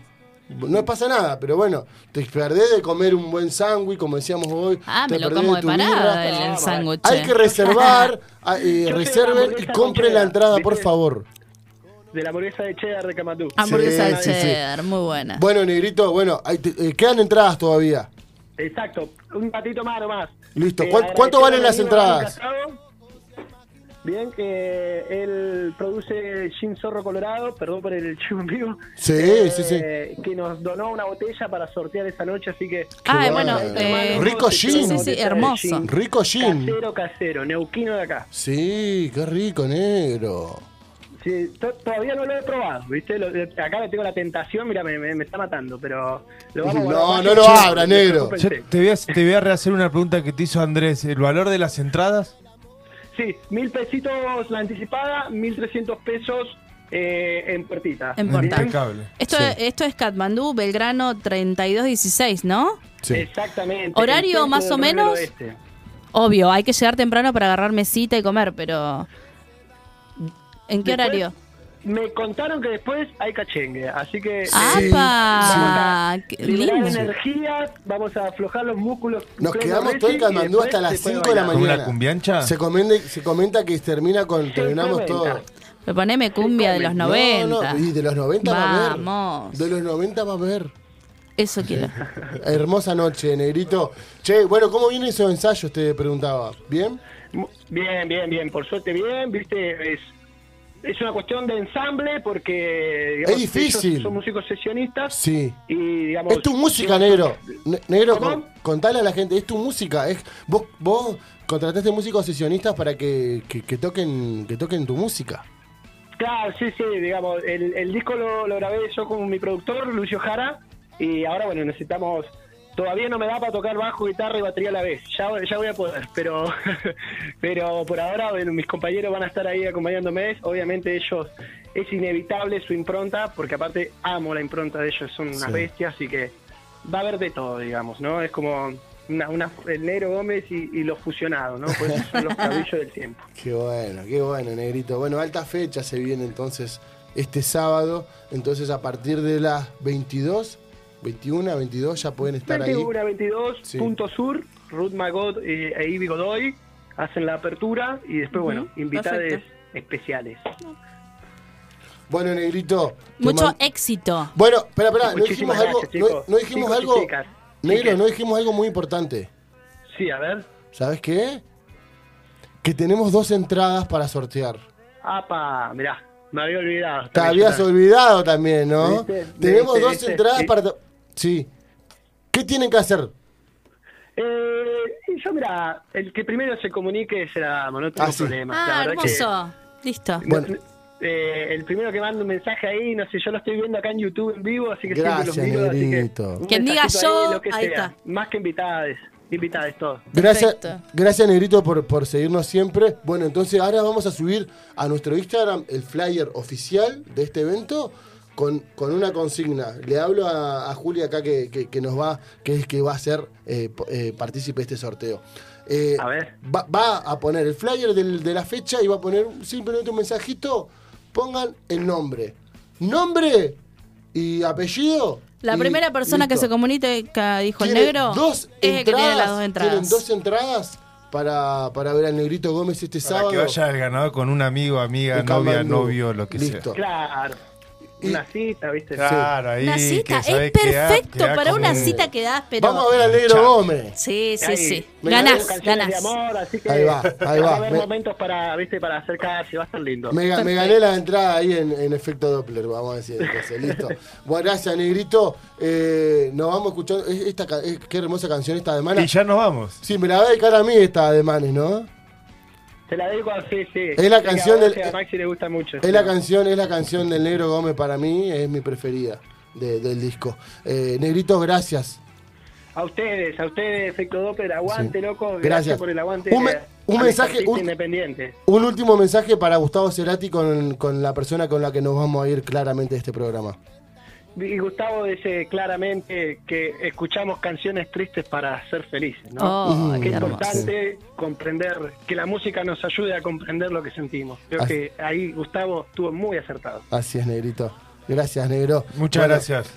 D: No pasa nada, pero bueno, te perdés de comer un buen sándwich, como decíamos hoy.
F: Ah,
D: te
F: me lo
D: perdés
F: como de
D: tu
F: parada
D: birra.
F: el, el sándwich. eh.
D: Hay que reservar, ah, eh,
L: Yo te
D: reserven
L: amo,
D: y
L: esa
D: compren la
L: conchera,
D: entrada, por
L: ¿viste?
D: favor.
L: De la hamburguesa de cheddar de Camatú.
F: Hamburguesa
D: Sí,
F: de
D: sí, sí.
F: cheddar, muy buena.
D: Bueno, Negrito, bueno, ahí te- eh, quedan entradas todavía.
L: Exacto, un patito más nomás.
D: Listo, ¿cuán-
L: agradecer
D: cuánto
L: a
D: valen
L: mi
D: las
L: amigo Pablo
D: entradas?
L: Casado. Bien, que él produce Gin Zorro Colorado, perdón por el chivo en vivo.
D: Sí,
L: Eh,
D: sí, sí.
L: Que nos donó una botella para sortear esa noche, así que.
F: Ah, bueno, eh,
D: Rico
L: se
D: gin.
L: llevó
F: Sí, sí, sí,
L: una botella de
F: hermoso.
L: gin.
D: Rico gin.
L: Casero, casero, neuquino de acá.
D: Sí, qué rico, negro.
L: Sí, to- todavía no lo he probado, ¿viste? Lo- lo- acá le tengo la tentación, mira, me, me- me está matando, pero lo vamos a
D: No,
L: guardar.
D: no lo
L: Sí,
D: abra,
L: sí,
D: negro.
E: Yo
L: preocúpense.
E: te voy, a, te voy a rehacer una pregunta que te hizo Andrés. ¿El valor de las entradas?
F: Ah.
L: Sí, mil pesitos la anticipada, mil trescientos pesos eh, en puertita.
F: En puerta.
E: Impecable.
F: Esto,
D: Sí.
F: es- esto es Katmandú, Belgrano 3216, ¿no?
D: Sí.
L: Exactamente.
F: ¿Horario
L: el centro
F: más
L: del
F: o
L: Río del
F: menos?
L: Oeste.
F: Obvio, hay que llegar temprano para agarrar mesita y comer, pero ¿En qué
L: Después,
F: horario?
L: Me contaron que después hay cachengue, así que...
F: ¡Apa! Ah, Qué
L: liberar
F: lindo.
L: energía, vamos a aflojar los músculos.
D: Nos
L: pleno
D: quedamos todo el
L: Messi, y
D: Camandú
L: después
D: hasta las
L: se puede
D: 5 de la
L: bailar.
D: mañana.
E: una cumbiancha?
D: Se comenta, se comenta que termina con. Terminamos todo.
F: Pero poneme cumbia de los 90.
D: No, no, y de los 90 va a haber.
F: Vamos.
D: De los 90 va a haber.
F: Eso quiero.
D: Hermosa noche, negrito. Che, bueno, ¿cómo vienen esos ensayos? Te preguntaba. ¿Bien?
L: Mu- Bien, bien, bien, por suerte bien, viste, es, es una cuestión de ensamble porque...
D: Es difícil.
L: ellos Son músicos sesionistas.
D: Sí.
L: Y, digamos,
D: Es tu música, negro. Ne- negro,
L: ¿Cómo?
D: con- contale a la gente, es tu música. Es, vos, vos contrataste músicos sesionistas para que, que- que toquen, que toquen tu música.
L: Claro, sí, sí, digamos, el, el disco lo, lo grabé yo con mi productor, Lucio Jara, y ahora, bueno, necesitamos... Todavía no me da para tocar bajo, guitarra y batería a la vez. Ya, ya voy a poder, pero pero por ahora bueno, mis compañeros van a estar ahí acompañándome. Obviamente ellos es inevitable su impronta, porque aparte amo la impronta de ellos, son unas
D: Sí.
L: bestias, así que va a haber de todo, digamos, ¿no? Es como una, una- el Negro Gómez y, y los fusionados, ¿no? Pues son los cabellos del tiempo.
D: Qué bueno, qué bueno, negrito. Bueno, alta fecha se viene entonces este sábado. Entonces, a partir de las 22, 21, 22 ya pueden estar ahí.
L: 21 a 22,
D: Sí.
L: Punto Sur, Ruth Magot eh, e Ibi Godoy hacen la apertura y después, bueno,
F: Ujú,
L: invitades
F: perfecto.
L: especiales.
D: Bueno, negrito. te
F: Mucho
D: man-
F: éxito.
D: Bueno, espera, espera, no dijimos
L: Muchísimas
D: algo.
L: gracias,
D: No,
L: chicos.
D: no dijimos
L: Chicos y
D: algo.
L: chicas.
D: Negro,
L: Chicas.
D: no dijimos algo muy importante.
L: Sí, a ver.
D: ¿Sabes qué? Que tenemos dos entradas para sortear.
L: Apa, mirá, me había olvidado. Eh,
D: Te habías
L: También.
D: olvidado también, ¿no?
L: ¿Viste?
D: Tenemos
L: ¿Viste?
D: dos
L: ¿Viste?
D: entradas
L: Sí.
D: para. Sí. ¿Qué tienen que hacer?
L: Eh, y yo, mira, el que primero se comunique será monótono
D: Ah, sí.
L: problema.
F: Ah, hermoso. Listo.
D: Bueno.
L: eh, el primero que manda un mensaje ahí, no sé, yo lo estoy viendo acá en YouTube en vivo, así que
D: Gracias,
L: siempre los miro. así que
D: negrito.
L: un
F: Quien diga
L: mensajito
F: yo,
L: lo que
F: ahí
L: sea.
F: está.
L: Más que invitades, invitades todos.
D: Gracias,
F: Perfecto.
D: gracias Negrito por, por seguirnos siempre. Bueno, entonces ahora vamos a subir a nuestro Instagram el flyer oficial de este evento con, con una consigna. Le hablo a, a Julia acá que, que- que nos va, que es que va a ser eh, po- eh, partícipe de este sorteo. Eh,
L: A ver.
D: Va, va a poner el flyer del- de la fecha y va a poner simplemente un mensajito. Pongan el nombre. Nombre y apellido.
F: La
D: y
F: primera persona que
D: listo.
F: se comunica, dijo el
D: Tienen
F: negro,
D: dos
F: es el que tiene las dos
D: Tienen
F: entradas.
D: dos entradas para, para ver al Negrito Gómez este
E: Para
D: sábado.
E: que vaya el ganador con un amigo, amiga,
D: en
E: novia,
D: Katmandú.
E: novio, lo que
D: Listo.
E: sea.
L: Claro.
D: Y-
L: Una cita, ¿viste?
E: Claro, ahí.
F: Una
E: que
F: cita,
E: sabés
F: es
E: que da-
F: perfecto
E: queda
F: para
E: como
F: una
E: un-
F: cita que das, pero...
D: Vamos a ver al Negro
E: Chao.
D: Gómez.
F: Sí, sí,
L: Ahí.
F: sí.
D: Me
F: Ganás,
L: Canciones
F: ganás.
L: de amor, así que
D: Ahí va, ahí
L: va
D: va.
L: a haber
D: Me-
L: momentos para, ¿viste? para acercarse, va a estar lindo.
D: Me, ga- me gané la entrada ahí en, en efecto Doppler, vamos a decir. entonces, listo. Bueno, gracias, Negrito. Eh, nos vamos escuchando. es- Esta, ca- es- qué hermosa canción esta de
E: Y
D: Manes.
E: ya nos vamos.
D: Sí, me la va a dedicar a mí esta de Manes, ¿no?
L: Te la digo así, sí.
D: Es la
L: Sé que a
D: canción
L: vos
D: del-
L: y A Maxi le gusta mucho.
D: Es la canción, es la canción del Negro Gómez para mí, es mi preferida de- del disco. Eh, Negrito, gracias.
L: A ustedes, a ustedes, Efecto Doppler, aguante,
D: Sí.
L: loco. Gracias.
D: Gracias.
L: por el aguante.
D: Un me-
L: a-
D: un
L: a los
D: mensaje,
L: artistas
D: un-
L: Independientes.
D: Un último mensaje para Gustavo Cerati con, con la persona con la que nos vamos a ir claramente de este programa.
L: Y Gustavo dice claramente que escuchamos canciones tristes para ser felices, ¿no?
F: Oh,
L: Que
F: qué
L: es
F: hermoso.
L: importante comprender, que la música nos ayude a comprender lo que sentimos. Creo
D: Así-
L: que ahí Gustavo estuvo muy acertado.
D: Así es, Negrito. Gracias, Negro.
E: Muchas
D: Bueno,
E: gracias.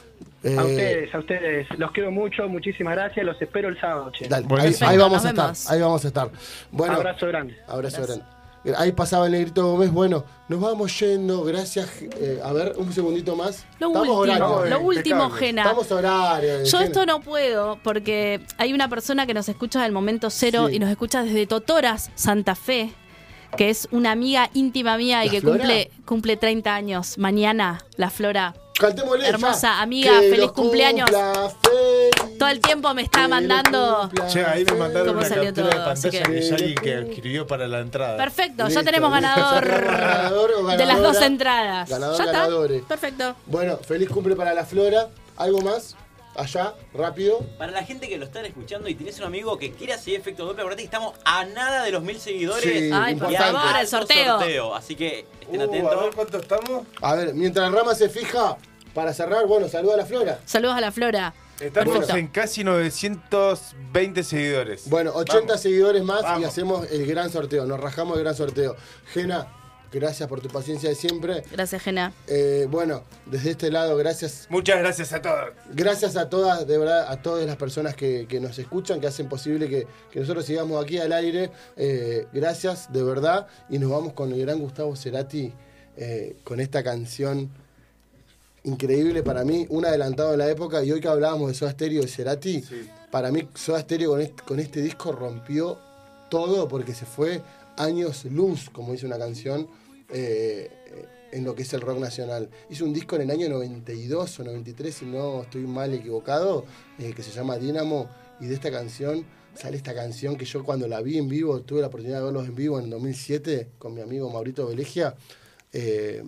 D: eh,
L: A ustedes, a ustedes. Los quiero mucho, muchísimas gracias. Los espero el sábado, che.
D: dale, ahí,
E: Buenísimo.
D: ahí vamos a
F: Nos
D: estar.
F: vemos.
D: Ahí vamos a estar. Bueno,
L: Abrazo grande.
D: abrazo grande. Ahí pasaba el Negrito Gómez. Bueno, nos vamos yendo. Gracias. eh, a ver, un segundito más.
F: Lo
D: Estamos
F: último,
D: horarios.
F: lo último,
E: impecable.
F: Gena.
D: Estamos horarios.
F: Yo
D: Gena.
F: esto no puedo porque hay una persona que nos escucha del momento cero
D: Sí.
F: y nos escucha desde Totoras, Santa Fe, que es una amiga íntima mía y
D: ¿La
F: que
D: Flora?
F: cumple cumple 30 años mañana, la Flora.
D: Cantémosle, ya.
F: Hermosa amiga,
D: Que
F: feliz
D: lo
F: cumpleaños.
D: cumpla feliz.
F: Todo el tiempo me está
D: Que lo
F: mandando
D: cumpla
E: Che, ahí me
D: feliz.
E: mandaron
F: ¿Cómo
E: una
F: salió
E: captura
F: todo?
E: de
F: Así
E: pantalla
F: que-
E: que Yari que escribió para la entrada.
F: Perfecto,
D: Listo,
F: ya tenemos
D: listo.
F: ganador,
D: Ganador o
F: de las dos
D: ganadora.
F: entradas.
D: Ganador,
F: ya está.
D: ganadores.
F: Perfecto.
D: Bueno, feliz cumple para la Flora. ¿Algo más? Allá, rápido.
G: Para la gente que lo están escuchando y tenés un amigo que quiera seguir Efecto Doppler, acuérdate que estamos a nada de los mil seguidores.
D: Sí, Ay,
G: Y
D: por
G: hay
D: favor,
G: alto
F: el sorteo.
G: Así que estén
E: Uh, a ver
G: atentos.
E: cuánto estamos.
D: A ver, mientras Rama se fija, para cerrar, bueno, saluda a la Flora.
F: Saludos a la Flora.
E: Estamos
F: Perfecto.
E: en casi 920 seguidores.
D: Bueno, 80
E: Vamos.
D: seguidores más y
E: Vamos.
D: hacemos el gran sorteo. Nos rajamos el gran sorteo. Gena, Gracias por tu paciencia de siempre.
F: Gracias, Gena.
D: Eh, bueno, desde este lado, gracias.
E: Muchas gracias a todos.
D: Gracias a todas, de verdad, a todas las personas que, que nos escuchan, que hacen posible que, que nosotros sigamos aquí al aire. Eh, gracias, de verdad. Y nos vamos con el gran Gustavo Cerati, eh, con esta canción increíble para mí, un adelantado de la época. Y hoy que hablábamos de Soda Stereo y Cerati, para mí Soda Stereo con este, con este disco rompió todo porque se fue años luz, como dice una canción. eh, en lo que es el rock nacional. Hizo un disco en el año 92 o 93, si no estoy mal equivocado, eh, que se llama Dínamo, y de esta canción sale esta canción que yo cuando la vi en vivo, tuve la oportunidad de verlos en vivo en 2007 con mi amigo Maurito Velegia, eh,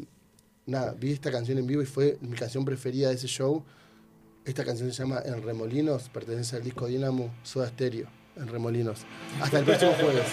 D: nada, vi esta canción en vivo y fue mi canción preferida de ese show. Esta canción se llama En Remolinos, pertenece al disco Dínamo Soda Stereo, En Remolinos. Hasta el próximo jueves.